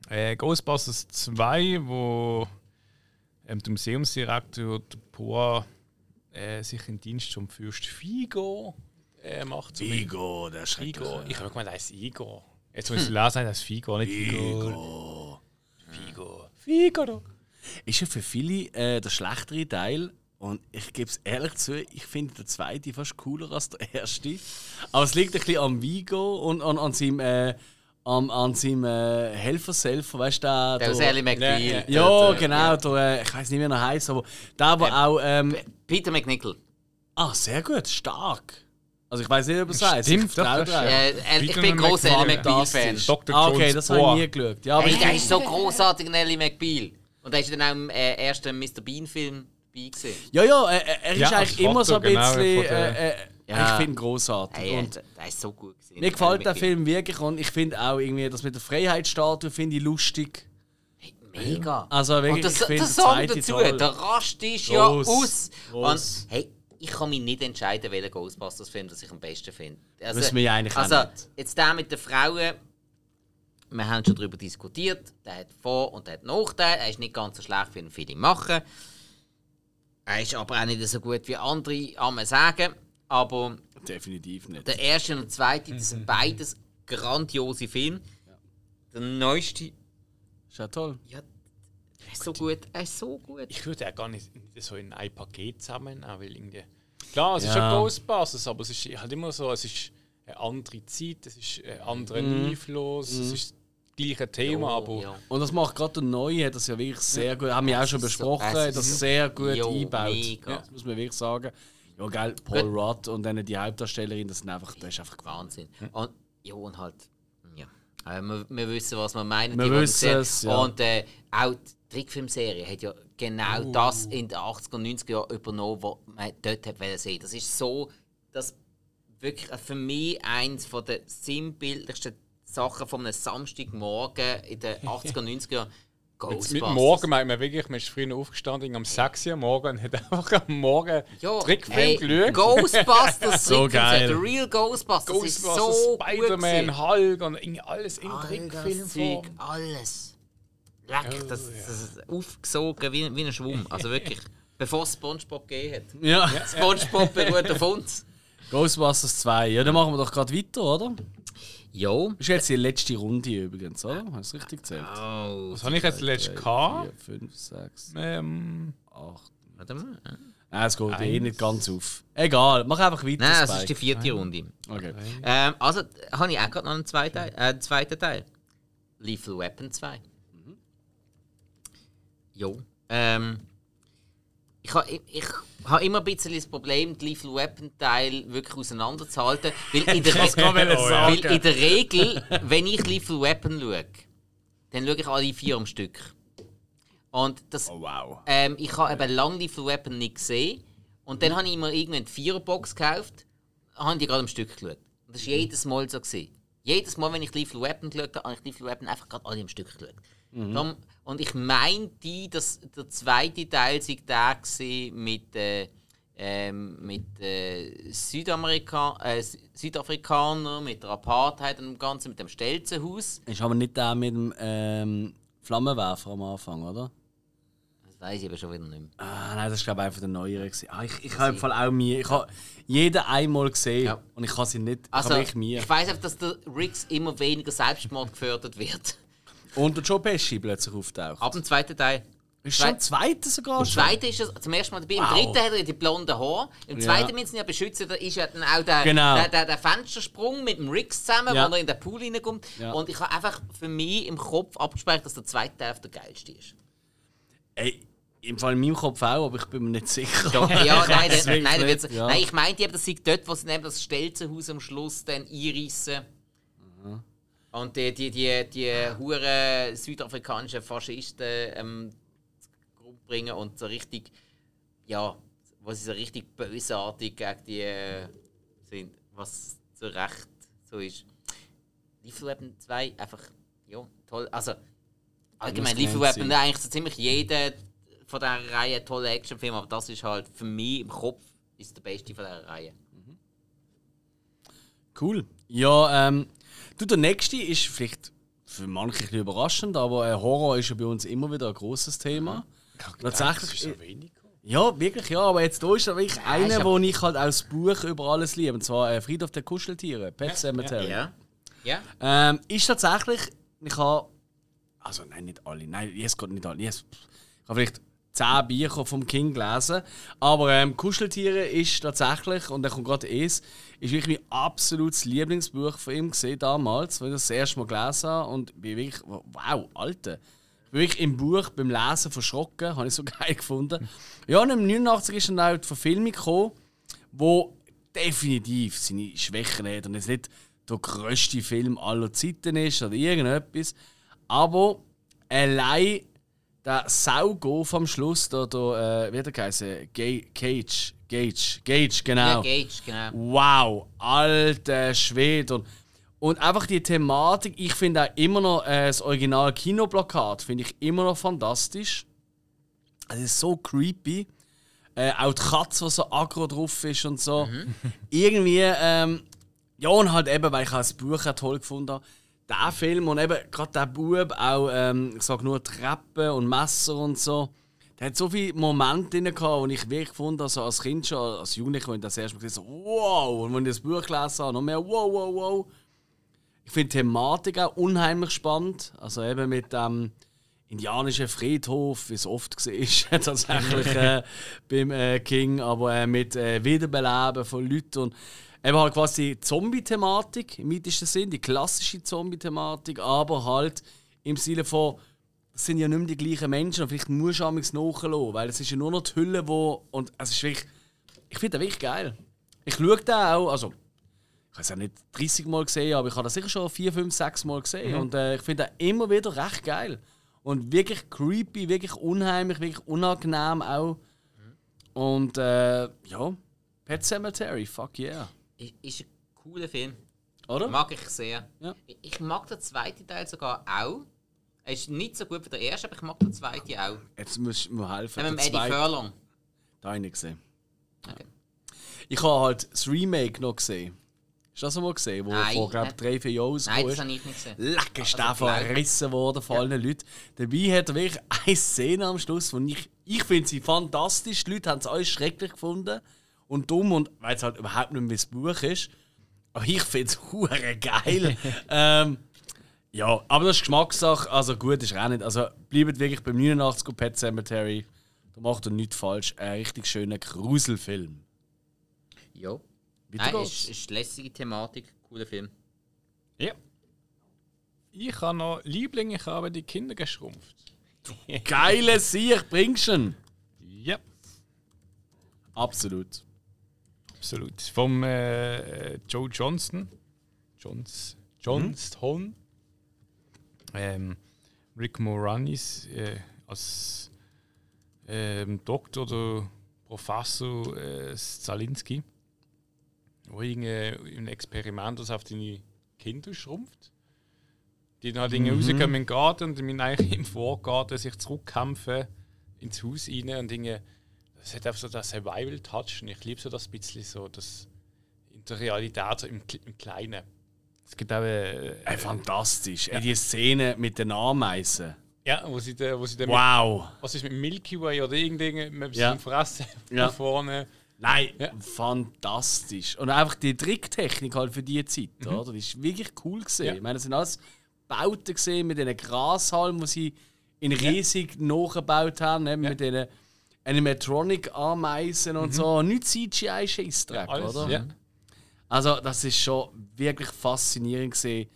C: Äh, Ghostbusters 2, wo ähm, der Museumsdirektor der Poa äh, sich in Dienst zum Fürst Figo äh, macht. Zum
A: Vigo, der
C: Figo. Ich habe gemeint, er heißt Igor. Jetzt muss ich lesen, er heißt Figo, nicht Igor. Figo. Figo. doch.
A: Ist ja für viele äh, der schlechtere Teil. Und ich gebe es ehrlich zu, ich finde den zweiten fast cooler als der erste. Aber es liegt ein bisschen am Vigo und an, an seinem, äh, an, an seinem äh, Helferselfer, weißt du, der.
B: Der
A: der-
B: aus Ellie McBeal.
A: ja,
B: Der-
A: genau, der, äh, ich weiß nicht, wie er heißt, aber der, der auch. Ähm,
B: Peter McNichol.
A: ah, sehr gut, stark. Also ich weiß nicht, ob er es heißt.
C: Stimmt,
A: ich vertraue
C: doch, das
A: dir.
B: Äh, äh, ich
C: Peter
B: bin großer Ellie
C: McNichol.
B: McBeal-Fan.
C: Dr.
A: Ah, okay,
C: Jones
A: das
C: Poa.
A: habe ich nie geschaut. Ja, aber
B: Ey,
A: ich,
B: der ist so großartig, Nelly McBeal. Und er ist dann auch im äh, ersten Mr. Bean-Film dabei. Gewesen.
A: ja, ja, äh, äh, er ist
C: Ja,
A: eigentlich
C: als
A: immer so ein
C: Foto, genau,
A: bisschen.
C: von der-
A: äh, äh,
B: Ja.
A: Ich finde ihn großartig.
B: Ey,
A: und
B: äh, der ist so gut. Gewesen,
A: mir gefällt der
B: McBeal.
A: Film wirklich und ich finde auch irgendwie das mit der Freiheitsstatue finde ich lustig.
B: Mega.
A: Also wirklich,
B: und das,
A: ich find
B: der
A: den
B: Song
A: zweiten
B: dazu,
A: toll.
B: der rast ist ja
A: Gross,
B: aus.
A: gross.
B: Und hey, ich kann mich nicht entscheiden, welchen Ghostbusters-Film das ich am besten finde. Also,
A: Müssen wir ja eigentlich auch
B: also,
A: nicht.
B: jetzt der mit den Frauen, wir haben schon darüber diskutiert, der hat Vor- und der hat Nachteile, er ist nicht ganz so schlecht, wie ihn viele machen. Er ist aber auch nicht so gut, wie andere einmal sagen. Aber
A: Definitiv nicht.
B: der erste und der zweite, das sind beides grandiose Filme. Der neueste,
A: ist ja toll.
B: ja, er ist so gut, er ist so gut.
C: Ich würde ja gar nicht so in ein Paket zusammen, weil irgendwie. Klar, es ist
A: Ja.
C: ja Ghostbusters, aber es ist halt immer so, es ist eine andere Zeit, es ist ein anderer Einfluss, es ist das gleiche Thema, aber
B: Oh, Ja.
A: Und das macht gerade der Neue, hat das ja wirklich sehr gut, haben wir auch schon
B: ist so-
A: besprochen,
B: das
A: hat
B: ist
A: das
B: so-
A: sehr gut
B: Jo,
A: eingebaut.
B: mega.
A: Ja, das muss man wirklich sagen. Ja, geil, Paul Rudd und dann die Hauptdarstellerin, das, sind einfach, das ist einfach
B: Wahnsinn. Und, ja, und halt, ja. Äh, wir, wir wissen, was wir meinen.
A: Wir
B: die, die
A: wissen
B: sehen.
A: es, ja.
B: Und äh, auch die Trickfilmserie hat ja genau das in den 80er und 90er Jahren übernommen, was man dort hat wollen sehen Das ist so, dass wirklich äh, für mich eins von der sinnbildlichsten Sachen von einem Samstagmorgen in den 80er und 90er Jahren
C: Jetzt mit
B: Ghostbusters.
C: Morgen meint man wirklich, man ist früher aufgestanden am 6 Uhr morgen und hat einfach am Morgen
B: Ja,
C: Trickfilm
B: ey,
C: geschaut.
B: Ghostbusters,
A: So
B: Trickfilmserie,
A: geil.
B: The Real Ghostbusters, Ghostbusters
C: Ghostbusters,
B: ist so gut
C: Spider-Man, Hulk und irgendwie alles in Trickfilmform.
B: Zeug, alles. Leck, das, das ist aufgesogen wie, wie ein Schwamm. Also wirklich, bevor es Spongebob gegeben hat.
A: Ja.
B: Spongebob beruht auf uns.
A: Ghostbusters 2, ja, dann machen wir doch gerade weiter, oder?
B: Jo.
A: Das ist jetzt die letzte Runde übrigens, oder? Hast du richtig gezählt?
B: Oh,
C: Was habe ich jetzt letztes gehabt?
A: 5, 6,
C: Ähm,
A: 8.
B: warte mal.
A: Nein, es geht eh nicht ganz auf. Egal, mach einfach weiter.
B: Nein, es
A: Spike.
B: ist die vierte Runde.
A: Okay.
B: Ähm, also, d- habe ich auch gerade noch einen zweiten, äh, einen zweiten Teil. Lethal Weapon 2.
A: Mhm.
B: Jo. Ähm, ich habe ich, ich hab immer ein bisschen das Problem, die Lethal Weapon Teil wirklich auseinanderzuhalten. Weil in der,
A: wollen
B: weil
A: sagen.
B: in der Regel, wenn ich Lethal Weapon schaue, dann schaue ich alle vier am Stück. Und das,
A: Oh, wow.
B: ähm, ich habe eben lange Lethal Weapon nicht gesehen. Und dann habe ich mir irgendwann die Viererbox gekauft, habe die gerade am Stück geschaut. Und das war jedes Mal so. Gewesen. Jedes Mal, wenn ich Lethal Weapon geschaut habe, habe ich Lethal Weapon einfach gerade alle am Stück geschaut. Darum, und ich meinte, dass der zweite Teil sei der gewesen mit, äh, ähm, mit äh, Südamerika äh, Sü- Südafrikanern, mit der Apartheid und dem Ganzen, mit dem Stelzenhaus.
A: Ist aber nicht der mit dem ähm, Flammenwerfer am Anfang, oder?
B: Das weiß ich eben schon wieder nicht mehr.
A: Ah, nein, das war glaube ich einfach der neuere. gewesen. Ah, ich ich habe im Fall auch mir. Ich habe jeden einmal gesehen
B: Ja.
A: und ich kann sie nicht. Ich
B: Also,
A: habe
B: ich,
A: wirklich mir.
B: weiss einfach, dass der Riggs immer weniger Selbstmord gefördert wird.
A: Und der Joe Pesci plötzlich auftaucht.
B: Ab dem zweiten Teil.
A: Ist schon der zweite sogar
B: Im
A: schon.
B: zweiten ist er zum ersten Mal dabei, im
A: Wow.
B: dritten hat er die blonden Haare, im
A: Ja.
B: zweiten müssen sie ihn ja beschützen, da ist ja dann auch der,
A: Genau.
B: der, der, der Fenstersprung mit dem Riggs zusammen,
A: Ja.
B: wo er in den Pool reinkommt.
A: Ja.
B: Und ich habe einfach für mich im Kopf abgespeichert, dass der zweite Teil der geilste ist.
A: Ey, im Fall in meinem Kopf auch, aber ich bin mir nicht sicher.
B: Ja, nein,
A: weiß
B: der, nein,
A: wirklich
B: der wird's,
A: nicht, ja.
B: nein, ich meinte eben, das sei dort, wo sie eben das Stelzenhaus am Schluss dann einreissen.
A: Mhm.
B: Und die, die, die, die huren südafrikanischen Faschisten ähm, Grund bringen und so richtig, ja, wo sie so richtig bösartig gegen die äh, sind, was zu Recht so ist. Lethal Weapon 2, einfach, ja, toll. Also, allgemein,
A: muss
B: Lethal
A: gemeint
B: Weapon,
A: sein.
B: eigentlich so ziemlich jeder von dieser Reihe ein toller Actionfilm, aber das ist halt für mich im Kopf ist der beste von dieser Reihe.
A: Cool. Ja, ähm, du, der nächste ist vielleicht für manche ein bisschen überraschend, aber äh, Horror ist ja bei uns immer wieder ein großes Thema. Tatsächlich.
C: Das ist so wenig.
A: Ja, wirklich, ja, aber jetzt hier ist da wirklich
B: ist
A: einer,
B: ja-
A: wo ich halt aus Buch über alles liebe, und zwar äh, Friedhof der Kuscheltiere, Pet Sematary.
B: Ja? Ja?
A: Ähm, ist tatsächlich, ich habe, also nein, nicht alle, nein, jetzt geht nicht alle, jetzt, ich habe vielleicht zehn Bücher vom King gelesen, aber ähm, Kuscheltiere ist tatsächlich, und da kommt gerade es, ist wirklich mein absolutes Lieblingsbuch von ihm gesehen damals, weil ich das, das erste Mal gelesen habe und bin wirklich, wow, Alter. Ich bin wirklich im Buch beim Lesen verschrocken, habe ich so geil gefunden. Ja, und im 89 ist dann auch die Verfilmung gekommen wo definitiv seine Schwächen hat und jetzt nicht der grösste Film aller Zeiten ist oder irgendetwas. Aber allein der Saugof am Schluss, da, da äh, wie hat er geheißen? Ga- Cage, Gage, Gage,
B: Ja,
A: genau.
B: Gage, genau.
A: Wow, alter Schwede. Und, und einfach die Thematik, ich finde auch immer noch äh, das original Kinoplakat, finde ich immer noch fantastisch. Es ist so creepy. Äh, auch die Katze, die so aggro drauf ist und so. Irgendwie, ähm, ja, und halt eben, weil ich auch das Buch auch toll gefunden habe, der Film und eben gerade der Bub, auch, ähm, ich sag nur Treppen und Messer und so. Der hat so viele Momente drin gehabt, wo ich wirklich fand, also als Kind schon, als Jugendlicher, wenn ich das erste Mal gesehen habe, so, wow! Und wenn ich das Buch gelesen habe, noch mehr wow, wow, wow. Ich finde die Thematik auch unheimlich spannend. Also eben mit dem indianischen Friedhof, wie es oft war, tatsächlich äh, beim äh, King, aber äh, mit äh, Wiederbeleben von Leuten und eben halt quasi die Zombie-Thematik im weitesten Sinn, die klassische Zombie-Thematik, aber halt im Sinne von, es sind ja nicht mehr die gleichen Menschen und vielleicht musst du amigs nachschauen, weil es ist ja nur noch die Hülle, wo und es ist wirklich, ich finde den wirklich geil. Ich schaue den auch, also ich habe es ja nicht 30 Mal gesehen, aber ich habe das sicher schon 4, 5, 6 Mal gesehen.
B: Mhm.
A: Und äh, ich finde das immer wieder recht geil. Und wirklich creepy, wirklich unheimlich, wirklich unangenehm auch. Und äh, ja, Pet Cemetery, fuck yeah.
B: Ist, ist ein cooler Film.
A: Oder?
B: Mag ich sehr.
A: Ja.
B: Ich- Ich mag den zweiten Teil sogar auch. Er ist nicht so gut wie der erste, aber ich mag den zweiten auch.
A: Jetzt musst du mir helfen.
B: Den mit dem
A: Der
B: Eddie
A: zweite-
B: Furlong.
A: Da habe ich nicht gesehen.
B: Okay.
A: Ich habe halt das Remake noch gesehen. Hast du das noch mal gesehen? Wo
B: Nein.
A: vor glaube drei, vier Jahren
B: Nein,
A: rausgekommen
B: das
A: ist.
B: habe ich nicht gesehen.
A: lecker Stefan
B: Also, glaub-
A: gerissen worden von allen Leuten. Dabei hat er wirklich eine Szene am Schluss, wo ich, ich finde sie fantastisch. Die Leute haben es alles schrecklich gefunden und dumm und weil es halt überhaupt nicht mehr wie das Buch ist. Aber ich finde es hure geil. ähm, ja, aber das ist Geschmackssache. Also gut ist er auch nicht. Also bleibt wirklich beim 89 und Pet Cemetery. Da macht er nichts falsch. Ein richtig schöner Gruselfilm.
B: Ja.
A: Weiter
B: Nein,
A: geht's.
B: ist, ist lässige Thematik, cooler Film.
C: Ja. Ich habe noch Lieblinge, ich habe die Kinder geschrumpft.
A: Geile Sieg, bringst du ihn.
C: Ja,
A: Absolut.
C: absolut. Vom äh, Joe Johnston. Johns, Johnston. Ähm, Rick Moranis äh, als ähm, Doktor oder Professor äh, Zalinski, wo irgendein Experiment das auf deine Kinder schrumpft. Die dann halt mhm. rauskommen in den Garten und müssen eigentlich im Vorgarten sich zurückkämpfen ins Haus rein und Dinge. Das hat einfach so das Survival-Touch und ich liebe so das bisschen so, das in der Realität, so im, Kle- im Kleinen. Es gibt auch äh,
A: Äh, fantastisch. Äh, die Szene mit den Ameisen.
C: Ja, wo sie, da- wo sie da mit,
A: Wow!
C: was ist mit Milky Way oder irgendetwas
A: Ja.
C: ja. fressen
A: Ja.
C: ja. vorne.
A: Nein,
C: Ja.
A: fantastisch. Und einfach die Tricktechnik halt für diese Zeit, oder? Das ist wirklich cool gesehen.
C: Mhm. Ja.
A: Ich meine, das sind alles Bauten gesehen mit diesen Grashalmen, die sie in riesig nachgebaut haben, ne? mit diesen Animatronic-Ameisen und so. Nicht CGI-Scheissdreck,
C: Alles.
A: oder?
C: Mhm. Ja.
A: Also, das ist schon wirklich faszinierend gesehen.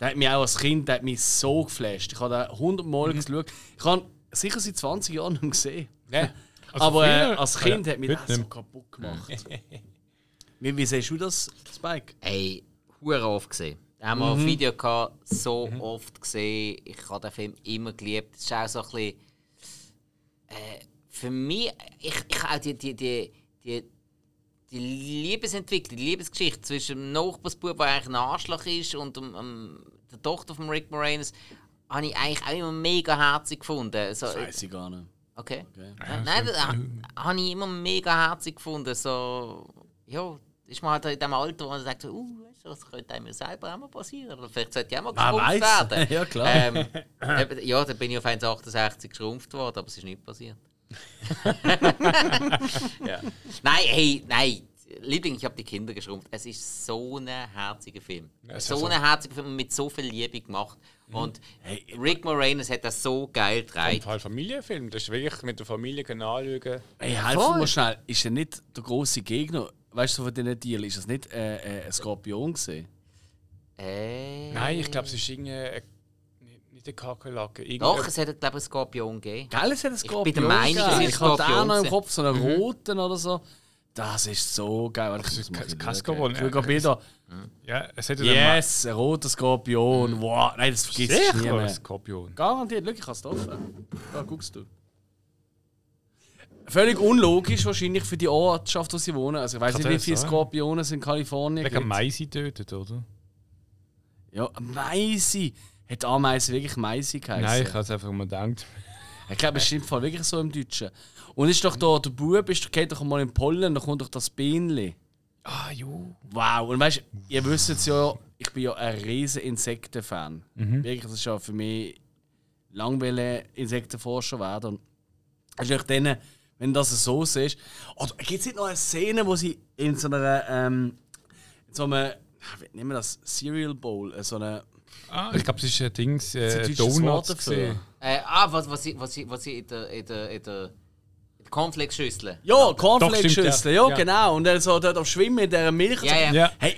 A: Der hat mich auch als Kind der hat mich so geflasht. Ich habe da 100
C: Mhm.
A: Mal geschaut. Ich habe ihn sicher seit 20 Jahren nicht mehr gesehen.
C: Ja. Also
A: Aber äh,
C: früher-
A: als Kind
C: Ja,
A: hat mich
C: heute
A: das so
C: nicht
A: kaputt gemacht. wie, wie siehst du das, Spike?
B: Ey, hure oft gesehen. Da haben wir
A: Mhm.
B: ein Video gehabt, so oft gesehen. Ich habe den Film immer geliebt. Es ist auch so ein bisschen. Äh, für mich, ich, ich habe auch die, die, die, die, die Liebesentwicklung, die Liebesgeschichte zwischen dem Nachbarsbub, der eigentlich ein Arschloch ist, und dem, dem, der Tochter von Rick Moranis, habe ich eigentlich auch immer mega herzig gefunden. Also, So,
A: Das weiß ich gar nicht.
B: Okay.
A: Okay.
B: Nein, nein, das ha- habe ich immer mega herzig gefunden. So, ja, ist man halt in dem Alter, wo man sagt, so, uh, weisst du, das könnte einem ja selber auch mal passieren. Oder vielleicht sollte ich auch mal
A: Wer
B: geschrumpft
A: weiß?
B: werden.
A: ja, klar.
B: ähm, eben, ja, dann bin ich auf 1,68 geschrumpft worden, aber es ist nicht passiert. ja. Nein, hey, nein. Liebling, ich habe die Kinder geschrumpft. Es ist so ein herziger Film.
C: es ist
B: so
C: so.
B: ein herziger Film mit so viel Liebe gemacht. Und Rick Moranis hat das so geil
C: Ein
B: getragen.
C: Fall halt Familienfilm, das ist wirklich mit der Familie können anschauen.
A: Ey, helf mir mal schnell. Ist er nicht der große Gegner? Weißt du, von diesen Deal ist das nicht äh, äh, ein Skorpion gesehen?
B: Äh,
C: Nein, ich glaube, es ist irgendein. nicht- Nicht der Kakerlake. irgendein-
B: Doch, es hätte, glaube ich, einen Skorpion gegeben.
A: Gell, es hat einen
B: bin der
A: Skorpion.
B: Meinung, es
A: gegeben.
B: ist
A: ich hatte
B: Skorpion
A: einen noch im
B: gewesen.
A: Kopf, so einen
C: Mhm.
A: roten oder so. Das ist so geil. Warte, Ich
C: ist
A: muss mal
C: kein- kein
A: schauen.
C: Skorpion.
A: Schau mal Bilder.
C: Ja, es hätte
A: Yes, ein roter Skorpion. Wow, nein, das
C: dann
A: vergisst
C: mal
A: du nie
C: Mhm. sicher ein
A: mehr.
C: Skorpion.
A: Garantiert, schau, ich kann es offen. Da guckst du. Völlig unlogisch wahrscheinlich für die Ortschaft, wo sie wohnen. Also ich weiß
C: Kann
A: nicht, wie
C: das
A: viele
C: sein?
A: Skorpione es in Kalifornien
C: Wegen
A: gibt.
C: Meise tötet, oder?
A: Ja, Meise. Hat Ameise wirklich Meise geheißen?
C: Nein, ich habe es einfach mal gedacht.
A: Ich glaube, es stimmt voll wirklich so im Deutschen. Und ist doch da, der Bub ist, geht doch mal in Pollen, da kommt doch das Bienenli.
C: Ah, jo.
A: Wow, und weißt du, ihr wisst es ja, ich bin ja ein riesen Insektenfan. Wirklich, das ist ja für mich lang wollen Insektenforscher werden. Und es ist natürlich dann, wenn du das so siehst. Oder gibt es nicht noch eine Szene, wo sie in so einer, ähm, in so einem, ah, wie nennen wir das, Cereal Bowl, äh, so eine
C: Ah, ich glaube, es ist ein Dings. Äh,
A: deutsches Wort
C: Donuts.
A: dafür.
C: gewesen.
B: Äh, ah, was, was, sie- was, sie- was sie in der, in der, in der in der Cornflakes-Schüssel.
A: Ja,
C: Doch,
A: Cornflakeschüssel,
C: stimmt,
A: ja,
C: ja. Ja.
A: genau. Und dann so dort am Schwimmen in dieser Milch.
B: Ja, ja.
C: Ja.
A: Hey,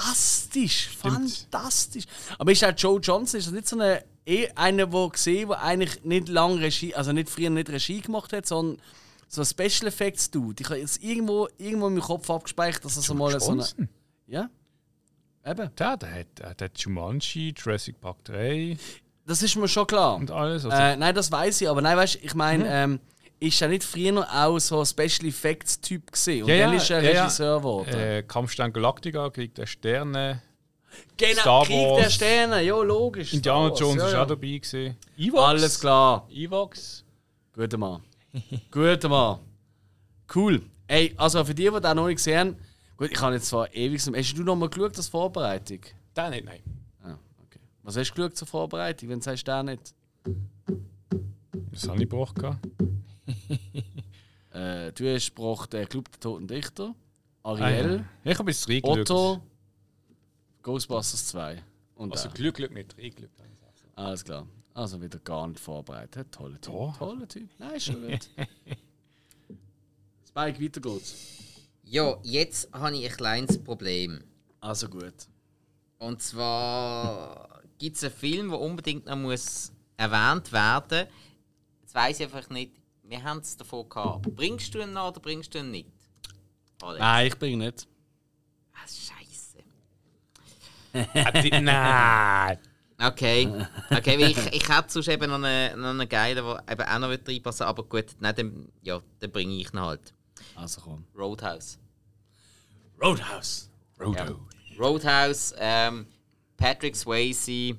A: fantastisch, fantastisch. Aber ist auch Joe Johnson, ist das nicht so eine, eh einer, der gesehen der eigentlich nicht lange Regie, also nicht früher nicht Regie gemacht hat, sondern so ein Special Effects Dude. Ich habe jetzt irgendwo, irgendwo in meinem Kopf abgespeichert, dass das mal so eine...
C: Johnson?
A: Ja, eben.
C: Der, der hat, äh, der hat Jumanji, Jurassic Park 3
A: Das ist mir schon klar.
C: und alles. Also,
A: Äh, nein, das weiß ich, aber nein, weißt, ich meine, ähm, ist ja nicht früher noch auch so ein Special Effects Typ gesehen und dann ist er Regisseur geworden.
C: Äh, Kampfstein Galactica, Krieg der Sterne.
A: Genau,
C: Star
A: Krieg der
C: Wars.
A: Sterne, ja, logisch.
C: Indiana
A: Star Wars,
C: Jones
A: ja,
C: ist
A: ja.
C: auch dabei. Gewesen. Evox.
A: Alles klar.
C: Evox.
A: Guter Mann. Guter Mann. Cool. Ey, also für die, die das noch nicht gesehen haben, gut, ich habe jetzt zwar ewig. Hast du noch mal geschaut als Vorbereitung?
C: Der nicht, nein.
A: Ah, okay. Was hast du geschaut zur Vorbereitung, wenn du sagst, der nicht?
C: Das habe ich gebraucht. gehabt.
A: Äh, du hast gebracht äh, Club der Toten Dichter, Ariel,
C: Ich habe jetzt reingeschaut.
A: Otto, Ghostbusters 2. Und
C: Also
A: der.
C: Glück, Glück nicht reingeschaut.
A: Alles klar. Also wieder gar nicht vorbereitet. Toller Typ.
C: Doch.
A: Toller Typ. Nein, ist schon gut. Spike, weiter geht's.
B: Ja, jetzt habe ich ein kleines Problem.
A: Also gut.
B: Und zwar gibt es einen Film, der unbedingt noch muss erwähnt werden muss. Jetzt weiss ich einfach nicht, wir haben es davon gehabt. Bringst du ihn noch oder bringst du ihn nicht? Alex.
A: Nein, ich bringe nicht.
B: Ah, Scheiße.
C: Äh, Nein!
B: Okay, okay weil ich, ich hätte sonst eben noch einen, noch einen geilen, der eben auch noch reinpassen will, aber gut, nein, dann, ja, dann bringe ich ihn halt.
A: Also komm.
B: Roadhouse.
A: Roadhouse. Oh.
C: Rodo.
B: Roadhouse, ähm, Patrick Swayze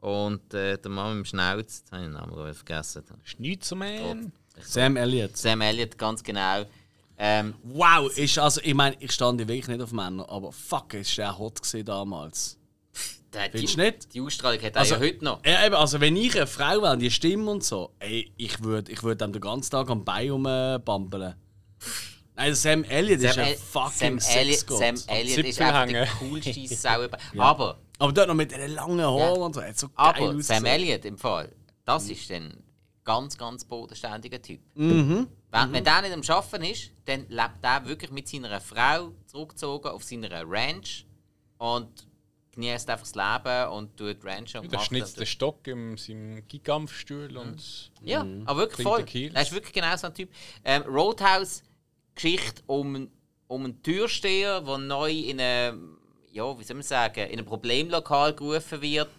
B: und äh, der Mann im Schnauz, jetzt habe ich den Namen gerade vergessen.
C: Schnitzermann.
A: Sam Elliott.
B: Sam Elliott, ganz genau. Ähm,
A: Wow, ist also, ich meine, ich stand ja wirklich nicht auf Männer, aber fuck, ist der hot gewesen damals.
B: Der, die,
A: Findest du nicht?
B: die Ausstrahlung hat er ja Also heute noch.
A: Ja, eben, also wenn ich eine Frau wäre, und die Stimme und so, ey, ich würde ich würd dem den ganzen Tag am Bein rumbambeln. Nein, Sam Elliott ist ein fucking
B: Sam Elliott,
A: Sexgott.
B: Sam Elliott ist
C: Zipfel
B: einfach der
C: hängen.
B: coolste Sau. über- Aber,
A: Aber dort noch mit den langen Haaren
B: Ja.
A: und so, er hat so geil
B: aber
A: ausgesehen.
B: Sam Elliott im Fall, das ist ein ganz, ganz bodenständiger Typ. Wenn, wenn der nicht am Schaffen ist, dann lebt er wirklich mit seiner Frau zurückgezogen auf seiner Ranch und genießt einfach das Leben und tut Ranch und
C: Der
B: macht
C: schnitzt
B: das-
C: den Stock in seinem Gigampfstuhl und.
B: Ja,
A: Mhm.
B: aber wirklich
C: Trinkt
B: voll.
C: den Kiel.
B: Er ist wirklich genau so ein Typ. Ähm, Roadhouse-Geschichte um, um einen Türsteher, der neu in einem, ja, wie soll man sagen, in ein Problemlokal gerufen wird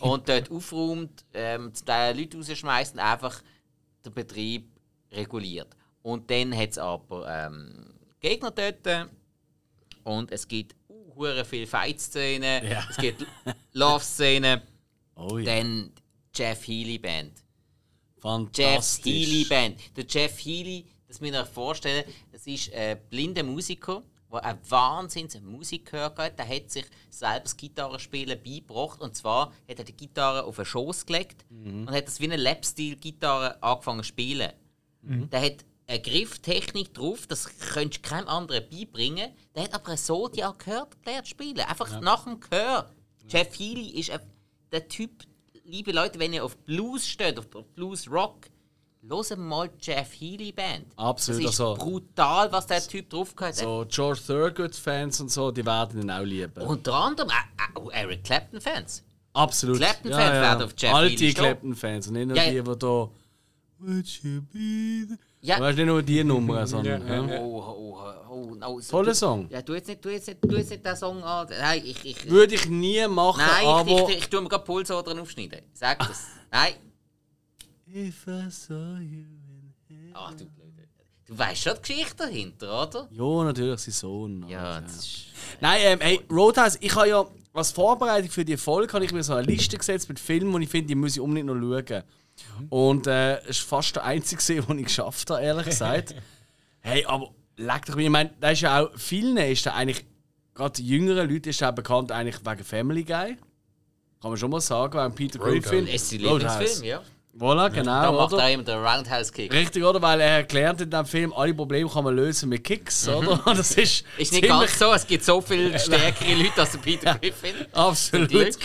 B: und dort aufräumt, ähm, zum Teil Leute rausschmeißt und einfach den Betrieb reguliert. Und dann hat es aber ähm, Gegner dort äh, und es gibt uh, viele Fight-Szenen,
A: Ja.
B: es gibt Love-Szenen,
A: Oh ja,
B: dann die Jeff Healy-Band. Jeff
A: fantastisch.
B: Healy Band. Der Jeff Healy, das müsst ihr euch vorstellen, das ist ein blinder Musiker, der einen wahnsinnigen Musikhör hat. Der hat sich selbst das Gitarrespielen beigebracht. Und zwar hat er die Gitarre auf den Schoß gelegt und hat das wie eine Lapsteel-Gitarre angefangen zu spielen. Der hat eine Grifftechnik drauf, das könntest du keinem anderen beibringen. Der hat aber ein Sodia gehört, gelernt zu spielen. Einfach nach dem Gehör. Jeff Healy ist ein, der Typ, liebe Leute, wenn ihr auf Blues steht, auf Blues Rock, hört mal die Jeff Healy Band.
A: Absolut,
B: Das ist
A: also-
B: brutal, was der Typ drauf gehört hat.
A: So George Thurgood-Fans und so, die werden ihn auch lieben.
B: Unter anderem auch- auch Eric Clapton-Fans.
A: Absolut.
B: Clapton-Fans werden auf Jeff
A: Alte
B: Healy stehen.
A: Clapton-Fans und nicht nur
B: Ja,
A: die,
B: ja.
A: die da... Would you be the...
B: Ja.
A: Weißt du, nicht nur die Nummern, sondern... Ja,
B: Oh, oh, oh, oh, oh.
A: Toller Song.
B: Ja, tu jetzt nicht, tu jetzt nicht, tu jetzt nicht den Song an. Nein, ich, ich,
A: Würde ich nie machen,
B: Nein, ich,
A: aber...
B: ich, ich, tue mir gerade Pulsadern aufschneiden. Sag das. Nein.
A: If I saw you in
B: Ach Ah, du Blöde. Du weißt schon die Geschichte dahinter, oder?
A: Ja, natürlich, sein Sohn.
B: Ja,
A: alles,
B: das ist.
A: Nein, ähm, hey, Roadhouse, ich habe ja als Vorbereitung für die Folge habe ich mir so eine Liste gesetzt mit Filmen, die ich finde, die muss ich unbedingt noch schauen. Und äh, es ist fast der einzige, den ich geschafft habe, ehrlich gesagt. hey, aber leg doch mir, ich meine, da ist ja auch vielen, ist da eigentlich, gerade jüngeren Leuten ist er bekannt eigentlich wegen Family Guy. Kann man schon mal sagen, wegen Peter Griffin.
B: Es ist sein
A: Roadhouse.
B: Lieblingsfilm, ja.
A: Voilà, genau.
B: Da macht
A: oder?
B: er immer den Roundhouse-Kick.
A: Richtig, oder? Weil er erklärt in dem Film, alle Probleme kann man lösen mit Kicks, oder? Das ist,
B: Mhm. Ist nicht
A: ziemlich-
B: ganz so, es gibt so viele stärkere Leute als der Peter Griffin.
A: Absolut.
B: Glück.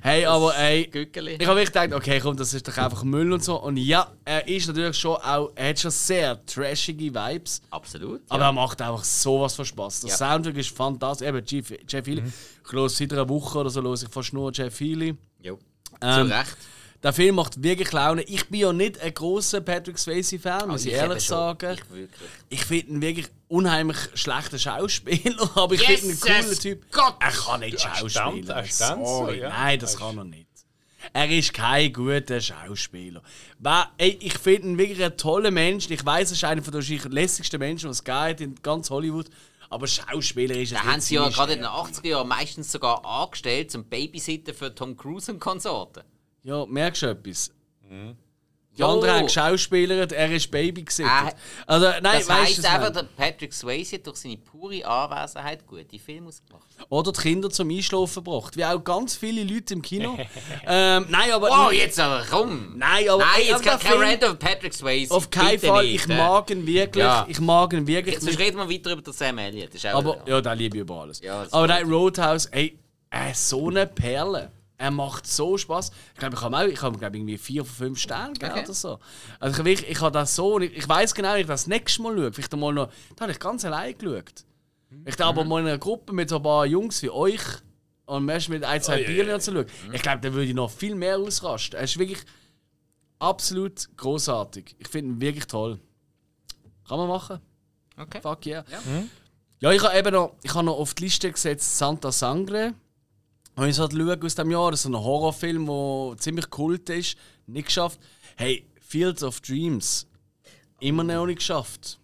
A: Hey, aber ey,
B: Gückeli.
A: ich habe wirklich gedacht, okay, komm, das ist doch einfach Müll und so. Und ja, er ist natürlich schon auch, er hat schon sehr trashige Vibes,
B: Absolut.
A: aber er macht einfach sowas von Spaß. Der
B: Ja. Mhm.
A: Soundtrack ist fantastisch. Eben Jeff, Jeff Healy. Ich höre seit einer Woche oder so höre ich fast nur Jeff Healy.
B: Jo.
A: Ähm,
B: Zu Recht.
A: Der Film macht wirklich Laune. Ich bin ja nicht ein großer Patrick Swayze-Fan, muss ich,
B: eben
A: ehrlich
B: schon.
A: sagen.
B: Also Ich wirklich.
A: Ich finde ihn wirklich unheimlich schlechter Schauspieler, aber ich finde ihn
B: Jesus
A: einen coolen Typ.
B: Gott!
A: Er kann nicht
C: stammt-
A: schauspielen.
C: er stammt so,
A: Sorry,
C: ja.
A: Nein, das kann er nicht. Er ist kein guter Schauspieler. Wa- Ey, ich finde ihn wirklich einen tollen Menschen. Ich weiß, er ist einer der wahrscheinlich lässigsten Menschen, was es gibt in ganz Hollywood. Aber Schauspieler ist
B: Da haben sie ja gerade in den 80er Jahren meistens sogar angestellt zum Babysitten für Tom Cruise und Konsorten.
A: Ja, merkst du etwas? Die
B: Jo.
A: anderen haben geschauspielert, er ist Baby gesehen.
B: Ah,
A: also, nein,
B: Das
A: weißt du, was
B: heisst
A: ich
B: einfach,
A: meine?
B: der Patrick Swayze hat durch seine pure Anwesenheit gute Filme ausgemacht.
A: Oder die Kinder zum Einschlafen gebracht. Wie auch ganz viele Leute im Kino. ähm, nein, aber.
B: Wow, jetzt aber komm!
A: Nein, aber.
B: Nein,
A: ey, also aber
B: jetzt
A: der
B: kann kein
A: Film-
B: Rant auf Patrick Swayze.
A: Auf keinen
B: Bitte
A: Fall.
B: nicht,
A: ich
B: äh.
A: mag ihn wirklich.
B: Ja.
A: Ich mag ihn wirklich.
B: Sonst reden wir weiter über den Sam Elliott. Ist auch
A: aber
B: wieder-
A: ja, den liebe ich über alles.
B: Ja, das
A: aber nein, Roadhouse, ey, äh, so eine Perle. Er macht so Spaß. Ich glaube, ich habe auch, ich habe glaube irgendwie vier von fünf Sterne gegeben
B: Okay.
A: oder so. Also ich, wirklich, ich habe das so, und ich, ich weiß genau, wenn ich das nächste Mal schaue, vielleicht mal noch, da habe ich ganz allein geschaut. Ich habe aber mal in einer Gruppe mit so ein paar Jungs wie euch und Menschen mit ein, zwei
C: Oh, ja,
A: Bierchen
C: ja,
A: und so schauen. Ich glaube, da würde ich noch viel mehr ausrasten. Er ist wirklich absolut großartig. Ich finde ihn wirklich toll. Kann man machen.
B: Okay.
A: Fuck yeah.
B: Ja.
A: Ja, ich habe eben noch, ich habe noch auf die Liste gesetzt Santa Sangre. Und ich sollte schauen aus dem Jahr, das ist so ein Horrorfilm, der ziemlich kult ist, nicht geschafft. Hey, Fields of Dreams, immer noch nicht geschafft.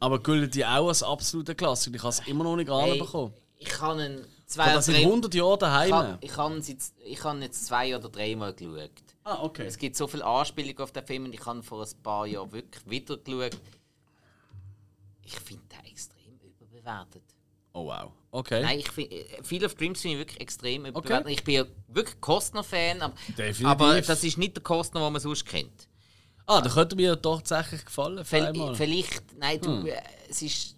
A: Aber gilt die auch als absoluter Klassiker. Ich habe es immer noch nicht
B: Hey, äh,
A: anbekommen.
B: Ich kann ihn
A: Ich
B: zwei
A: habe das in 100 Jahren
B: Ich
A: daheim.
B: kann- ich kann ihn jetzt- ich kann ihn jetzt zwei oder dreimal geschaut.
A: Ah, okay.
B: Es gibt so viele Anspielungen auf den Film und ich habe ihn vor ein paar Jahren wirklich wieder geschaut. Ich finde den extrem überbewertet.
A: Oh wow. Okay.
B: Nein, ich finde, Field of Dreams finde ich wirklich extrem überbewertet. Ich bin ja wirklich Costner-Fan, aber,
A: Definitiv.
B: aber das ist nicht der Costner, den man sonst kennt.
A: Ah, da könnte mir doch tatsächlich gefallen. für
B: Vel-
A: einmal. Hm.
B: Vielleicht, nein, du, äh, es ist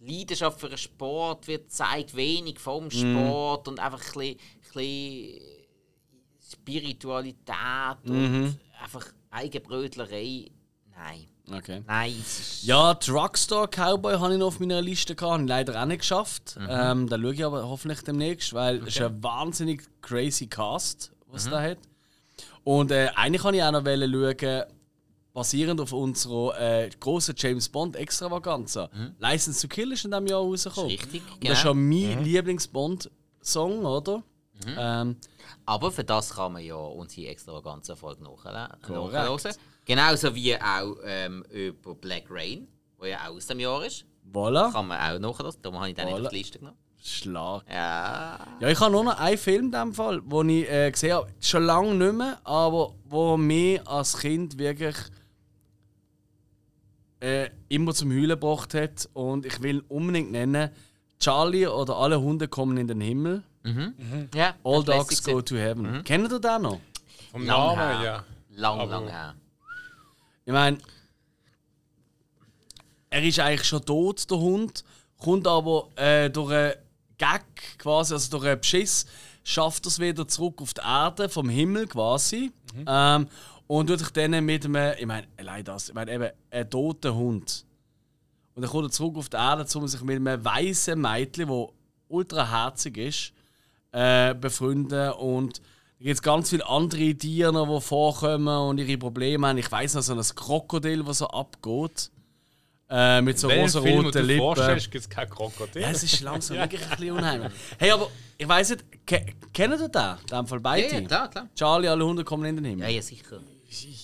B: die Leidenschaft für den Sport wird zeigt wenig
A: Hm.
B: vom Sport und einfach ein bisschen, ein bisschen Spiritualität
A: Mhm.
B: und einfach Eigenbrötlerei. Nein,
A: Okay.
B: nein, es ist
A: Ja, Truckstar Cowboy habe ich noch auf meiner Liste gehabt, habe ich leider auch nicht geschafft. Ähm, da schaue ich aber hoffentlich demnächst, weil es ist ein wahnsinnig crazy Cast, was da hat. Und äh, eigentlich kann ich auch noch wollen schauen, basierend auf unserer äh, grossen James Bond Extravaganza. License to Kill ist in diesem Jahr rausgekommen.
B: richtig.
A: Oh. Und das ist
B: ja.
A: ja mein Lieblings-Bond-Song, oder? Ähm,
B: Aber für das kann man ja unsere extravaganze Folge nachhören.
A: Korrekt.
B: nachhören. Genauso wie auch ähm, über Black Rain, wo ja auch aus dem Jahr ist.
A: voilà,
B: Kann man auch nachhören. Darum habe ich den nicht
A: Voilà.
B: auf die Liste genommen.
A: Schlag.
B: Ja.
A: Ja, ich habe nur noch einen Film in dem Fall, wo ich äh, gesehen habe, schon lange nicht mehr, aber wo mich als Kind wirklich äh, immer zum Heulen gebracht hat. Und ich will ihn unbedingt nennen: Charlie oder alle Hunde kommen in den Himmel.
B: ja
A: All
B: das lässig
A: Dogs Go to Heaven. Kennt ihr den noch?
C: Vom
B: Lang
C: Namen,
B: her.
C: ja.
B: Lang,
C: Aber-
B: lang her.
A: Ich meine, er ist eigentlich schon tot, der Hund, kommt aber äh, durch einen Gag, quasi, also durch einen Beschiss, schafft es wieder zurück auf die Erde, vom Himmel quasi. Ähm, und tut sich dann mit einem, ich meine, allein das, ich meine eben, ein toter Hund. Und dann kommt er zurück auf die Erde, um sich mit einem weißen Mädchen, wo ultra herzig ist, äh, befreunden und da gibt es ganz viele andere Tiere, die vorkommen und ihre Probleme haben. Ich weiß noch, so ein Krokodil, das so abgeht. Äh, mit so
C: Welchen Film, den
A: rosa-roten
C: du
A: Lippen.
C: vorstellst, gibt es kein Krokodil.
A: Ja, es ist langsam wirklich ein bisschen unheimlich. Hey, aber ich weiß nicht, ke kennen ihr den? In dem Fall
B: Ja,
A: beide?
B: ja, klar, klar.
A: Charlie, alle Hunde kommen in den Himmel.
B: Ja, ja, sicher.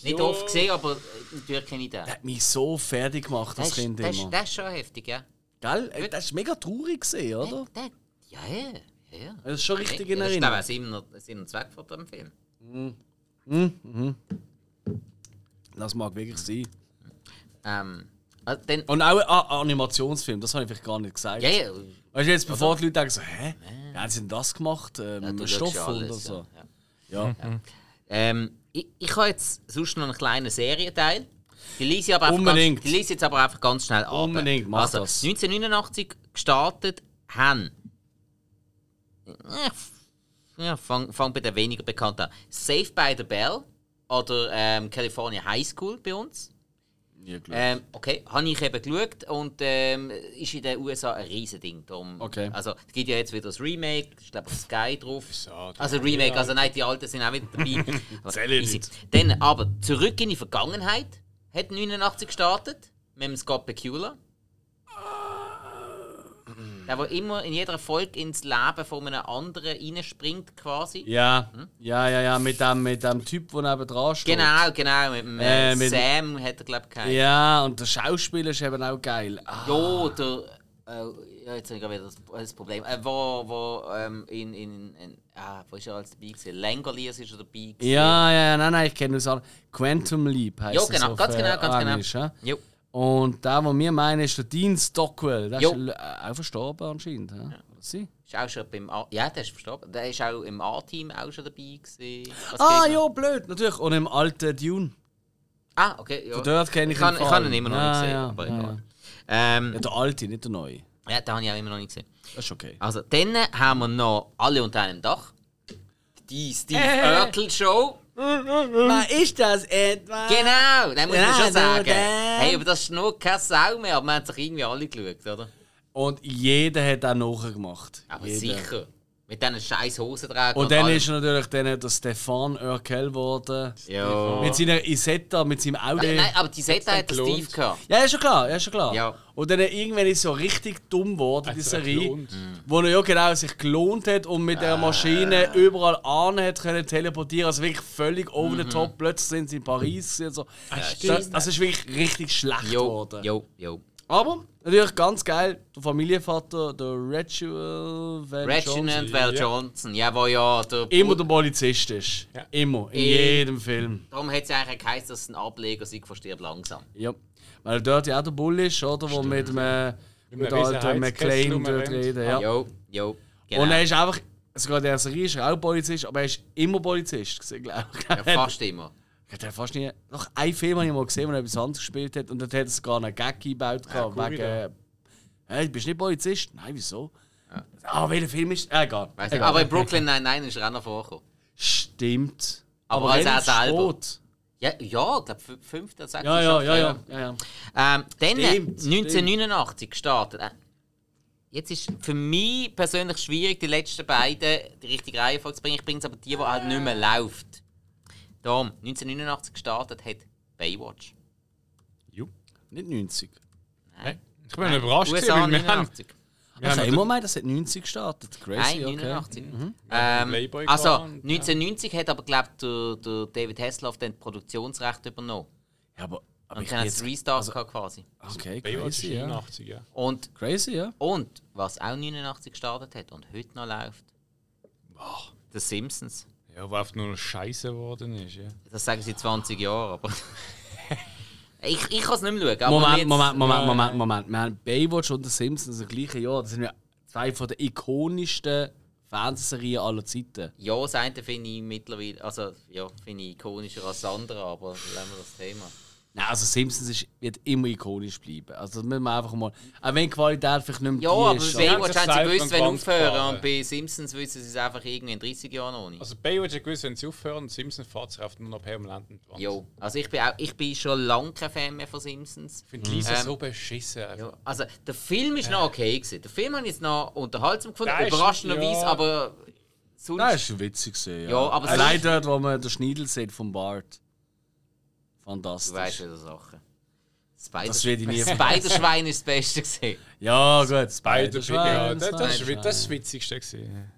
B: Nicht oft gesehen, aber äh, natürlich kenne ich den.
A: Der hat mich so fertig gemacht, das,
B: ist-
A: Kind
B: das, ist-
A: immer.
B: das ist schon heftig, ja.
A: Gell? Ey, Das war mega traurig, gewesen, oder?
B: Der, der, ja, ja. ja.
A: Das ist schon richtig in
B: Das ist,
A: Erinnerung.
B: glaube ich, auch Sinn und- Sinn und Zweck von dem Film.
A: Das mag wirklich sein.
B: Ähm, also dann,
A: Und auch ein A- Animationsfilm, das habe ich vielleicht gar nicht gesagt.
B: ja, ja,
A: Weißt du, jetzt bevor die Leute denken so, hä? Wie haben sie denn das gemacht? Ähm,
B: ja, du
A: Stoff
B: schaust ja
A: oder
B: alles,
A: so.
B: ja, ja.
A: Ja.
B: Ähm, ich, ich habe jetzt sonst noch einen kleinen Serienteil. Die lese ich aber einfach
A: Unbedingt.
B: Ganz, die lese ich jetzt aber einfach ganz schnell ab.
A: Unbedingt, mach
B: also,
A: das.
B: 1989 gestartet haben. Äh, Ja, Ja, fang, fang bei der weniger bekannt an. Safe by the Bell oder ähm, California High School bei uns.
A: Ja, klar.
B: Ähm, okay, habe ich eben geschaut und ähm, ist in den USA ein Riesending. Darum,
A: Okay.
B: Also, es gibt ja jetzt wieder das Remake, ich glaube auf Sky drauf.
C: Schade.
B: Also Remake, also nein, die Alten sind auch wieder dabei. Aber
A: Zähle
B: easy.
A: nicht.
B: Dann aber zurück in die Vergangenheit, hat 89 gestartet, mit dem Scott Bakula. Der, der immer in jeder Folge ins Leben von einem anderen reinspringt, quasi.
A: ja. ja, ja, ja, mit dem, mit dem Typ, der neben dran steht.
B: Hm? Genau, genau, mit, dem, äh,
A: Äh, mit-
B: Sam hat er, glaube ich, keinen.
A: Ja, und der Schauspieler ist eben auch geil. Ah,
B: Ja, der. Äh, ja, jetzt habe ich gerade wieder das, das Problem. Äh, wo, wo, ähm, in, in, in, ah, wo ist er alles dabei gewesen? Langoliers ist er dabei gewesen.
A: ja, ja, ja, nein, nein, ich kenne das alle. Quantum Leap heißt
B: Jo, genau, ganz genau, ganz genau.
A: äh, Ja?
B: Jo.
A: Und der, den wir meinen, ist der Dean Stockwell. Der
B: Jo.
A: ist l- äh, auch verstorben anscheinend. Ja? Oder sie?
B: Ist auch schon beim A ja, der ist verstorben. Der ist auch im A-Team auch schon dabei gewesen. Was
A: Ah,
B: geht noch?
A: ja, blöd, natürlich. Und im alten Dune.
B: Ah, okay, ja.
A: Von dort kenne ich
B: ich kann,
A: ihn
B: ich kann ihn immer noch
A: Ja,
B: nicht sehen,
A: ja,
B: aber
A: ja,
B: egal.
A: ja.
B: Ähm,
A: Ja, der alte, nicht der neue.
B: ja, den habe ich auch immer noch nicht gesehen.
A: Das ist okay.
B: Also, dann haben wir noch alle unter einem Dach. Die Steve
A: Äh.
B: Urkel Show.
A: Was ist das etwa?
B: Genau, den muss man
A: Ah. Ja,
B: schon
A: du,
B: sagen.
A: der-
B: Hey, aber das ist noch keine Sau mehr, aber man hat sich irgendwie alle geschaut, oder?
A: Und jeder hat auch nachgemacht.
B: Aber
A: jeder.
B: sicher. Mit diesen scheiß Hosen tragen.
A: Und dann
B: allem.
A: ist er natürlich dann der Stefan Urkel geworden.
B: Ja.
A: Mit seiner Isetta, mit seinem Auto.
B: Nein, nein, aber die Seta hat der
C: gelohnt.
B: Steve gehabt.
A: Ja, ist schon klar, ja, ist schon klar.
B: Ja.
A: Und dann irgendwann ist so richtig dumm geworden, die
C: sich
A: Serie,
C: gelohnt.
A: wo er ja genau sich gelohnt hat und mit
B: Äh.
A: der Maschine überall an hat können teleportieren. Also wirklich völlig over
B: Mhm.
A: the top. Plötzlich sind sie in Paris. gewesen und So. das, das ist wirklich richtig schlecht
B: Jo,
A: geworden.
B: jo, jo.
A: Aber natürlich ganz geil, der Familienvater, der Reginald Van Johnson.
B: Reginald Val
C: ja.
B: Johnson, ja, wo ja der.
A: Immer der Polizist ist.
C: Ja.
A: Immer, in
B: Eh.
A: jedem Film.
B: Darum hat es eigentlich geheißen, dass es ein Ableger sei von stirb langsam.
A: Ja. Weil dort ja auch der Bull ist, oder? Wo mit einem mit alten McLean dort reden. Ja.
B: Ah, Jo, genau. jo.
A: Und er ist einfach, sogar der Serie ist er auch Polizist, aber er ist immer Polizist, glaube ich.
B: ja, fast immer.
A: Ich habe fast nie. Noch einen Film habe ich mal gesehen, wo er etwas anderes gespielt hat. Und dort hat er sogar einen Gag eingebaut. gehabt,
C: cool
A: wegen.
C: wieder.
A: Äh, hey, bist du nicht Polizist? Nein, wieso? Ah, welcher Film ist. Äh, egal.
B: Weißt du,
A: egal.
B: aber in Brooklyn Nine-Nine ist er auch noch vorgekommen.
A: Stimmt.
B: Aber als
A: relativ
B: er selber.
A: spät.
B: Ja, ja, ich glaube, fünf oder sechs.
A: Ja, ja, ja, ja. ja, ja.
B: Ähm, dann
A: Stimmt,
B: 1989 gestartet. Äh, Jetzt ist für mich persönlich schwierig, die letzten beiden die richtige Reihenfolge zu bringen. Ich bringe es aber die, die halt nicht mehr läuft. Darum, 1989 gestartet hat Baywatch.
A: Nicht 90.
C: Ich bin überrascht, gewesen,
B: USA
C: weil wir haben
B: 89.
A: ich habe
C: haben-
A: immer gemeint, das hat 90 gestartet. Crazy,
B: Nein,
A: okay. Mhm.
B: 89. Ähm,
C: Playboy
B: also,
C: gehabt und-
B: 1990 hat aber, glaube ich, der, der David Hasselhoff dann die Produktionsrechte übernommen.
A: Ja, aber, aber
B: Und
A: ich
B: dann hat es
A: jetzt, also
B: Restart gehabt quasi.
A: Okay,
C: Baywatch
A: crazy,
C: ist
A: ja.
C: 89, ja.
B: Und,
A: Crazy, ja.
B: und, was auch 89 gestartet hat und heute noch läuft, The Simpsons.
C: Ja, wo einfach nur noch Scheiße geworden ist, ja.
B: Das sagen sie 20 Jahre, aber. ich ich kann es nicht mehr schauen. aber
A: Moment,
B: jetzt-
A: Moment, Moment,
C: Nein.
A: Moment, Moment. Wir haben Baywatch und The Simpsons im gleichen Jahr. Das sind ja zwei von der ikonischsten Fernsehserien aller Zeiten.
B: Ja, das eine finde ich mittlerweile. Also, ja, finde ich ikonischer als das andere, aber lassen wir das Thema.
A: Nein, also Simpsons ist, wird immer ikonisch bleiben. Also das müssen wir einfach mal... Auch wenn die Qualität vielleicht nicht mehr
B: Ja,
A: die
B: aber
A: ist.
B: bei
A: aber-
C: haben
B: Baywatch haben sie
C: sich selber
B: gewusst,
C: einen
B: wenn
C: Glanz
B: aufhören.
C: gefahren.
B: Und bei Simpsons wissen sie es einfach irgendwie in 30 Jahren noch nicht.
C: Also Baywatch hat gewusst, wenn sie aufhören, und Simpsons fährt sich einfach nur noch per um Land und Wand.
B: Jo, also ich bin, auch, ich bin schon lange kein Fan mehr von Simpsons.
C: Ich finde Lisa
B: Ähm,
C: so beschissen. einfach.
B: Ja, also der Film ist noch okay gewesen. Der Film habe ich jetzt noch unterhaltsam gefunden,
C: Der ist-
B: überraschenderweise,
C: ja.
B: aber sonst.
A: Das ist witzig gewesen, ja.
B: Ja, aber es
A: Allein
B: ist-
A: dort, wo man den Schniedel sieht vom Bart. Fantastisch.
B: Du weißt wieder Sachen. Spider
A: Das werde ich nie
B: Spiderschwein ist das Beste gesehen.
A: Ja, gut.
C: Beide
A: Spider-Schwein.
C: Pick, ja, das, das, ist
A: Spider-Schwein.
C: das ist das Witzigste. Gewesen.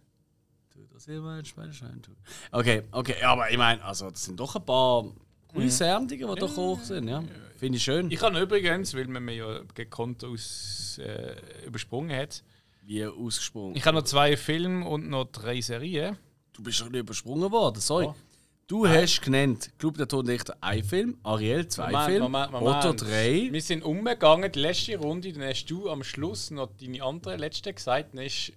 A: Das hier war ein Spider-Schwein. Okay, okay. Ja, aber ich meine, also, das sind doch ein paar coole Sendungen, die doch hoch sind, ja. Finde ich schön.
C: Mhm. Ich habe übrigens, weil man mir ja gekonnt aus äh, übersprungen hat,
A: Wie ausgesprungen.
C: ich habe noch zwei Filme und noch drei Serien.
A: Du bist doch nicht übersprungen worden, sorry. Du hast genannt Club der Toten Dichter ein Film, Ariel zwei Filme, Otto drei.
C: Wir sind umgegangen, die letzte Runde, dann hast du am Schluss noch deine andere letzte gesagt, dann ist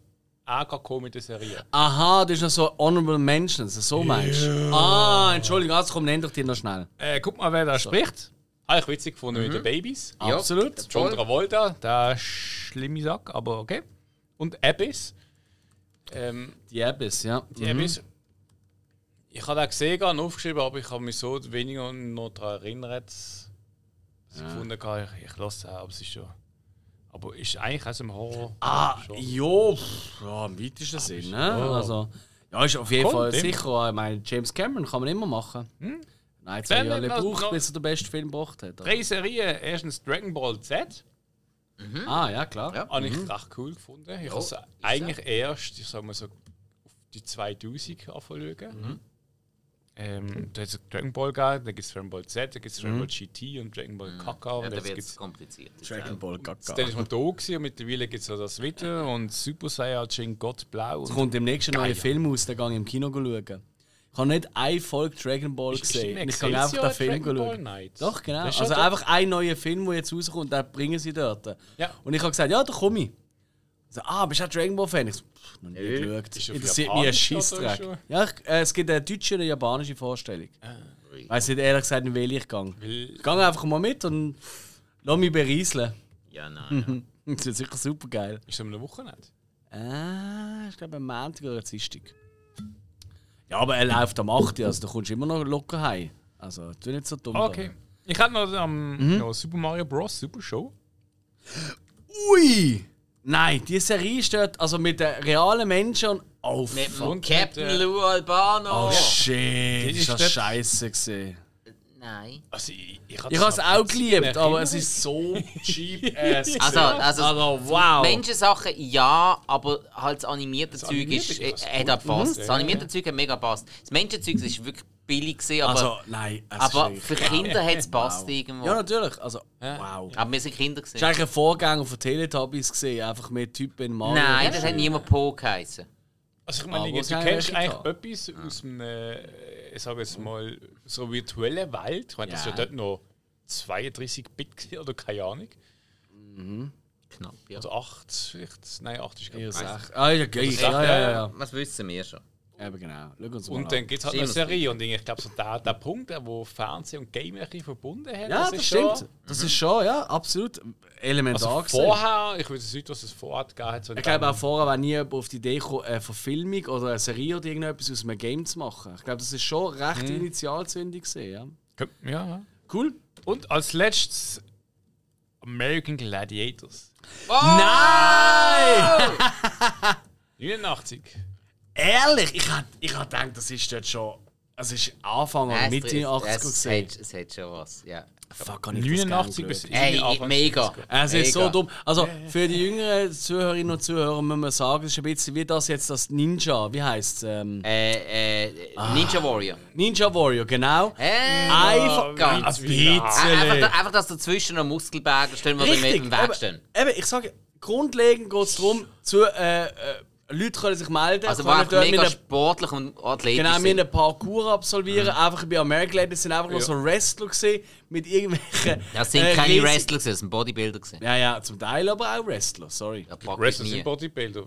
C: auch mit der Serie.
A: Aha, das ist noch so Honorable Mentions, so meinst du. Ah, Entschuldigung, also komm, nenn doch die noch schnell.
C: Äh, guck mal, wer da spricht. Mhm. Habe Ah, ich witzig gefunden mit den Babys.
B: Ja,
A: Absolut.
C: John Travolta, der schlimme Sack, aber okay. Und Abyss. Ähm,
A: Die Abyss, ja.
C: die Abyss. Ich habe den gesehen und aufgeschrieben, aber ich habe mich so weniger noch daran erinnert, dass ich gefunden habe, ich, ich lasse es auch, aber es ist schon. Aber ist eigentlich aus dem Horror.
A: Ah,
C: Schon.
A: jo, pff, ja, im weitesten Sinn, ne? Also, ja, ist auf jeden
C: Kommt
A: Fall
C: dem.
A: sicher. Ich meine, James Cameron kann man immer machen. Nein, zwei
C: Wenn
A: Jahre
C: man noch-
A: gebraucht,
C: noch-
A: bis er den besten Film gebracht hat.
C: Drei Serien. Erstens Dragon Ball Z.
A: Ah, ja, klar.
B: Ja.
C: Habe ich recht cool gefunden. Ich habe es eigentlich erst, ich sag mal so, auf die 2000 anfangen.
A: Mhm.
C: Ähm, da hat es Dragon Ball gegeben, dann gibt es Dragon Ball Z, dann gibt es
A: Mhm.
C: Dragon Ball GT und Dragon Ball Kaka.
B: Ja,
C: und
B: da
C: jetzt
B: wird
C: gibt's,
B: es kompliziert.
A: Dragon Ball Gaga.
C: dann ist man da gewesen, und mittlerweile gibt es ja das wieder und Super Saiyajin Gott Blau.
A: Es kommt im nächsten neuen Film aus, den gehe ich im Kino schauen. Ich habe nicht eine Folge Dragon Ball gesehen. Ich kann einfach den Film schauen. Doch, genau.
C: Das ist
A: Also
C: ja dort.
A: einfach ein neuer Film, der jetzt rauskommt, den bringen sie dort.
C: Ja.
A: Und ich habe gesagt, ja, da komme ich. So, ah, bist du auch Dragon Ball Fan? Ich so, pff, noch nie geschaut.
C: Ist auf
A: Interessiert mich ein
C: Japanisch oder
A: Schissdreck.
C: schon?
A: Ja, ich, äh, es gibt eine deutsche und eine japanische Vorstellung.
C: Ah,
A: Ich weiß nicht ehrlich gesagt, in welche ich gehe.
C: Weil-
A: Ich gehe einfach mal mit und lass mich bereiseln.
B: Ja,
A: Mhm.
B: nein.
A: Das wird sicher super geil.
C: Ist das in einer Woche nicht?
A: Ah, ich glaube am Montag oder Dienstag. Ja, aber er läuft am 8. Also da kommst du immer noch locker heim. Also, du nicht so dumm.
C: Ah, Okay. Ich hatte noch, ähm,
A: Mhm.
C: noch Super Mario Bros. Super Show.
A: da. Ui! Nein, die Serie stört also mit den realen Menschen und. Oh,
B: Mit
A: fuck.
B: dem
C: Und
B: Captain
C: mit, äh,
B: Lou
A: Oh,
B: Albano.
A: shit. Ist
C: ist
A: das
C: dort-
A: scheiße gewesen.
B: Nein.
C: Also, ich, ich
A: Ich habe es auch geliebt, aber es ist so cheap
C: äh,
A: ass.
B: Also, also,
A: Also, wow.
B: Menschensachen ja, aber halt das animierte Zeug
C: animierte
B: ist,
C: ist
B: äh, hat
C: was
B: auch
A: Mhm.
B: gepasst. Das
C: Ja,
B: animierte Zeug hat mega gepasst. Das Menschenzeug ist wirklich billig, gewesen, aber,
A: Also, nein. es ist
B: aber
A: wirklich-
B: für Kinder hat es gepasst irgendwo.
A: Ja, natürlich. Also, wow.
B: Aber wir sind Kinder
A: Hast du
B: gesehen.
A: eigentlich einen Vorgänger von Teletubbies gesehen? Einfach mit Typen in Mario.
B: Nein, das hat niemand Po geheißen.
C: Also ich meine,
A: Aber
C: du
A: es haben
C: kennst
A: welche
C: eigentlich
A: da.
C: etwas aus einem, äh, ich sage jetzt mal, so virtuellen Welt. Ich meine, das ist ja
A: Ja.
C: dort noch 32 Bit gewesen oder keine Ahnung.
B: knapp, ja.
C: Also 8 vielleicht? Nein, 8 ist
A: Eher
C: glaube ich.
A: sechs. Ah, ja, gleich. Ja, ja, ja.
B: Was wissen wir schon?
A: Eben genau. Schau uns mal
C: Und
A: an.
C: dann gibt es halt eine Serie. Und ich glaube, so der, der Punkt, der wo Fernsehen und Game ein bisschen verbunden hat,
A: Ja, das,
C: ist
A: stimmt.
C: Schon,
A: Das ist schon, ja, absolut elementar
C: also
A: gewesen.
C: vorher, ich würde es nicht, was es vorher gegeben hat. So
A: Ich glaube auch vorher wäre nie jemand auf die Idee gekommen, eine Verfilmung oder eine Serie oder irgendetwas aus einem Game zu machen. Ich glaube, das ist schon recht Initialzündung gesehen, ja.
C: Ja, ja.
A: Cool.
C: Und als letztes American Gladiators.
A: Nein!
C: 89.
A: Ehrlich, ich habe ich hab gedacht, das ist dort schon. Es ist Anfang oder Mitte 80
B: es,
A: gesehen.
B: es, es hat schon was, ja.
A: Fuck, hab ich das gern
C: 89 bis
A: geschaut.
B: Ey,
C: irgendwie Anfang
B: mega.
C: 70er.
A: Es ist
B: Mega.
A: so dumm. Also für die jüngeren Zuhörerinnen und Zuhörer muss man sagen, es ist ein bisschen wie das jetzt das Ninja, wie heißt es? Ähm,
B: Äh, äh,
A: Ah.
B: Ninja Warrior.
A: Ninja Warrior, genau.
B: Äh,
A: Einfach
B: Gott.
A: ein
C: Zwiebeln.
B: Einfach, da,
A: bisschen.
B: einfach, dass dazwischen noch Muskelberger stehen, die
A: Richtig. also
B: mit im Weg
A: Eben,
B: stehen.
A: eben, ich sage, grundlegend geht es darum, zu, äh, äh, Leute können sich melden,
B: Also, die
A: können
B: einfach
A: dort mit
B: mega
A: einem
B: sportlich und athletisch
A: Genau, wir
B: sind. Mhm.
A: haben einen Parkour absolvieren. Einfach bei American Ladies sind einfach nur so Wrestler gewesen, mit irgendwelchen.
B: Das sind
A: äh,
B: keine
A: riesen-
B: Wrestler, gewesen, das sind Bodybuilder. gewesen.
A: Ja, ja, zum Teil aber auch Wrestler, sorry.
B: Ja, praktisch
C: Wrestler
B: nie.
C: sind Bodybuilder.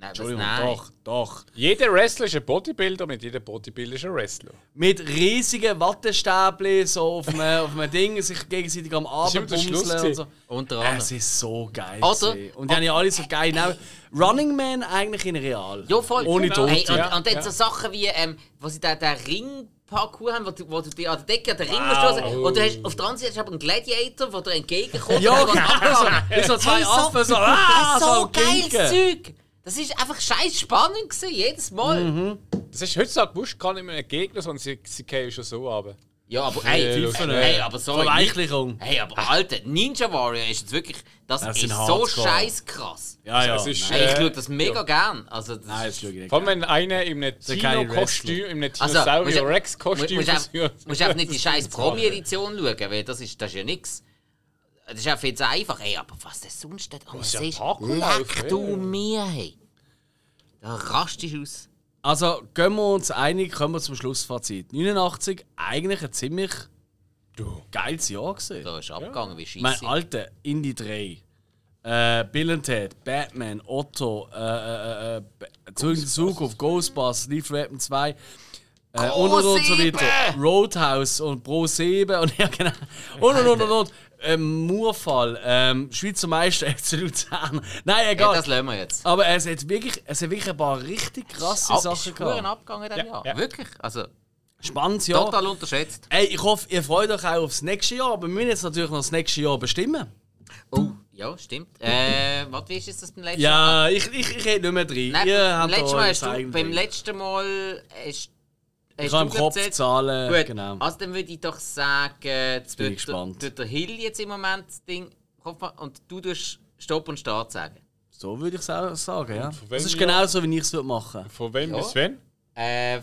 B: Nein, das,
A: Entschuldigung,
B: nein.
A: doch, doch.
C: Jeder Wrestler ist ein Bodybuilder, nicht jeder Bodybuilder ist ein Wrestler.
A: Mit riesigen Wattestäbchen so auf einem, auf einem Ding, sich gegenseitig am
C: ist immer
A: Abend
C: der Schluss
A: bumseln und so.
B: Unter
A: Es
B: anderem.
A: ist so geil.
B: Oder-
A: gewesen. Und die haben ja alle
B: äh,
A: so geil. Namen. Running Man eigentlich in real.
B: Ja, voll.
A: Ohne
B: Genau.
A: Tote.
B: Hey, und,
C: Ja,
B: und dann
C: ja.
B: so Sachen wie, ähm, wo sie da den Ringparcours haben, wo du, wo du dich an der Decke an den Ring
C: Wow.
B: musst stoßen. Und du hast auf der anderen Seite hast du aber einen Gladiator, der dir entgegenkommt.
A: Ja,
B: und der geht
A: genau. So,
B: abhauen.
A: wie so zwei Affen, so, ah,
B: das ist so
A: so
B: geiles
A: kinken.
B: Zeug. Das ist einfach scheiß spannend gewesen, jedes
A: Mhm.
B: Mal.
C: Das ist heutzutage Busch gar nicht mehr ein Gegner, sondern sie, sie gehen schon so ab.
B: Ja, aber hey,
C: Tiefen,
B: hey, aber sorry.
A: Verweichlichung.
B: Hey, aber Alter, Ninja Warrior ist jetzt wirklich, das,
A: Das
B: ist
A: sind
B: so
A: Hardcore.
B: scheiß krass.
A: Ja, ja.
C: Es ist-
A: nein,
B: Hey, ich
C: Äh,
B: schaue das mega
C: ja.
B: gern. Also, das
A: nein,
B: ist-
A: das schaue ich nicht.
C: Vor allem wenn einer in einem
A: keine
C: Dino-Kostüm, in einem
B: Also,
C: Dinosaurier
B: musst-
C: Rex-Kostüm
B: musst- musst
C: versucht.
B: auch- musst auch nicht die scheiß Promi-Edition schauen, weil das ist, das ist ja nichts. Das ist ja viel zu einfach. Hey, aber was das sonst dort alles
C: ist ja
B: ist,
C: Parkourlauf,
B: leck
C: ja.
B: du mir, hey. Da rast dich aus.
A: Also, gehen wir uns einig, kommen wir zum Schlussfazit. 89, eigentlich ein ziemlich geiles Jahr gesehen.
B: Da ist abgegangen wie Scheiße.
A: Mein alter Indie 3. Äh, Bill and Ted, Batman, Otto, äh, äh, äh, B- Zurück in die Zukunft, Ghostbusters, Leaf Weapon 2 äh, und, und, und so
B: Pro
A: weiter. Roadhouse und Pro 7 und ja genau. Und und und und und. Ähm, Murfall, ähm, Schweizer Meister FC Luzern. Nein,
B: ja,
A: egal.
B: das lassen wir jetzt.
A: Aber es hat, wirklich, es hat wirklich ein paar richtig krasse
B: Ab-
A: Sachen
B: ist Spuren
A: gehabt.
B: abgegangen in diesem
C: Ja,
B: Jahr.
C: ja.
B: Wirklich. Also,
A: Spannendes Jahr.
B: total unterschätzt.
A: Ey, ich hoffe, ihr freut euch auch aufs nächste Jahr, aber wir müssen jetzt natürlich noch das nächste Jahr bestimmen.
B: Oh, ja, stimmt. Äh, was, wie ist es das beim letzten
A: Ja,
B: Mal?
A: ich, ich, ich rede nicht mehr drin.
B: Nein,
A: Ihr
B: beim,
A: habt
B: letzten
A: euer
B: Mal hast du,
A: eigenes
B: beim
A: Ding.
B: letzten Mal hast, hast
A: Ich habe im
B: du
A: Kopf
B: erzählt-
A: Zahlen.
B: Gut,
A: Genau.
B: also dann würde ich doch sagen,
A: bin ich
B: tut der-
A: gespannt.
B: tut der Hill jetzt im Moment das Ding Kopf machen und du tust Stopp und Start sagen.
A: So würde ich es auch sagen, ja.
C: von
A: Das
C: welchem
A: ist genauso, wie ich es machen würde.
C: Von wem
B: Ja.
C: bis wann?
B: Äh,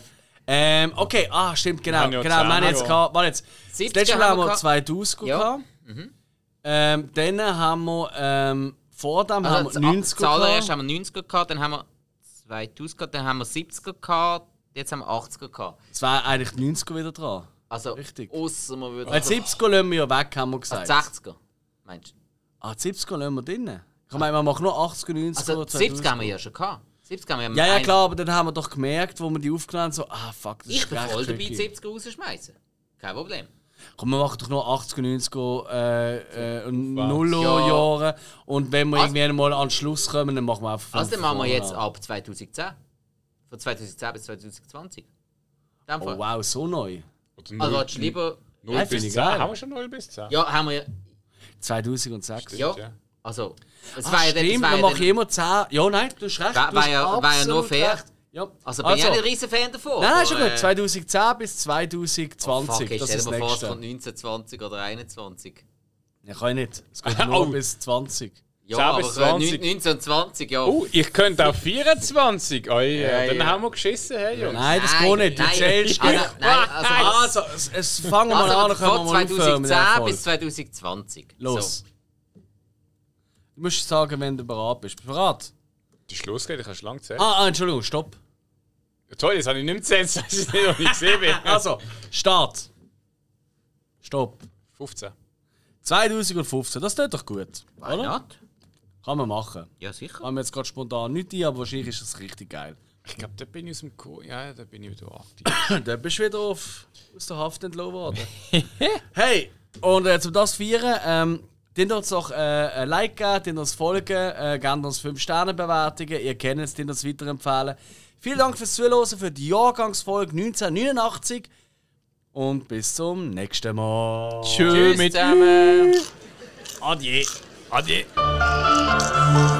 A: Ähm, okay, ah, stimmt, genau.
C: haben ja
A: genau, wir haben
C: zusammen,
A: jetzt
C: ja.
A: gehabt, warte jetzt. Das
B: 70
A: letzte Mal haben
B: haben wir
A: wir
B: gehabt.
A: 2000
B: Ja.
A: gehabt. Ähm, dann haben wir, ähm, vor dem haben
B: also,
A: wir
B: zu-
A: 90
B: Zuallererst
A: gehabt.
B: haben wir 90er gehabt, dann haben wir 2000 gehabt, dann haben wir 70er gehabt, jetzt haben wir 80er gehabt.
A: Es war eigentlich 90 wieder dran.
B: Also,
A: Richtig.
B: außer man würde.
A: Weil 70 lassen wir ja weg, haben wir
B: also,
A: gesagt.
B: 60er, meinst du?
A: Ah, 70 lassen wir drin. Ich meine, wir machen nur 80, 90
B: Also, 70 haben wir ja schon gehabt. 70 haben wir
A: Ja, ja,
B: einen-
A: klar, aber dann haben wir doch gemerkt, wo wir die aufgenommen haben, so, ah, fuck, das
B: Ich
A: ist
B: bin
A: recht
B: voll dabei,
A: tricky.
B: 70er rausschmeißen. Kein Problem.
A: Komm, wir machen doch nur 80, 90 äh, äh, und
C: Wow.
A: Nullerjahre. Und wenn wir
B: Also-
A: irgendwie mal an den Schluss kommen, dann machen wir einfach
B: Also, dann
A: fünf
B: machen wir
A: vorne
B: jetzt
A: an.
B: ab 2010. Von 2010 bis 2020. In dem Fall.
A: Oh, wow, so neu.
C: Oder null-
B: Also willst du lieber.
C: null
A: Nein,
C: bis
A: finde ich
C: 10?
A: geil.
C: Haben wir schon 0 bis 10?
B: Ja, haben wir ja.
A: 2006.
B: Ja.
C: ja.
B: Also. Es
A: Ah,
B: war ja
A: stimmt,
B: das
A: dann mache
B: war ja
A: ich
B: dann,
A: immer 10. Ja, nein, du hast recht.
B: War-
A: du
B: war
A: hast
B: ja- war ja nur
A: absolut
B: fair.
A: recht. Ja.
B: also bin ich auch nicht ein riesen Fan davon.
A: Nein, nein, ist
B: aber, äh, Oh,
A: schon gut. 2010 bis 2020,
B: Fuck,
A: das
B: stell
A: ist
B: dir
A: das
B: mal vor, es kommt
A: Nächste.
B: 19, 20 oder 21.
A: Ja, kann ich nicht. Es geht nur
C: Oh.
A: bis 20.
B: Ja,
C: 10
B: aber
C: bis
B: so
C: 20.
B: 19 und 20, ja.
C: Oh, ich könnte auch 24. Oh, ja.
B: Ja,
C: Dann
B: ja.
C: haben wir geschissen, hey Jungs.
A: Nein, das geht nicht. Du
B: nein,
A: zählst
B: nein,
A: nicht.
B: nein,
A: Also,
B: also,
A: es, es fangen wir mal an,
B: also,
A: dann können wir mal
B: von
A: aufhören mit der
B: 2010
A: Folge.
B: bis 2020.
A: Los.
B: So.
A: Du musst sagen, wenn du bereit bist. Bist du bereit?
C: Die Schluss geht, ich habe schon lange gezählt.
A: Ah, ah Entschuldigung, stopp.
C: Toll, jetzt habe ich nicht mehr gezählt, dass ich nicht noch nicht gesehen bin.
A: Also, Start. Stopp.
C: 15.
A: 2015, das tut doch gut,
B: Why
A: oder?
B: not?
A: Kann man machen.
B: Ja, sicher.
A: Haben wir jetzt gerade spontan nicht ein, aber wahrscheinlich ist das richtig geil.
C: Ich glaube, da bin ich aus dem Kurs. Ja, da bin ich wieder aktiv.
A: Dann bist du wieder auf, aus der Haft entlassen worden. hey, und äh, zum das zu feiern, ähm, den uns doch äh, ein Like geben, den uns folgen, äh, gebt uns 5 Sterne Bewertungen, ihr kennt es, den uns weiterempfehlen. Vielen Dank fürs Zuhören, für die Jahrgangsfolge 1989 und bis zum nächsten Mal.
C: Schön mit
B: zusammen.
A: Adieu.
C: Ade.